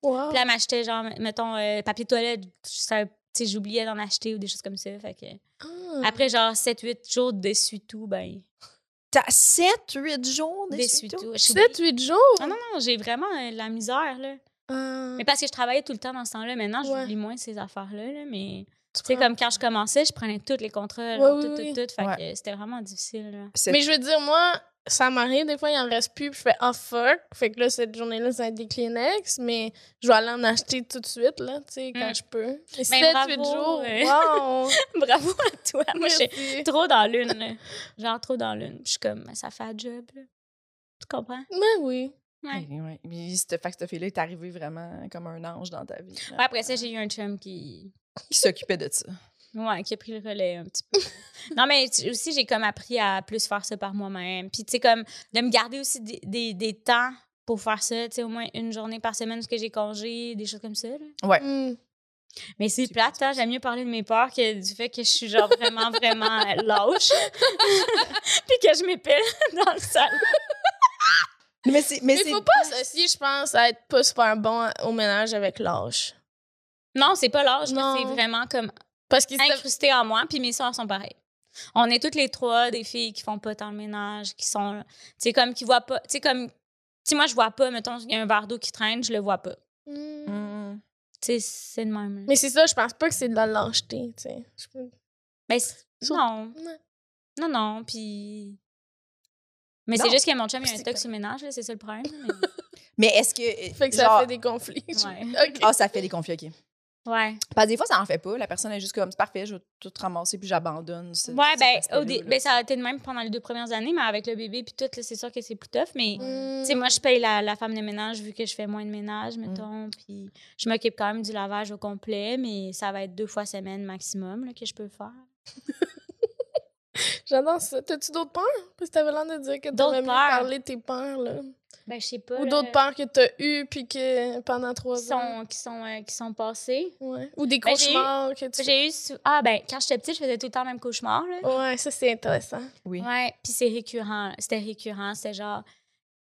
S3: Wow.
S4: Puis là, elle m'achetait, genre, mettons, euh, papier toilette. Je savais- tu sais, j'oubliais d'en acheter ou des choses comme ça. Fait que...
S3: Ah.
S4: Après, genre, 7-8 jours d'essuie-tout, ben,
S2: T'as 7, 8 jours d'essuie-tout.
S4: d'essuie-tout. Je suis-
S3: 7, 8 jours?
S4: Ah non, non, j'ai vraiment euh, de la misère, là.
S3: Ah.
S4: Mais parce que je travaillais tout le temps dans ce temps-là. Maintenant,
S3: Ouais.
S4: j'oublie moins ces affaires-là. là, mais
S3: Tu
S4: tu sais,
S3: prends-
S4: comme quand je commençais, je prenais tous les contrats,
S3: Ouais,
S4: genre,
S3: oui,
S4: tout,
S3: oui.
S4: tout, tout. Fait
S2: Ouais.
S4: que c'était vraiment difficile. là.
S2: Sept-
S3: Mais je veux dire, moi, ça m'arrive, des fois, il en reste plus, puis je fais « Ah, fuck! » Fait que là, cette journée-là, ça va être des Kleenex, mais je vais aller en acheter tout de suite, là, tu sais, quand
S4: Mm.
S3: je peux. Mais 7, 8
S4: bravo, (laughs)
S3: jours,
S4: ouais.
S3: wow!
S4: Bravo à
S3: (laughs)
S4: toi. Moi,
S3: Merci.
S4: j'étais trop dans l'une, là. Genre, trop dans l'une. Je suis comme, ben, ça fait un job, là. Tu comprends?
S3: Mais Ben oui.
S4: Ouais.
S2: Ouais, ouais. Mais cette, fait que cette fille-là est arrivée vraiment comme un ange dans ta vie. là.
S4: Ouais, après ça, j'ai eu un chum qui.
S2: Qui s'occupait de ça.
S4: Ouais, qui a pris le relais un petit (laughs) peu. non, mais tu- aussi, j'ai comme appris à plus faire ça par moi-même. Puis, tu sais, comme de me garder aussi des, des, des temps pour faire ça, tu sais, au moins une journée par semaine, parce que j'ai congé, des choses comme ça. là.
S3: Mm.
S4: Mais c'est
S2: C'est
S4: plate, hein, j'aime mieux parler de mes peurs que du fait que je suis genre (laughs) vraiment, vraiment euh, lâche. Puis que je m'épile (laughs) dans le salon.
S2: Mais c'est. Mais
S3: Mais
S2: c'est-
S3: faut pas associer, je pense, à être pas super bon à- au ménage avec l'âge.
S4: Non, c'est pas lâche,
S3: Non.
S4: mais c'est vraiment comme
S3: Parce que c'est...
S4: incrusté en moi, puis mes soeurs sont pareilles. On est toutes les trois des filles qui font pas tant le ménage, qui sont, tu sais, comme qui voient pas, tu sais, comme, tu sais, moi, je vois pas, mettons, il y a un verre d'eau qui traîne, je le vois pas.
S3: Mm.
S2: Mm.
S4: Tu sais, c'est le même. Mais,
S3: Mais c'est ça, je pense pas que c'est de la lâcheté, tu sais. Je peux- Sur-
S4: Ben, non,
S3: Ouais.
S4: non, non, puis... Mais
S2: Non.
S4: c'est juste que mon chum, il y a
S3: C'est
S4: un stock
S3: correct.
S4: sur le ménage, là, c'est ça le problème. mais-
S2: Mais est-ce que. euh,
S3: Fait que ça
S2: genre-
S3: fait des conflits.
S4: Ouais.
S3: OK.
S2: Ah, ça fait des conflits, OK.
S4: Ouais.
S2: Parce que des fois, ça en fait pas. La personne est juste comme, c'est parfait, je vais tout ramasser puis j'abandonne. ce-
S4: Ouais,
S2: cet
S4: ben,
S2: aspect-là,
S4: au dé-
S2: là.
S4: ben, ça a été de même pendant les deux premières années, mais avec le bébé puis tout, là, c'est sûr que c'est plus tough. Mais,
S3: Mm.
S4: tu sais, moi, je paye la, la femme de ménage vu que je fais moins de ménage, mettons. Puis, je m'occupe quand même du lavage au complet, mais ça va être deux fois semaine maximum là, que je peux faire.
S3: J'adore ça. T'as-tu d'autres peurs? Parce que t'avais l'air de dire que
S4: D'autres
S3: t'aurais mieux
S4: peurs?
S3: parler de tes peurs, là.
S4: Ben, je sais pas.
S3: Ou
S4: là,
S3: d'autres peurs que t'as eues, puis que pendant trois
S4: qui
S3: ans.
S4: sont, qui sont, euh, qui sont passées.
S3: Ouais. Ou des
S4: Ben, j'ai eu-
S3: cauchemars que tu...
S4: J'ai eu. sou- Ah, ben, quand j'étais petite, je faisais tout le temps le même cauchemar, là.
S3: Ouais, ça, c'est intéressant.
S2: Oui.
S4: Ouais, puis c'est récurrent. C'était récurrent. C'était genre.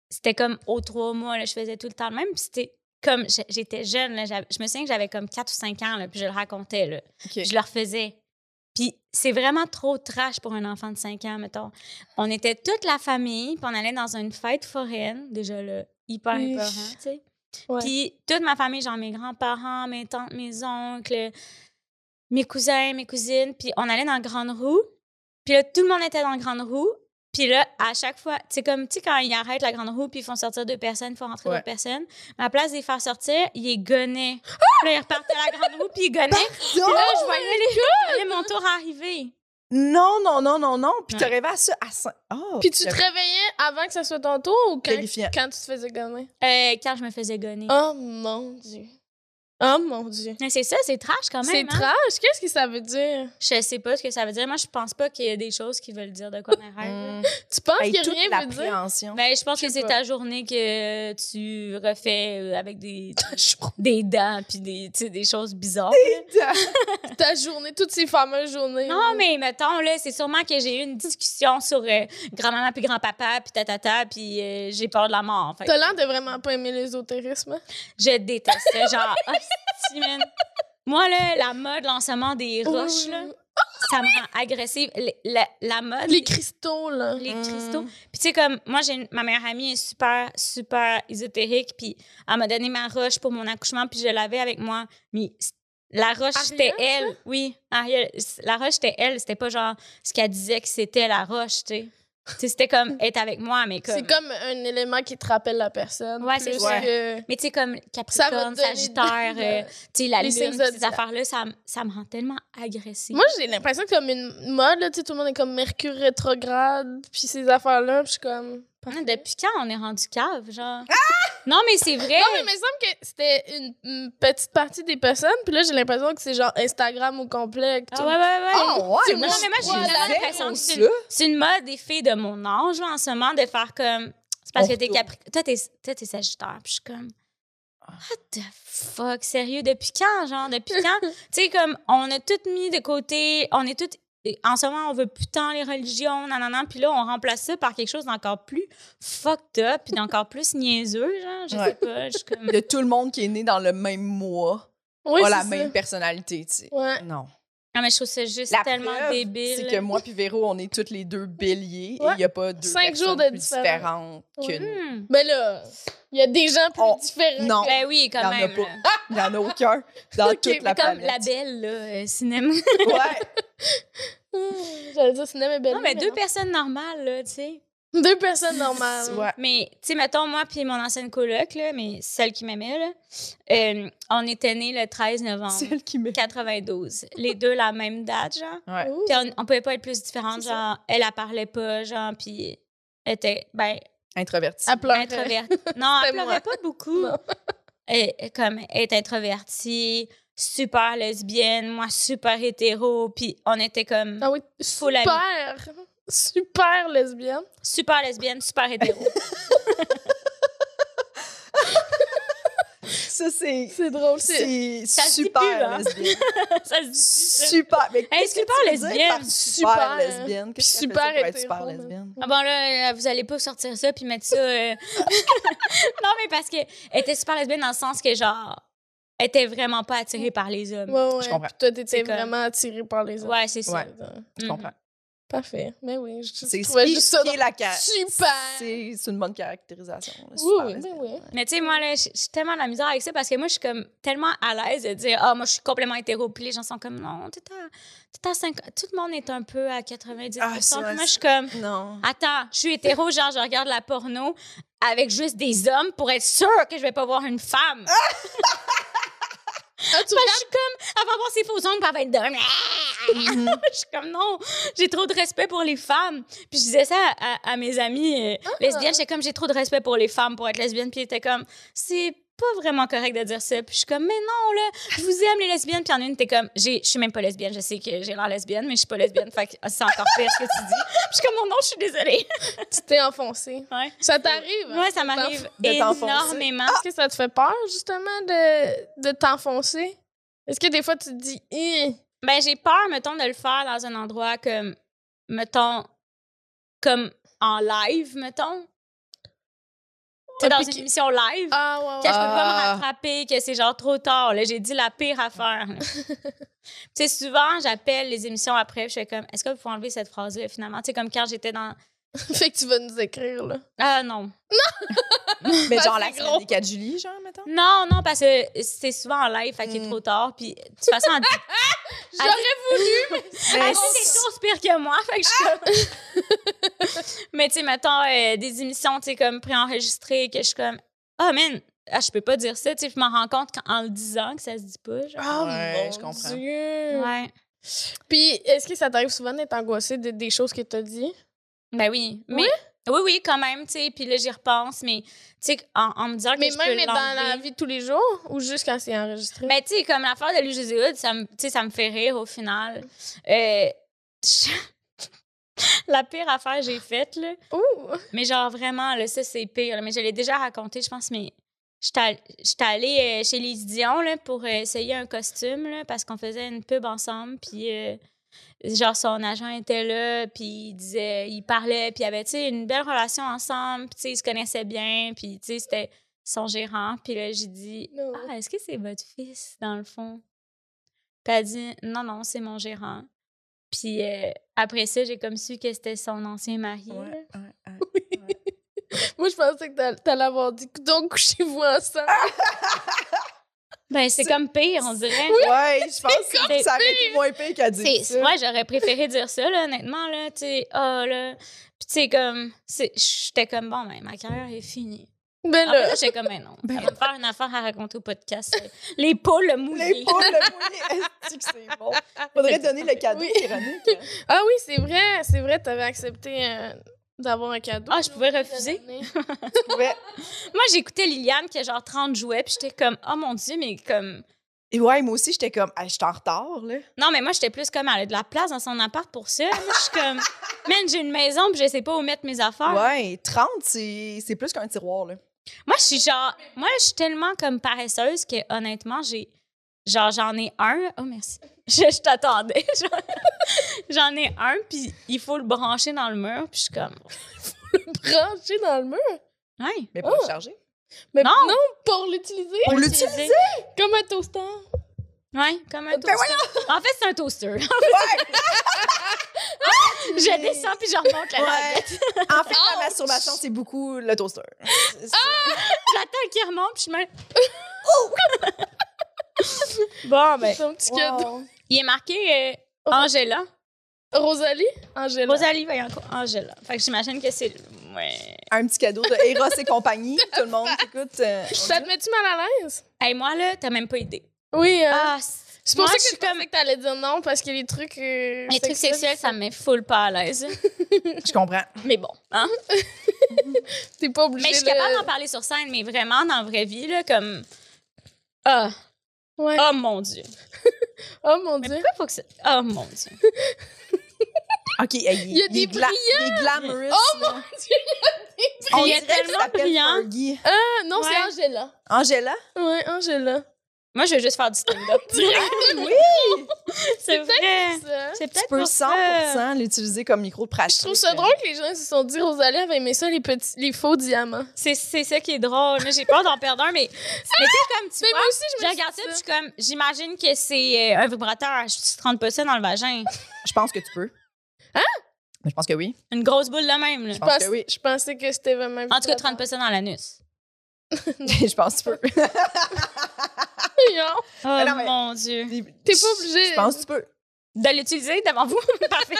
S4: C'était comme aux trois mois, là, je faisais tout le temps le même. Puis c'était comme. j'- J'étais jeune, là, j'avais- je me souviens que j'avais comme 4 ou 5 ans, là, puis je le racontais, là.
S2: OK.
S4: Je le refaisais. Puis c'est vraiment trop trash pour un enfant de 5 ans, mettons. On était toute la famille, puis on allait dans une fête foraine, déjà là, hyper
S3: Oui.
S4: épeurant, tu sais.
S3: Ouais.
S4: Puis toute ma famille, genre mes grands-parents, mes tantes, mes oncles, mes cousins, mes cousines, puis on allait dans Grande Roue. Puis là, tout le monde était dans Grande Roue. Puis là, à chaque fois, tu sais, comme, tu sais, quand ils arrêtent la grande roue, puis ils font sortir deux personnes, ils font rentrer
S2: Ouais.
S4: d'autres personnes, mais à la place de les faire sortir, ils les gonnaient. Puis là, ils repartaient à la grande roue, puis ils gonnaient. Puis
S3: Ah,
S4: là, je voyais les je voyais mon tour arriver.
S2: Non, non, non, non, non. Puis t'as
S4: Ouais.
S2: rêvé à ça à cin- Oh,
S3: Puis tu te
S2: j'avais-
S3: réveillais avant que ça soit ton tour ou quand,
S2: Terrifiant.
S3: quand tu te faisais gommer?
S4: Euh, quand je me faisais gonner.
S3: Oh mon Oh, dieu. Oh mon Dieu.
S4: Mais c'est ça, c'est trash quand
S3: C'est
S4: même. hein?
S3: trash. Qu'est-ce que ça veut dire?
S4: Je sais pas ce que ça veut dire. Moi, je pense pas qu'il y a des choses qui veulent dire de quoi ma rêve.
S3: Tu penses
S2: Hey,
S3: que
S2: toute
S3: rien veut dire?
S2: l'appréhension.
S4: Ben, je pense
S3: Je
S4: que
S3: sais
S4: c'est
S3: pas.
S4: ta journée que tu refais euh, avec
S3: (laughs)
S4: des, des dents puis des, tu sais, des choses bizarres. là.
S3: Ta journée, toutes ces fameuses journées.
S4: Non, mais mettons, là, c'est sûrement que j'ai eu une discussion sur euh, grand-maman puis grand-papa puis tatata puis euh, j'ai peur de la mort. Fait que
S3: T'as l'air de vraiment pas aimer l'ésotérisme. hein?
S4: je déteste ça. Genre, (laughs) hostie, man. Moi, là, la mode, l'enseignement des roches, là, ça me rend agressive. Les- La, la mode,
S3: Les cristaux, là.
S4: les
S2: Mm.
S4: cristaux. Puis tu sais, comme moi, j'ai une- ma meilleure amie est super, super ésotérique. Puis elle m'a donné ma roche pour mon accouchement, puis je l'avais avec moi. Mais c- la
S3: Ariel,
S4: roche, c'était elle. Oui, Ariel. c- La roche, c'était elle. C'était pas genre ce qu'elle disait que c'était la roche, tu sais. Tu sais, c'était
S3: (laughs)
S4: comme être avec moi, mais comme.
S3: C'est comme un élément qui te rappelle la personne.
S4: Ouais, c'est
S3: plus
S2: ça.
S3: que-
S4: Mais tu sais, comme
S3: Ça va
S4: Capricorne,
S3: te donner-
S4: Sagittaire, euh, tu sais, la
S3: Les
S4: lune,
S3: signes
S4: pis ces
S3: zodiacs.
S4: affaires-là, ça, m- ça me rend tellement agressive.
S3: Moi, j'ai l'impression que comme une mode, là, tu sais, tout le monde est comme Mercure rétrograde, puis ces affaires-là, puis je suis comme...
S4: Hein, depuis quand on est rendu cave, genre? Non, mais c'est vrai.
S3: Ah! Non, mais il me semble que c'était une, une petite partie des personnes, puis là, j'ai l'impression que c'est genre Instagram au complet. que
S4: Ah,
S3: tout-
S4: ouais, ouais, ouais.
S2: Oh, ouais,
S4: Non,
S2: moi,
S4: mais moi, j'ai
S2: je
S4: vraiment
S2: zéro
S4: l'impression que c'est
S2: ça.
S4: une- C'est une mode des filles de mon âge là, en ce moment de faire comme. C'est parce
S2: On
S4: que t'es
S2: retourne. Ah.
S4: Capricorne. Toi, t'es toi, t'es Sagittaire. Puis je suis comme. What the fuck? Sérieux? Depuis quand, genre? Depuis
S2: (laughs)
S4: quand? tu sais, comme, on a tout mis de côté. On est toutes. En ce moment, on veut plus tant les religions, nanana. Puis là, on remplace ça par quelque chose d'encore plus fucked up, puis
S2: (laughs)
S4: d'encore plus niaiseux, genre. Je
S2: Ouais.
S4: sais pas. Je
S2: (laughs)
S4: suis comme.
S2: De tout le monde qui est né dans le même mois
S3: Oui,
S2: a
S3: c'est
S2: Oh, la
S3: ça.
S2: même personnalité, tu sais.
S3: Ouais.
S2: Non.
S4: Non, mais je trouve ça juste
S2: La
S4: tellement
S2: preuve,
S4: débile.
S2: C'est que moi puis Véro, on est toutes les deux béliers et
S3: Ouais.
S2: il n'y a pas deux
S3: Cinq
S2: personnes
S3: jours de
S2: plus
S3: différence.
S2: différentes que
S3: Ouais.
S2: nous.
S4: Hmm.
S3: Mais là, il y a des gens plus
S2: On-
S3: différents.
S2: Oh, Non.
S4: Ben oui, quand
S2: Il y en a
S4: même.
S2: pas.
S4: là.
S2: (laughs) Il n'y en a aucun dans
S3: Ok,
S2: toute la
S4: Comme la
S2: planète.
S4: belle, là, euh, cinéma.
S2: Ouais.
S3: Hum, J'allais dire cinéma belle.
S4: Non, mais deux personnes normales, là, tu sais.
S3: Deux
S2: (laughs)
S3: personnes normales.
S2: Ouais.
S4: Mais, tu sais, mettons, moi puis mon ancienne coloc, là, mais celle qui m'aimait, là, euh, on était nés le 13
S3: (laughs)
S4: novembre
S2: Celle qui me.
S4: 92. Les deux, la même date, genre.
S2: Ouais.
S3: Ouh.
S4: Puis on, on pouvait pas être plus différentes,
S3: C'est ça.
S4: genre, elle, elle parlait pas, genre, puis elle était, ben,
S2: Introvertie.
S3: Elle pleurait. (laughs)
S4: introvertie. Non, elle
S3: C'était moi.
S4: pleurait pas beaucoup.
S3: Non.
S4: Elle- elle, comme, elle est introvertie, super lesbienne, moi, super hétéro, puis on était comme...
S3: Ah oui,
S4: Full amie.
S3: super. Super lesbienne.
S4: super lesbienne, super hétéro. (laughs)
S2: Ça, c'est.
S3: C'est drôle. C'est
S2: C'est
S4: ça se dit
S2: super
S4: plus, hein.
S2: lesbienne.
S4: ça se dit ça?
S2: Super. Mais qu'est-ce
S4: super
S2: que tu veux dire
S4: lesbienne,
S2: par super,
S3: super, hein?
S2: lesbienne? Qu'est-ce
S3: puis
S2: que ça
S3: super
S2: peut être super
S3: hétéro,
S2: lesbienne?
S4: Ah bon, là, euh, vous allez pas sortir ça puis mettre ça. euh, (laughs) non, mais parce qu'elle était super lesbienne dans le sens que, genre, elle était vraiment pas attirée par les hommes.
S3: Ouais, ouais.
S2: Je comprends.
S3: Puis toi, t'étais
S4: C'est comme-
S3: vraiment attirée par les
S4: Ouais,
S3: autres.
S4: c'est ça.
S2: Ouais. Je
S4: Mhm.
S2: comprends.
S3: Parfait. Mais oui, Mm. je
S2: C'est
S3: je
S2: ce
S3: trouvais
S2: qui
S3: juste ça.
S2: est la ca-
S3: Super.
S2: C'est c'est une bonne caractérisation. là,
S3: Oui,
S2: super
S3: oui,
S2: lesbienne.
S3: ben oui.
S4: Mais tu sais, moi, là, je je suis tellement de la misère avec ça parce que moi, je suis comme tellement à l'aise de dire, ah, moi, je suis complètement hétéro. Puis les gens sont comme, non, t'es à, t'es à 50 Tout le monde est un peu à 90
S2: Ah, c'est vrai,
S4: Puis moi, je
S2: c'est-
S4: suis comme,
S3: (laughs)
S2: Non.
S4: attends, je suis hétéro, genre, je regarde la porno avec juste des hommes pour être sûre que je vais pas voir une femme.
S3: Ah, tu
S4: Parce que je suis comme, elle va avoir ses faux ongles, puis elle va être dingue.
S2: Mhm.
S4: (laughs) Je suis comme, non, j'ai trop de respect pour les femmes. Puis je disais ça à, à mes amies euh,
S2: Ah.
S4: lesbiennes. J'étais comme, j'ai trop de respect pour les femmes pour être lesbienne. Puis ils étaient comme, c'est pas vraiment correct de dire ça. Puis je suis comme, mais non, là, je vous aime les lesbiennes. Puis en une, t'es comme, J'ai- je suis même pas lesbienne. Je sais que j'ai l'air lesbienne, mais je suis pas lesbienne. Fait que c'est encore pire ce que tu dis. Puis je suis comme, non, non, je suis désolée.
S3: tu t'es enfoncée.
S4: Ouais.
S3: Ça t'arrive? hein?
S4: Moi, ça m'arrive
S2: De t'enfoncer. Ah!
S4: énormément.
S3: Est-ce que ça te fait peur, justement, de, de t'enfoncer? Est-ce que des fois, tu te dis... Hi
S4: Ben, j'ai peur, mettons, de le faire dans un endroit comme, mettons, comme en live, mettons. Tu sais, dans
S3: puis
S4: une
S3: qui-
S4: émission live.
S3: Ah, ouais, ouais.
S4: Que je peux pas
S2: Ah.
S4: me rattraper, que c'est genre trop tard. Là, j'ai dit la pire affaire.
S3: (laughs)
S4: là. tu sais, souvent, j'appelle les émissions après, je fais comme, est-ce que vous pouvez enlever cette phrase-là, finalement? Tu sais, comme quand j'étais dans...
S3: (laughs) fait que tu vas nous écrire, là.
S4: Ah non.
S2: Mais
S3: Ça,
S2: genre
S3: Bah, c'est
S2: la
S3: gros.
S2: semaine des 4 Julie, genre, mettons?
S4: Non, non, parce que c'est souvent en live, fait qu'il est
S2: Mm.
S4: trop tard. Puis, de toute façon, elle dit-
S3: (laughs) J'aurais
S4: elle dit des choses pires que moi, fait que je suis comme... (laughs) Mais tu sais, mettons, euh, des émissions, tu sais, comme préenregistrées, que je suis comme, oh man, ah, je peux pas dire ça. Tu sais, je m'en rends compte qu'en- en le disant que ça se dit pas, genre.
S3: Ah,
S2: Ouais,
S3: mon
S2: je comprends.
S3: Dieu!
S4: Oh, Ouais.
S3: Puis, est-ce que ça t'arrive souvent d'être angoissée de, des choses que t'as dit?
S4: Ben oui, mais
S3: Oui?
S4: Oui, oui, quand même, tu sais. Puis là, j'y repense, mais tu sais, en, en me disant
S3: Mais
S4: que je peux
S3: même dans la
S4: l'enlever.
S3: vie de tous les jours ou juste quand c'est enregistré?
S4: Mais tu sais, comme l'affaire de Lou Jésus Hood, ça me, tu sais, ça me fait rire au final. Euh, (laughs) je- la pire affaire que j'ai faite, là,
S3: Ouh!
S4: mais genre vraiment, là, ça c'est pire. là, mais je l'ai déjà raconté, je pense, mais j'étais all- j'étais allée euh, chez les Dion là, pour euh, essayer un costume là, parce qu'on faisait une pub ensemble. Puis euh, genre son agent était là, puis il disait, il parlait, puis il avait tu sais, une belle relation ensemble, puis tu sais, ils se connaissaient bien, puis tu sais, c'était son gérant. Puis là, j'ai dit,
S3: No.
S4: ah, est-ce que c'est votre fils dans le fond? Puis elle dit, non, non, c'est mon gérant. Puis euh, après ça, j'ai comme su que c'était son ancien mari.
S2: Ouais, ouais,
S4: là.
S2: ouais.
S3: Moi, je pensais que t'all- t'allais avoir dit « Donc, couchez-vous ensemble!
S4: Ben, c'est comme pire, on dirait.
S2: Ouais, je
S3: (laughs)
S2: pense que
S4: comme
S2: ça aurait été moins pire qu'à dire
S4: C'est-
S2: ça.
S4: Moi, j'aurais préféré dire ça, là, honnêtement, là, tu sais, ah, là. Puis, tu sais, comme, c'est- j'étais comme, bon, ben, ma carrière est finie. »
S3: Mais
S4: Après,
S3: là,
S4: là, j'étais comme, ben non, elle va me faire une affaire à raconter au podcast. là. Les poules mouillées.
S2: Les poules, le poulet, est-ce que c'est bon? Faudrait donner le cadeau,
S3: Oui.
S2: ironique.
S3: (laughs)
S2: hein.
S3: ah oui, c'est vrai, c'est vrai, t'avais accepté euh, d'avoir un cadeau.
S4: Ah, je pouvais refuser?
S2: Ouais.
S4: Moi, j'écoutais Liliane qui a genre 30 jouets, puis j'étais comme, oh mon Dieu, mais comme.
S2: Et ouais, moi aussi, j'étais comme, ah, je suis en retard, là.
S4: Non, mais moi, j'étais plus comme, elle a de la place dans son appart pour ça. Moi, je
S2: (laughs)
S4: suis comme, man, j'ai une maison, puis je sais pas où mettre mes affaires.
S2: Ouais, 30, c'est c'est plus qu'un tiroir, là.
S4: Moi, je suis genre. Moi, je suis tellement comme paresseuse que honnêtement, j'ai. Genre, j'en ai un. Oh, merci. (laughs) Je, je t'attendais. (laughs) J'en- j'en ai un, puis il faut le brancher dans le mur, puis je suis comme.
S3: (laughs) Branché dans le mur?
S4: Ouais.
S2: Mais pas
S3: Oh.
S2: le charger.
S3: Mais
S4: Non.
S3: non, pour l'utiliser,
S2: Pour l'utiliser.
S4: l'utiliser.
S3: comme un toaster.
S4: Ouais, comme un
S2: Ben
S4: toaster. En fait, c'est un toaster. (laughs) je descends, puis je remonte la
S2: Ouais.
S4: languette.
S2: En fait,
S3: Oh!
S2: la masturbation, c'est beaucoup le toaster.
S4: J'attends qu'il remonte, puis je me. (laughs) bon, ben.
S3: C'est un petit
S2: Wow.
S3: cadeau.
S4: Il est marqué euh, Angela.
S3: Rosalie? Angela.
S4: Rosalie Vaillancourt, Angela. Fait que j'imagine que c'est. Ouais.
S3: Ah!
S2: Un petit cadeau de Eros et
S3: (laughs)
S2: compagnie. Tout le monde qui écoute. euh,
S3: Ça te met-tu mal à l'aise?
S4: Hey, moi, là, t'as même pas idée.
S3: Oui, hein.
S4: Ah, c-
S3: c'est
S4: moi,
S3: pour ça
S4: je
S3: que
S4: suis
S3: je pensais que t'allais dire non, parce que les trucs euh,
S4: les trucs sexuels, ça me met full pas à (laughs) l'aise.
S2: Je comprends.
S4: mais bon, hein?
S3: T'es pas obligé
S4: Mais je suis
S3: de-
S4: capable d'en parler sur scène, mais vraiment, dans la vraie vie, là, comme... Ah,
S3: Ouais.
S4: oh mon Dieu.
S3: Oh mon
S4: Mais
S3: dieu.
S4: pourquoi faut que ça... Oh mon Dieu.
S2: OK, il,
S3: Il y a des brillants.
S2: Il est glamorous. Oh mon
S3: Dieu,
S2: On
S4: Il y
S2: dirait
S4: a
S2: qu'il
S4: tellement
S2: s'appelle
S4: brillant.
S2: Fergie.
S3: Ah, non,
S4: Ouais.
S3: c'est Angela.
S2: Angela?
S3: Ouais, Angela.
S4: Moi, je veux juste faire du stand-up. (laughs)
S2: Oui!
S4: c'est vrai.
S3: Ça.
S4: C'est
S2: Tu
S4: peut-être
S2: peux
S4: pour ça.
S2: 100% l'utiliser comme micro de pratique.
S3: Je trouve ça drôle que les gens se sont dit Rosalie avait aimé ça, les, petits, les faux diamants.
S4: C'est c'est ça qui est drôle. là. J'ai peur d'en perdre un, mais... Mais tu sais, comme, tu
S3: Mais
S4: vois...
S3: moi aussi, je
S4: Je
S3: me
S4: regarde ça,
S3: suis
S4: puis
S3: dit
S4: je suis comme, j'imagine que c'est euh, un vibrateur. Je ne rentre pas ça dans le vagin.
S2: Je pense que tu peux.
S3: Hein?
S2: Mais je pense que
S3: (laughs)
S2: oui.
S4: Une grosse boule de même. Là.
S2: Je pense
S3: pense-
S2: que oui.
S3: Je pensais que c'était vraiment...
S4: En tout cas, 30 pas ça dans l'anus.
S2: je pense que
S3: (laughs)
S2: tu peux.
S3: Non,
S4: Oh
S2: Mais Ah, non, mais-
S4: mon Dieu.
S3: T'es pas obligé.
S2: Je pense que tu peux.
S4: De l'utiliser devant vous. (laughs) Parfait.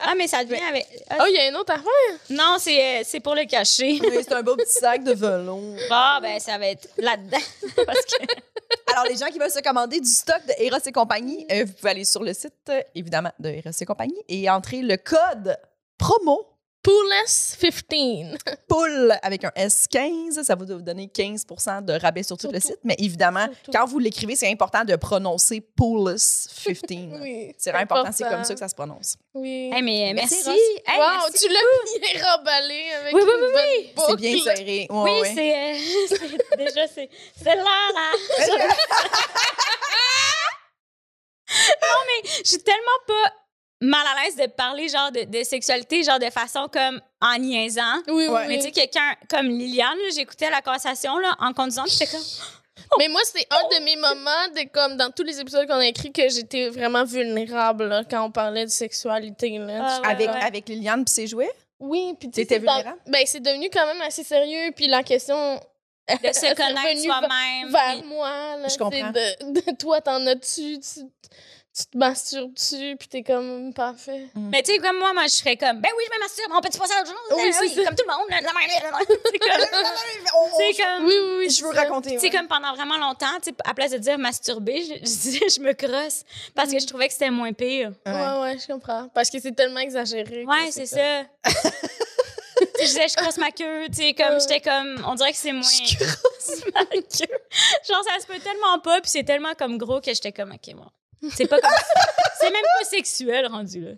S4: Ah, mais ça devient avec. ah,
S3: Oh, il y a une autre affaire.
S4: non, c'est, euh, c'est pour le cacher.
S2: Mais c'est un beau petit sac de velours.
S4: Bon, ben, ça va être là-dedans. Parce que.
S2: Alors, les gens qui veulent se commander du stock de Eros et compagnie, euh, vous pouvez aller sur le site, euh, évidemment, de Eros et compagnie et entrer le code promo
S3: Poules 15.
S2: POULE avec un S15. Ça va vous donner 15 de rabais sur tout le
S3: Surtout.
S2: site. Mais évidemment,
S3: Surtout.
S2: quand vous l'écrivez, c'est important de prononcer POULUS 15.
S3: (laughs) Oui.
S2: C'est vraiment important, c'est comme ça que ça se prononce.
S3: Oui.
S4: Hey, mais euh, merci.
S2: Merci, Ross.
S4: Hey,
S3: wow,
S4: merci.
S3: tu l'as bien remballé avec
S4: Oui, oui,
S3: une bonne
S2: C'est
S3: boucle.
S2: bien serré. Ouais,
S4: Oui,
S2: ouais.
S4: c'est, euh, (laughs) c'est- Déjà, c'est. C'est
S3: (laughs)
S4: là, là. non, mais je suis tellement pas mal à l'aise de parler, genre, de, de sexualité, genre, de façon comme en niaisant.
S3: Oui, oui,
S2: Ouais.
S3: oui.
S4: Mais tu sais, quelqu'un comme Liliane, là, j'écoutais la conversation là, en conduisant, puis
S3: (laughs)
S4: j'étais comme.
S3: Mais moi, c'est un de mes moments, de, comme dans tous les épisodes qu'on a écrits, que j'étais vraiment vulnérable là, quand on parlait de sexualité. Là.
S4: Ah, ouais,
S2: Avec,
S4: ouais.
S2: avec Liliane puis ses
S3: (laughs)
S2: jouets.
S3: Oui, puis tu sais,
S2: T'étais
S3: c'est dans-
S2: vulnérable?
S3: Ben, c'est devenu quand même assez sérieux, puis la question
S4: de se connaître
S3: revenu
S4: soi-même.
S3: vers
S4: puis-
S3: moi, là,
S2: Je comprends.
S3: c'est de, (laughs) de- toi, t'en as-tu, tu, tu te masturbes-tu, puis t'es comme parfait.
S4: Mais tu sais, comme moi, moi, je serais comme, ben oui, je me masturbe, on peut-tu passer à autre chose?
S3: Oui,
S4: Euh,
S3: c'est ça.
S4: Comme tout le monde, là, de la
S3: (laughs)
S4: merde. C'est comme-
S2: On-
S4: c'est comme,
S3: Oui, oui, oui.
S2: je veux
S3: c'est ça.
S2: raconter.
S4: tu sais,
S2: ouais.
S4: comme pendant vraiment longtemps, tu sais, à place de dire masturber, je, (laughs) je disais, je me crosse parce que je trouvais que c'était moins pire.
S3: Ouais,
S2: Ouais.
S3: ouais, je comprends. Parce que c'est tellement exagéré. que
S4: Ouais, c'est
S3: comme-
S4: ça. Tu sais, je disais, je crosse ma queue, tu sais, comme, j'étais comme, on dirait que c'est moins. Euh. Je crosse (laughs) ma queue. Genre, ça se peut tellement pas, puis c'est tellement comme gros que j'étais comme, ok, bon. C'est pas comme C'est même pas sexuel rendu là.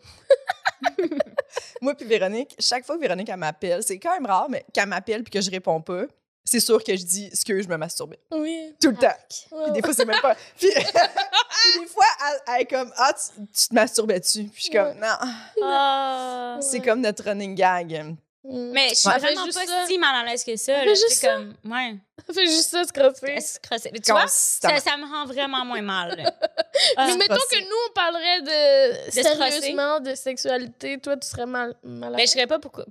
S2: Moi puis Véronique, chaque fois que Véronique elle m'appelle, c'est quand même rare, mais qu'elle m'appelle puis que je réponds pas, c'est sûr que je dis excuse, je me masturbe
S3: Oui.
S2: tout le temps. Puis
S3: Ouais.
S2: des fois c'est
S4: (laughs)
S2: même pas. Puis, (laughs) puis des fois elle, elle est comme ah tu, tu te masturbais-tu Puis je suis comme non,
S4: Ah.
S2: c'est comme notre running gag. euh,
S3: Mm.
S4: Mais je suis
S3: Ouais. Fais
S4: vraiment
S3: juste
S4: pas
S3: ça.
S4: si mal à l'aise que ça.
S3: Fais
S4: Là.
S3: juste
S4: C'est comme, ouais.
S3: (laughs) Fais juste ça, se crosser.
S4: elle se crossait. Mais Tu
S2: Quand
S4: vois,
S2: c'est-
S4: ça, ça me rend vraiment moins mal. (laughs) là.
S3: Mais
S4: Ah.
S3: mettons
S2: crosser.
S3: que nous, on parlerait de,
S4: se crosser.
S3: sérieusement de sexualité. Toi, tu serais mal, mal à
S4: Mais Ben, je serais pas pourquoi.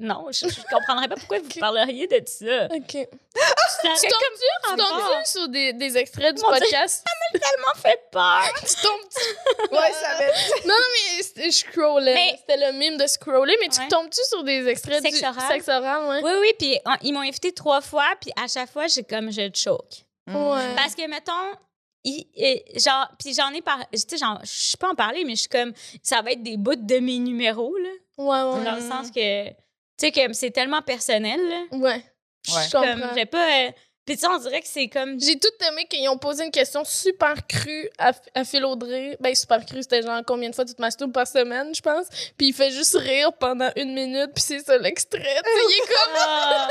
S4: Non, je, je comprendrais pas pourquoi vous parleriez de ça.
S3: OK. Tu
S4: Ça aurait
S3: tombes-tu
S4: comme
S3: tombes
S4: rapport.
S3: tu sur des, des extraits du
S4: Mon Dieu.
S3: podcast?
S4: tellement fait peur.
S3: tu tombes-tu?
S2: Ouais, ça va.
S3: Non, non, mais c'était- je scrollais.
S4: Mais-
S3: C'était le mime de scroller, mais tu
S4: Ouais.
S3: tombes-tu sur des extraits
S4: Sexe
S3: du
S4: oral?
S3: sexe oral? Ouais.
S4: Oui, oui, puis on- ils m'ont invité trois fois, puis à chaque fois, j'ai comme je choke.
S3: Ouais.
S4: Parce que, mettons, il- et genre, puis j'en ai par. Tu sais, j'en- je peux en parler, mais je suis comme. Ça va être des bouts de mes numéros, là.
S3: Ouais, ouais.
S4: Dans le sens que. Tu sais, que c'est tellement personnel, là.
S3: Ouais.
S2: Ouais.
S3: Je
S4: Comme,
S3: comprends.
S4: j'ai pas. euh, puis tu sais, on dirait que c'est comme.
S3: J'ai tout aimé qu'ils ont posé une question super crue à, à Phil Audrey. Ben, super crue, c'était genre combien de fois tu te masturbes par semaine, je pense. Puis il fait juste rire pendant une minute, puis c'est ça l'extrait. Tu sais, il est comme,
S4: Ah,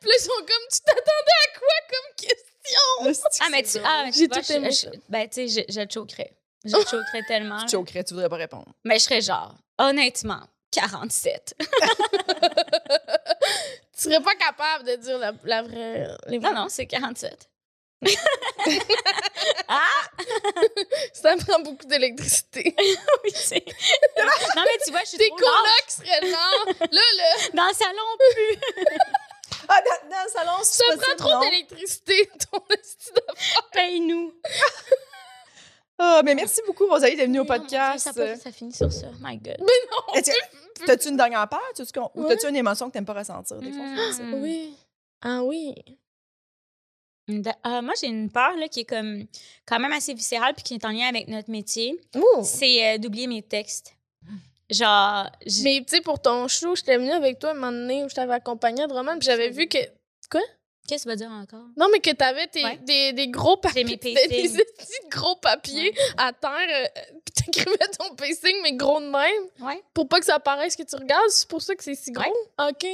S3: puis là, ils sont comme, tu t'attendais à quoi comme question?
S2: (laughs)
S4: Ah, mais tu. Ah, mais tu
S3: J'ai
S4: vois,
S3: tout
S4: je-
S3: aimé
S4: je-
S3: ça.
S4: Ben, tu sais, je, je choquerais. Je
S3: (laughs)
S4: choquerais tellement. là.
S2: Tu choquerais, tu voudrais pas répondre.
S4: Mais je serais genre, honnêtement, 47.
S3: Tu serais pas capable de dire la, la vraie. Les
S4: Non, non,
S3: (laughs)
S4: c'est 47.
S3: Ça prend beaucoup
S4: (laughs)
S3: d'électricité.
S4: Oui, c'est. non, mais tu vois, je suis
S3: Tes
S4: trop large.
S3: colocs seraient genre, là, là,
S4: Dans le salon,
S3: (laughs)
S2: Ah, dans, dans le salon,
S3: ça prend trop
S2: d'électricité.
S3: d'électricité, ton (laughs) esti de-
S4: paye-nous.
S2: Ah, mais merci beaucoup, Rosalie, d'être venue au
S4: Non, mon Dieu,
S2: podcast.
S4: Mm, Ça,
S3: euh.
S4: peut- ça finit sur ça. My God.
S2: Est-ce que- T'as-tu une dernière peur? T'as-tu qu'on- Ou
S3: Ouais.
S2: t'as-tu une émotion que t'aimes pas ressentir des fois?
S4: Mm.
S3: Mmh. Oui. Ah oui.
S4: De- ah, moi, j'ai une peur là, qui est comme quand même assez viscérale puis qui est en lien avec notre métier.
S3: Ouh.
S4: C'est euh, d'oublier mes textes. Genre, j'ai-
S3: Mais tu sais, pour ton show, j'étais venue avec toi un moment donné où je t'avais accompagnée à Drummond, puis j'avais vu que.
S4: qu'est-ce que tu vas dire encore?
S3: Non, mais que t'avais tes,
S4: Ouais.
S3: des, des gros papiers.
S4: J'ai mes
S3: T'avais Des
S4: pacings.
S3: petits gros papiers à terre, euh, puis t'écrivais ton pacing, mais gros de même,
S4: Ouais.
S3: pour pas que ça apparaisse que tu regardes. C'est pour ça que c'est si gros. OK.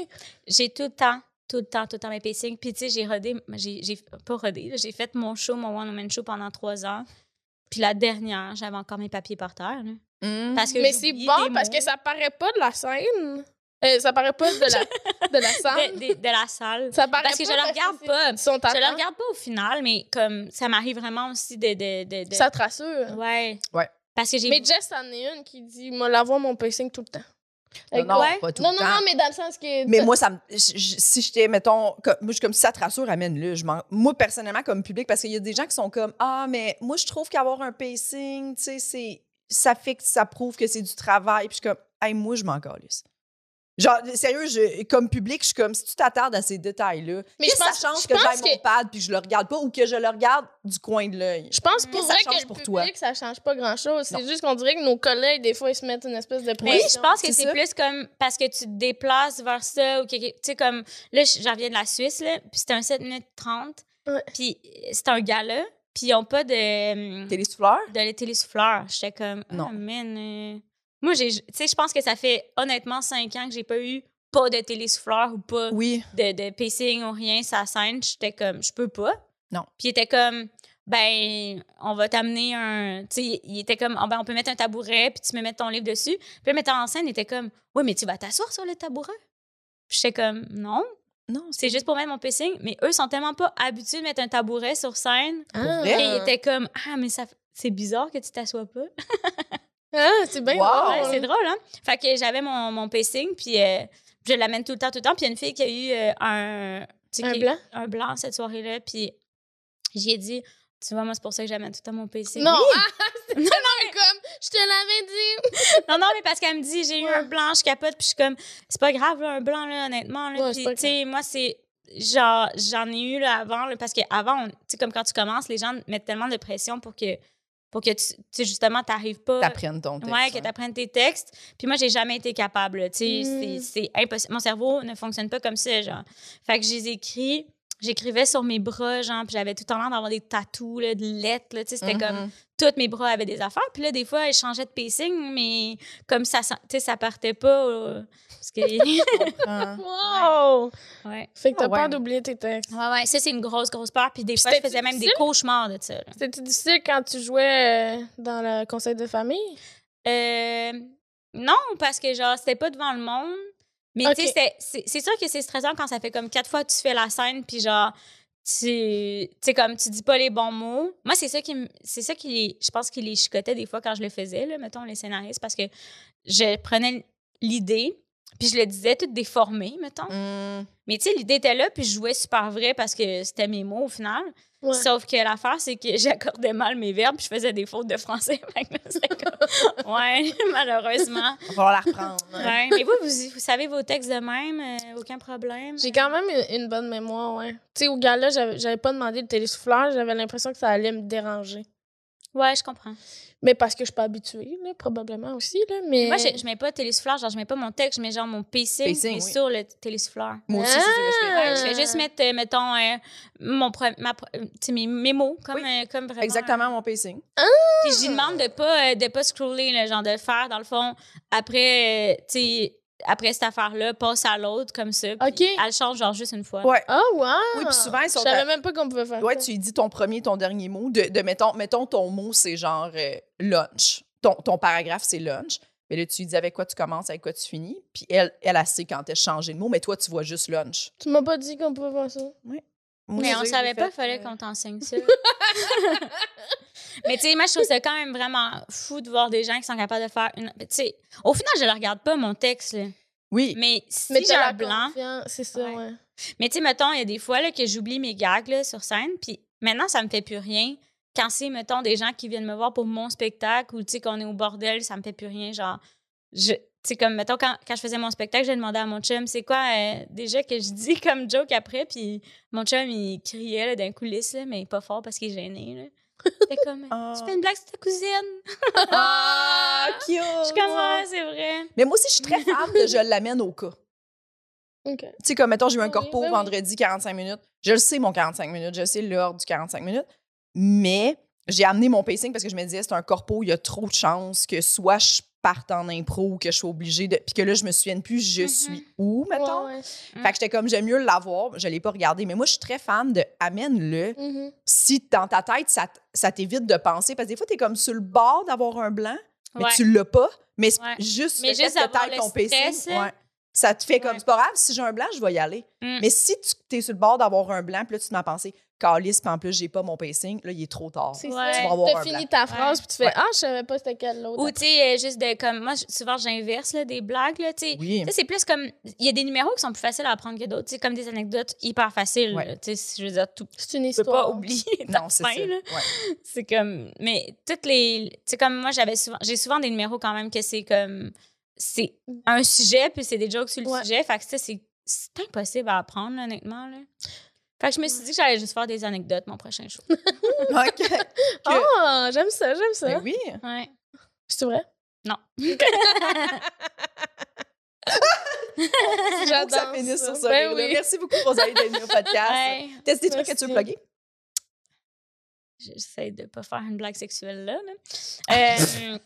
S4: J'ai tout le temps, tout le temps, tout le temps mes pacings. Puis, tu sais, j'ai rodé, j'ai j'ai- pas rodé, là, j'ai fait mon show, mon one-woman show pendant trois ans. Puis la dernière, j'avais encore mes papiers par terre. là.
S2: Mm.
S4: Parce que
S3: Mm-hmm. Mais c'est
S4: j'oublie
S3: bon
S4: des
S3: parce
S4: mots.
S3: que ça paraît pas de la scène. Euh, ça paraît pas de
S4: (laughs)
S3: la, de la salle.
S4: de, de- de la salle.
S3: (laughs) Ça paraît
S4: Ben, Parce que
S3: pas
S4: je le regarde pas.
S3: Ils sont à
S4: Je le
S3: temps.
S4: regarde pas au final, mais comme ça m'arrive vraiment aussi de. de, de, de-
S3: Ça te rassure.
S4: Ouais.
S2: Ouais.
S4: Parce que j'ai.
S3: Mais Jess en est une qui dit Moi, l'avoir mon pacing tout le temps.
S2: Non, non,
S4: Ouais.
S2: pas tout
S3: non,
S2: le
S3: non,
S2: temps.
S3: non, mais dans le sens que.
S2: Mais moi, ça me- je- je- si j'étais, mettons, comme, moi, je suis comme si ça te rassure, amène-le. Je m'en- Moi, personnellement, comme public, parce qu'il y a des gens qui sont comme Ah, mais moi, je trouve qu'avoir un pacing, tu sais, c'est- ça fait que ça prouve que c'est du travail. Puis je suis comme Hey, moi, je m'en calisse. Genre, sérieux, je- comme public, je suis comme si tu t'attardes à ces détails-là.
S3: Mais
S2: qu'est-ce
S3: je
S2: que
S3: pense-
S2: ça change
S3: je
S2: que
S3: pense
S2: j'aille mon
S3: que-
S2: pad puis que je le regarde pas ou que je le regarde du coin de l'œil.
S3: Je pense pour
S2: Qu'est-ce que ça
S3: vrai
S2: change
S3: que le
S2: pour
S3: public,
S2: toi?
S3: ça change pas grand-chose.
S2: Non.
S3: C'est juste qu'on dirait que nos collègues, des fois, ils se mettent une espèce de pression.
S4: Mais je pense que
S2: c'est
S4: c'est
S2: ça.
S4: plus comme parce que tu te déplaces vers ça ou que, que- tu sais comme là je- j'en viens de la Suisse là, puis c'était un 7 minutes 30.
S3: Ouais.
S4: Puis euh, c'est un gala, puis ils ont pas de hum,
S2: T'es les souffleurs?
S4: de les télésouffleurs. J'étais comme
S2: Non.
S4: non. man. euh. Moi j'ai tu sais je pense que ça fait honnêtement 5 ans que j'ai pas eu pas de télésouffleur ou pas
S2: Oui.
S4: de, de pacing ou rien, ça scène, j'étais comme, je peux pas.
S2: Non.
S4: Puis il était comme, ben, on va t'amener un. Tu sais, il était comme, Ah, ben, on peut mettre un tabouret, puis tu peux mettre ton livre dessus. Puis le metteur en scène était comme, oui, mais tu vas t'asseoir sur le tabouret. Puis j'étais comme, non,
S2: Non,
S4: c'est juste pour mettre mon pacing. Mais eux sont tellement pas habitués de mettre un tabouret sur scène.
S3: Ah,
S2: vrai?
S4: Et ils étaient comme, ah, mais ça. C'est bizarre que tu t'assoies pas.
S3: Ah, c'est bien.
S2: Wow.
S3: drôle.
S4: Ouais, c'est drôle, hein? Fait que j'avais mon, mon pacing, puis euh, je l'amène tout le temps, tout le temps. Puis il y a une fille qui a eu euh, un... tu sais,
S3: Un
S4: qui-
S3: blanc?
S4: un blanc cette soirée-là, puis j'y ai dit, tu vois, moi, c'est pour ça que j'amène tout le temps mon PC.
S3: Non, ah, (laughs) c'est non, comme, je te l'avais dit.
S4: non, non, mais parce qu'elle me dit, j'ai eu
S3: Ouais.
S4: un blanc, je capote, puis je suis comme, c'est pas grave, là, un blanc, là, honnêtement. Là,
S3: Ouais, c'est
S4: puis,
S3: pas
S4: tu sais, moi, c'est. Genre, j'en ai eu là, avant, là, parce qu'avant, tu sais, comme quand tu commences, les gens te mettent tellement de pression pour que pour que tu, tu sais, justement, t'arrives pas.
S2: T'apprennes ton texte. hein.
S4: Ouais, que tu apprennes tes textes. Puis moi, j'ai jamais été capable. là, Tu sais,
S3: Mm.
S4: c'est- c'est impossible. Mon cerveau ne fonctionne pas comme ça, genre. Fait que j'ai écrit, j'écrivais sur mes bras, genre, puis j'avais tout en l'air d'avoir des tatous, là, de lettres, là, tu sais, c'était
S3: Mm-hmm.
S4: comme
S2: Mhm.
S4: toutes mes bras avaient des affaires. Puis là, des fois, je changeais de pacing, mais comme ça, sent- tu sais, ça partait pas. euh, parce
S3: (laughs)
S4: que.
S2: Ah.
S3: Wow!
S4: ouais. Ah.
S3: Fait que t'as
S2: Ah ouais.
S3: peur d'oublier tes textes.
S4: Ouais, ouais, ça, c'est une grosse, grosse peur. Puis des fois, je
S3: c'était
S4: faisais même des
S3: difficile?
S4: cauchemars de ça. là.
S3: C'était difficile quand tu jouais euh, dans le conseil de famille?
S4: Euh, non, parce que genre, c'était pas devant le monde. Mais
S3: Ok.
S4: tu sais, c'était- c'est- c'est sûr que c'est stressant quand ça fait comme quatre fois que tu fais la scène, puis genre, tu tu sais, comme tu dis pas les bons mots. Moi, c'est ça qui me- c'est ça qui les- je pense qu'il les chicotait des fois quand je le faisais, là, mettons, les scénaristes, parce que je prenais l'idée, puis je le disais toute déformée, mettons.
S2: Mm.
S4: Mais tu sais, l'idée était là, puis je jouais super vrai parce que c'était mes mots au final.
S3: Ouais.
S4: Sauf que l'affaire, c'est que (laughs) j'accordais mal mes verbes, puis je faisais des fautes de français. (laughs) Fait que là, c'était comme- ouais, (laughs) malheureusement.
S2: On va la reprendre. hein.
S4: Ouais. Mais vous, vous, vous savez vos textes de même, euh, aucun problème.
S3: J'ai quand même une, une bonne mémoire, ouais. Tu sais, au gars-là, j'avais j'avais pas demandé le télésouffleur, j'avais l'impression que ça allait me déranger.
S4: Ouais, je comprends.
S3: Mais parce que je suis pas habituée, là, probablement aussi, là, mais...
S4: Moi, je, je mets pas télésouffleur, genre je mets pas mon texte, je mets genre mon pacing,
S2: Pacing,
S4: mais
S2: oui.
S4: sur le télésouffleur.
S2: Moi aussi, c'est ce que je fais.
S4: Ouais, je vais juste mettre, euh, mettons, euh, mon pro- ma pro- euh, tu sais, mes, mes mots, comme, euh, comme vraiment.
S2: Exactement mon pacing.
S4: Puis je lui demande de pas euh, de pas scroller le genre de le faire dans le fond après euh, tu sais après cette affaire là passe à l'autre comme ça puis
S3: OK.
S4: elle change genre juste une fois.
S2: Ouais.
S3: Oh, wow!
S2: Oui, puis souvent, ils sont
S3: Je savais
S2: à-
S3: même pas qu'on pouvait faire
S2: Ouais,
S3: ça.
S2: tu lui dis ton premier, ton dernier mot. De, de- mettons, mettons, ton mot, c'est genre euh, lunch. Ton, ton paragraphe, c'est lunch. Mais là, tu lui dis avec quoi tu commences, avec quoi tu finis. Puis elle, elle, elle sait quand t'as changé de mot, mais toi, tu vois juste lunch.
S3: Tu m'as pas dit qu'on pouvait faire ça.
S2: Moi,
S4: Mais
S2: je
S4: on
S2: sais,
S4: savait
S2: j'ai
S4: pas,
S2: fait,
S4: il fallait
S2: euh,
S4: qu'on
S2: (laughs)
S4: t'enseigne ça. (laughs) Mais tu sais, moi, je trouve ça quand même vraiment fou de voir des gens qui sont capables de faire une. Tu sais, au final, je le regarde pas, mon texte, là.
S2: Oui.
S4: Mais si
S3: Mais
S4: j'ai
S3: t'as
S4: un
S3: la
S4: blanc.
S3: confiance, C'est ça,
S4: Ouais.
S3: ouais.
S4: Mais tu sais, mettons, il y a des fois là, que j'oublie mes gags là, sur scène, puis maintenant, ça me fait plus rien. Quand c'est, mettons, des gens qui viennent me voir pour mon spectacle ou tu sais, qu'on est au bordel, ça me fait plus rien. Genre, je. Tu sais, comme, mettons, quand, quand je faisais mon spectacle, j'ai demandé à mon chum, c'est quoi euh, déjà que je dis comme joke après, puis mon chum, il criait là, d'un coulisse, là, mais pas fort parce qu'il est gêné. Là. C'était comme,
S2: Ah.
S4: tu fais une blague sur ta cousine.
S2: Ah, cute!
S4: Je commence, c'est vrai.
S2: Mais moi aussi, je suis (laughs) très fan de je l'amène au cas.
S3: OK.
S2: Tu sais, comme mettons, j'ai eu un
S3: Oui,
S2: corpo
S3: ben oui.
S2: vendredi 45 minutes. Je le sais, mon 45 minutes. Je sais l'ordre du 45 minutes. Mais j'ai amené mon pacing parce que je me disais, c'est un corpo, il y a trop de chances que soit je parte en impro ou que je sois obligée de. Puis que là, je me souvienne plus, je
S4: Mhm.
S2: suis où, mettons.
S3: Mm-hmm. Ouais, ouais.
S2: Fait que j'étais comme, j'aime mieux l'avoir. Je l'ai pas regardé. Mais moi, je suis très fan de amène-le.
S3: Mhm.
S2: Si dans ta tête, ça, t- ça t'évite de penser. Parce que des fois, t'es comme sur le bord d'avoir un blanc, mais
S4: Ouais.
S2: tu l'as pas. Mais c'est
S4: Ouais.
S2: juste,
S4: Mais
S2: le fait
S4: juste
S2: que
S4: avoir
S2: t'ailles
S4: le stress, là.
S2: ouais, ça te fait
S4: Ouais.
S2: comme, c'est pas grave, si j'ai un blanc, je vais y aller.
S4: Mm.
S2: Mais si tu es sur le bord d'avoir un blanc, puis là, tu te mets à penser, calice, puis en plus, j'ai pas mon pacing, là, il est trop tard.
S3: C'est
S4: Ouais.
S3: ça.
S4: Tu vas
S2: avoir
S3: T'as
S2: un
S3: fini
S2: blanc.
S3: ta phrase,
S4: Ouais.
S3: puis tu fais
S2: Ouais.
S3: « Ah, je savais pas c'était quel l'autre.
S4: Ou, tu sais, euh, juste de comme. Moi, j- souvent, j'inverse là, des blagues, là, tu sais.
S2: Oui.
S4: Tu sais, c'est plus comme. Il y a des numéros qui sont plus faciles à apprendre que d'autres. Tu sais, comme des anecdotes hyper faciles.
S2: Ouais.
S4: là. Tu sais, je veux dire, tout. (laughs)
S3: C'est une
S4: Tu peux pas
S3: histoire.
S4: oublier. ta
S2: Non, c'est
S4: fin,
S2: ça.
S4: là.
S2: Ouais.
S4: C'est comme. Mais toutes les. Tu sais, comme moi, j'avais souvent. J'ai souvent des numéros quand même que c'est comme. C'est un sujet, puis c'est des jokes sur le
S3: Ouais.
S4: sujet. Fait que ça, c'est. C'est impossible à apprendre, là, honnêtement, là. Fait que je me suis dit que j'allais juste faire des anecdotes mon prochain show.
S2: OK.
S4: (laughs)
S3: Ah, j'aime ça, j'aime
S2: Ben
S3: ça.
S2: oui.
S4: Ouais.
S3: C'est vrai? (laughs)
S4: Non.
S2: Faut que ça finisse sur ça.
S3: Ben
S2: là.
S3: oui.
S2: Merci beaucoup, Rosalie, d'être venue au podcast.
S4: Ouais.
S2: Teste des trucs que tu veux
S3: Merci.
S2: plugger.
S4: J'essaie de pas faire une blague sexuelle là. là.
S3: (laughs)
S4: Euh,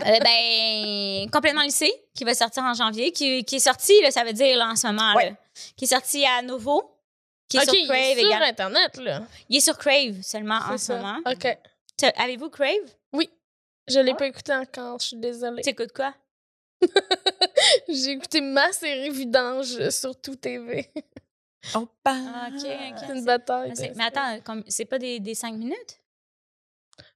S4: euh, ben, complètement lycée, qui va sortir en janvier, qui, qui est sorti, là, ça veut dire là, en ce moment, là.
S2: Ouais.
S4: qui est sorti à nouveau, qui est
S3: OK,
S4: sur Crave
S3: il est sur
S4: également.
S3: Internet, là.
S4: Il est sur Crave seulement en
S3: C'est
S4: ce
S3: ça.
S4: moment.
S3: OK.
S4: T'as- Avez-vous Crave?
S3: Je l'ai
S2: Ah.
S3: pas écouté encore, je suis désolée.
S4: T'écoutes quoi?
S3: (laughs) J'ai écouté ma série Vidange sur Tout TV.
S2: Oh,
S4: Ah, OK, OK.
S3: C'est une bataille.
S4: Ah,
S3: de-
S4: c'est- Mais attends, comme- c'est pas des, des cinq minutes?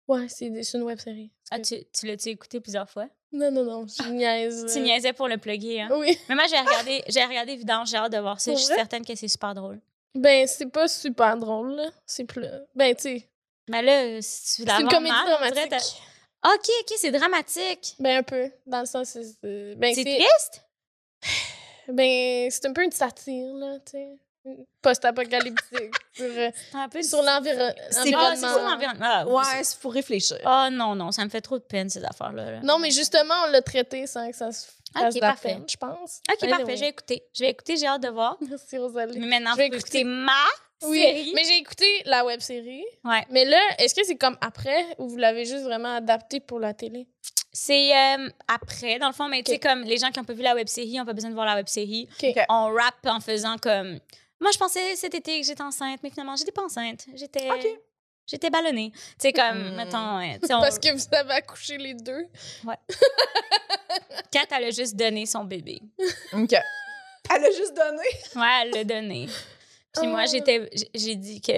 S3: Ouais, c'est des- c'est une web série.
S4: Ah, tu, tu l'as-tu écouté plusieurs fois?
S3: Non, non, non, je niaise.
S4: Ah, Tu
S3: euh.
S4: niaisais pour le plugger, hein?
S3: Oui.
S4: Mais moi, j'ai regardé, j'ai regardé Vidange, j'ai hâte de voir ça. Je
S3: Pour
S4: suis
S3: vrai?
S4: certaine que c'est super drôle.
S3: Ben, c'est pas super drôle, là. C'est plus. Ben, tu sais.
S4: Mais là, euh, si tu la
S3: C'est une
S4: vois
S3: comédie
S4: mal, on dirait
S3: dramatique.
S4: t'as- OK, OK, c'est dramatique.
S3: Ben, un peu. Dans le sens. c'est- c'est- Ben,
S4: c'est
S3: c'est.
S4: triste?
S3: Ben, c'est un peu une satire, là, tu sais. post-apocalyptique (laughs) sur, euh,
S4: C'est un peu
S3: sur l'environnement.
S2: C'est
S4: Ah, c'est sur l'environnement. Ah,
S2: Ouais, il faut réfléchir.
S4: Ah non, non, ça me fait trop de peine, ces affaires-là. là.
S3: Non, mais justement, on l'a traité sans que ça se
S4: Ok,
S3: fasse de la
S4: parfait.
S3: peine, je pense.
S4: Ok,
S3: Anyway.
S4: parfait, j'ai écouté. Je vais écouter, j'ai hâte de voir.
S3: (laughs) Merci, Rosalie.
S4: Mais maintenant,
S3: Je
S4: je
S3: vais
S4: vais écouter ma
S3: Oui,
S4: série.
S3: mais j'ai écouté la web-série.
S4: Ouais.
S3: Mais là, est-ce que c'est comme après ou vous l'avez juste vraiment adapté pour la télé?
S4: C'est euh, après, dans le fond, mais tu sais, comme les gens qui ont pas vu la web-série n'ont pas besoin de voir la web-série.
S3: Ok.
S2: Ok.
S4: On rap en faisant comme... Moi, je pensais cet été que j'étais enceinte, mais finalement, j'étais pas enceinte. J'étais...
S2: Ok.
S4: J'étais ballonnée. Tu sais, comme,
S2: Hmm.
S4: mettons... euh, tu sais, on-
S3: Parce que vous avez accouché les deux.
S4: Kat, elle a juste donné son bébé.
S2: OK. Elle a juste donné.
S4: Ouais, elle l'a donné. Puis moi,
S3: Ah.
S4: j'étais... j- J'ai dit que...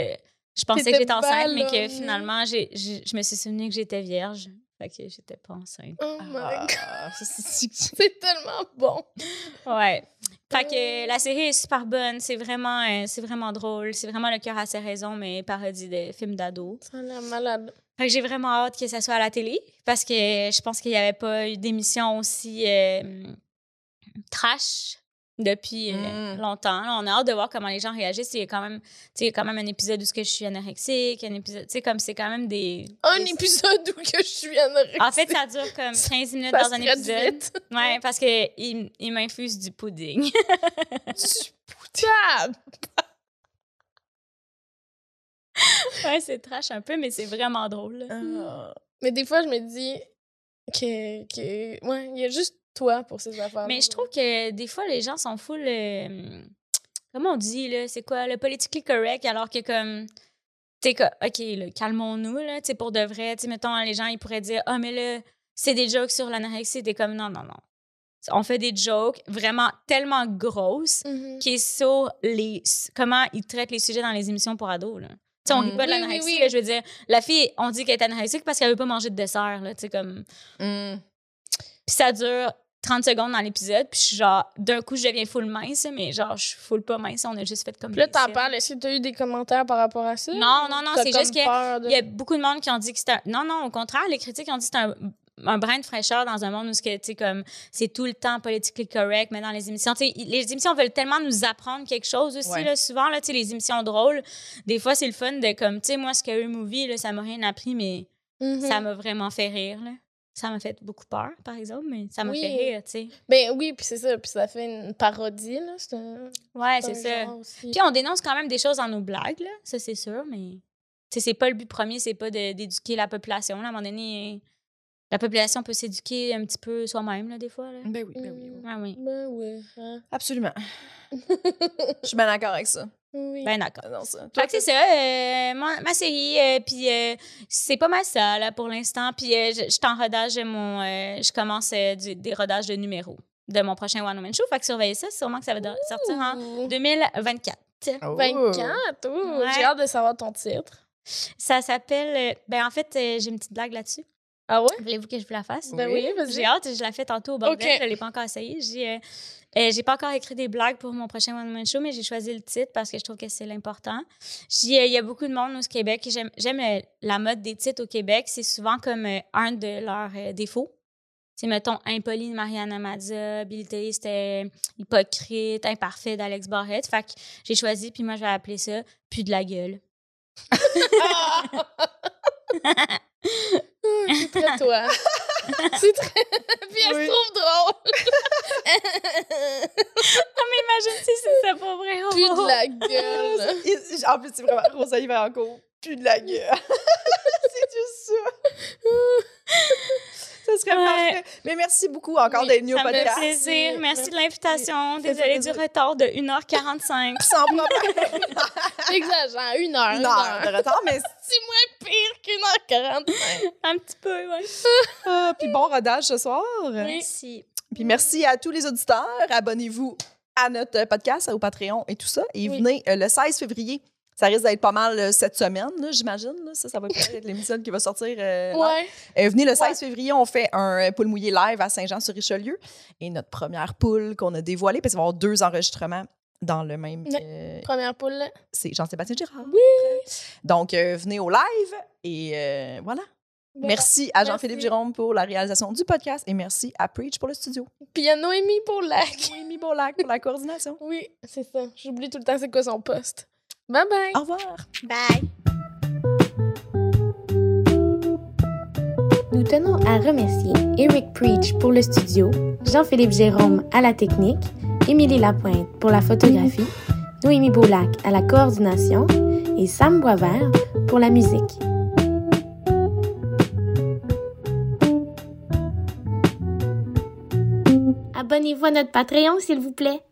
S4: Je pensais
S3: T'étais
S4: que j'étais enceinte, mais
S3: ballonnée.
S4: que finalement, j'ai- j'ai- je me suis souvenue que j'étais vierge. Fait que j'étais pas enceinte.
S3: Oh my
S2: Ah,
S3: god, (laughs)
S2: ça, c'est- c'est-
S3: c'est tellement bon.
S4: Ouais. Fait
S3: Euh.
S4: que la série est super bonne, c'est vraiment, euh, c'est vraiment drôle, c'est vraiment le cœur à ses raisons, mais parodie de films d'ado.
S3: Ça a l'air Oh malade.
S4: Fait que j'ai vraiment hâte que ça soit à la télé, parce que je pense qu'il n'y avait pas eu d'émission aussi euh, trash depuis euh,
S2: Mm.
S4: longtemps. Là, on a hâte de voir comment les gens réagissent. Il y a quand même, tu sais, il y a quand même un épisode où ce que je suis anorexique, un épisode, tu sais, comme c'est quand même des...
S3: Un
S4: des-
S3: épisode où que je suis anorexique.
S4: En
S3: (laughs)
S4: fait, ça dure comme 15 minutes
S3: Ça se
S4: dans un
S3: traite
S4: épisode.
S3: vite.
S4: Ouais, parce que il, il m'infuse du pudding. (laughs)
S3: Tab!
S4: Ouais, c'est trash un peu, mais c'est vraiment drôle.
S2: Ah.
S3: Mais des fois, je me dis que, que ouais, il y a juste toi pour ces affaires.
S4: Mais je trouve que des fois, les gens sont full. euh, comment on dit, là? C'est quoi? Le politically correct, alors que comme. T'sais, que- OK, là, calmons-nous, là. T'sais, pour de vrai, t'sais, mettons, les gens, ils pourraient dire, ah, mais là, c'est des jokes sur l'anorexie. T'es comme, non, non, non. On fait des jokes vraiment tellement grosses
S3: Mhm.
S4: qui est sur les, comment ils traitent les sujets dans les émissions pour ados, là. T'sais, on
S2: Mm.
S4: rit pas de
S3: Oui, oui,
S4: l'anorexie,
S3: oui.
S4: là, je veux dire. La fille, on dit qu'elle est anorexique parce qu'elle veut pas manger de dessert, là. T'sais, comme.
S2: Mm.
S4: Puis ça dure 30 secondes dans l'épisode. Puis je suis genre, d'un coup, je deviens full mince, mais genre, je suis full pas mince. On a juste fait comme.
S3: Puis là,
S4: des
S3: t'en
S4: siennes.
S3: parles. Est-ce que t'as eu des commentaires par rapport à ça?
S4: Non, non, non,
S3: T'as
S4: c'est
S3: comme
S4: juste que
S3: peur de-
S4: il y a beaucoup de monde qui ont dit que c'était un... Non, non, au contraire, les critiques ont dit que c'était un, un brin de fraîcheur dans un monde où ce que, tu sais, comme, c'est tout le temps politiquement correct, mais dans les émissions, tu sais, i- les émissions veulent tellement nous apprendre quelque chose aussi,
S2: Ouais.
S4: là, souvent, là, tu sais, les émissions drôles, des fois, c'est le fun de, comme, tu sais, moi, ce que eu Movie, là, ça m'a rien appris, mais
S3: Mhm.
S4: ça m'a vraiment fait rire, là. Ça m'a fait beaucoup peur, par exemple, mais ça m'a
S3: Oui.
S4: fait rire, tu sais.
S3: Ben oui, puis c'est ça. Puis ça fait une parodie, là. C'est un,
S4: Ouais,
S3: c'est un
S4: Ah, c'est ça.
S3: genre aussi.
S4: Puis on dénonce quand même des choses dans nos blagues, là, ça c'est sûr, mais tu sais, c'est pas le but premier, c'est pas de- d'éduquer la population. Là, à un moment donné, euh, la population peut s'éduquer un petit peu soi-même, là, des fois. Là.
S2: Ben oui, ben oui. oui.
S4: Ouais, oui.
S3: Ben oui. hein.
S4: (laughs)
S2: Absolument. Je suis bien d'accord avec ça. Ah
S3: oui.
S4: Ben d'accord.
S2: Non, ça.
S4: Fait que c'est ça, euh, ma, ma série, euh, puis euh, c'est pas mal ça, là, pour l'instant. Puis euh, je je suis en rodage, de mon, euh, je commence euh, du- des rodages de numéros de mon prochain One Woman Show. Fait que surveillez ça, sûrement que ça va do- sortir en
S3: Ouh. Ah.
S4: 2024.
S2: Oh.
S3: 24, ouh,
S4: Ouais.
S3: j'ai hâte de savoir ton titre.
S4: Ça s'appelle... euh, ben en fait, euh, j'ai une petite blague là-dessus.
S3: Ah ouais?
S4: Voulez-vous que je vous la fasse?
S3: Ben oui,
S4: J'ai
S3: (laughs) vas-y.
S4: hâte, je la fais tantôt au bordel,
S3: Ok.
S4: je ne l'ai pas encore essayé. J'ai euh, euh, j'ai pas encore écrit des blagues pour mon prochain One Man Show, mais j'ai choisi le titre parce que je trouve que c'est l'important. J'ai, euh, Il y a beaucoup de monde au Québec, et j'aime j'aime, euh, la mode des titres au Québec, c'est souvent comme euh, un de leurs euh, défauts. C'est, mettons, Impoli de Mariana Mazza, Billy Telly, c'était euh, Hypocrite, Imparfait d'Alex Barrette. Fait que j'ai choisi, puis moi, je vais appeler ça Plus de la gueule.
S3: c'est très toi. c'est très. Puis elle
S2: Oui.
S3: se trouve drôle.
S4: Non, mais imagine si c'est ça pour vrai.
S3: Plus de la gueule.
S2: Et- En plus, c'est vraiment Rosalie Valancourt, plus de la gueule. c'est juste ça. ça serait
S4: Ouais.
S2: parfait. Mais merci beaucoup encore
S3: Oui,
S2: d'être venu au
S4: Ça me fait
S2: podcast.
S4: plaisir. Merci de l'invitation.
S2: fait
S4: Désolée du
S2: plaisir.
S4: retard de 1h45.
S2: Sans problème.
S4: (laughs)
S3: J'exagère, une heure.
S2: Une heure de retard, mais.
S3: C'est moins pire qu'une heure quarante.
S4: Un petit peu, ouais.
S2: Ah, puis bon rodage ce soir.
S4: Merci.
S2: Puis merci à tous les auditeurs. Abonnez-vous à notre podcast, au Patreon et tout ça. Et
S3: Oui.
S2: venez euh, le 16 février. Ça risque d'être pas mal euh, cette semaine, là, j'imagine. là. Ça, ça va peut-être être l'émission qui va sortir. euh,
S3: Ouais.
S2: Euh, venez le 16 février, on fait un euh, poule mouillé live à Saint-Jean-sur-Richelieu. Et notre première poule qu'on a dévoilée, parce qu'il va y avoir deux enregistrements dans le même.
S3: Ouais.
S2: euh,
S3: Première poule. là.
S2: c'est Jean-Sébastien Girard.
S3: Oui.
S2: Donc, euh, venez au live et euh, voilà. Merci à Jean-Philippe
S3: Merci.
S2: Jérôme pour la réalisation du podcast et merci à Preach pour le studio.
S3: Puis il y a Noémie Paulac.
S2: Amy Bolac pour la coordination.
S3: Oui, c'est ça. J'oublie tout le temps c'est quoi son poste. Bye bye!
S2: Au revoir.
S4: Bye!
S5: Nous tenons à remercier Eric Preach pour le studio, Jean-Philippe Jérôme à la technique, Émilie Lapointe pour la photographie, Noémie Boulac à la coordination et Sam Boisvert pour la musique. Abonnez-vous à notre Patreon, s'il vous plaît.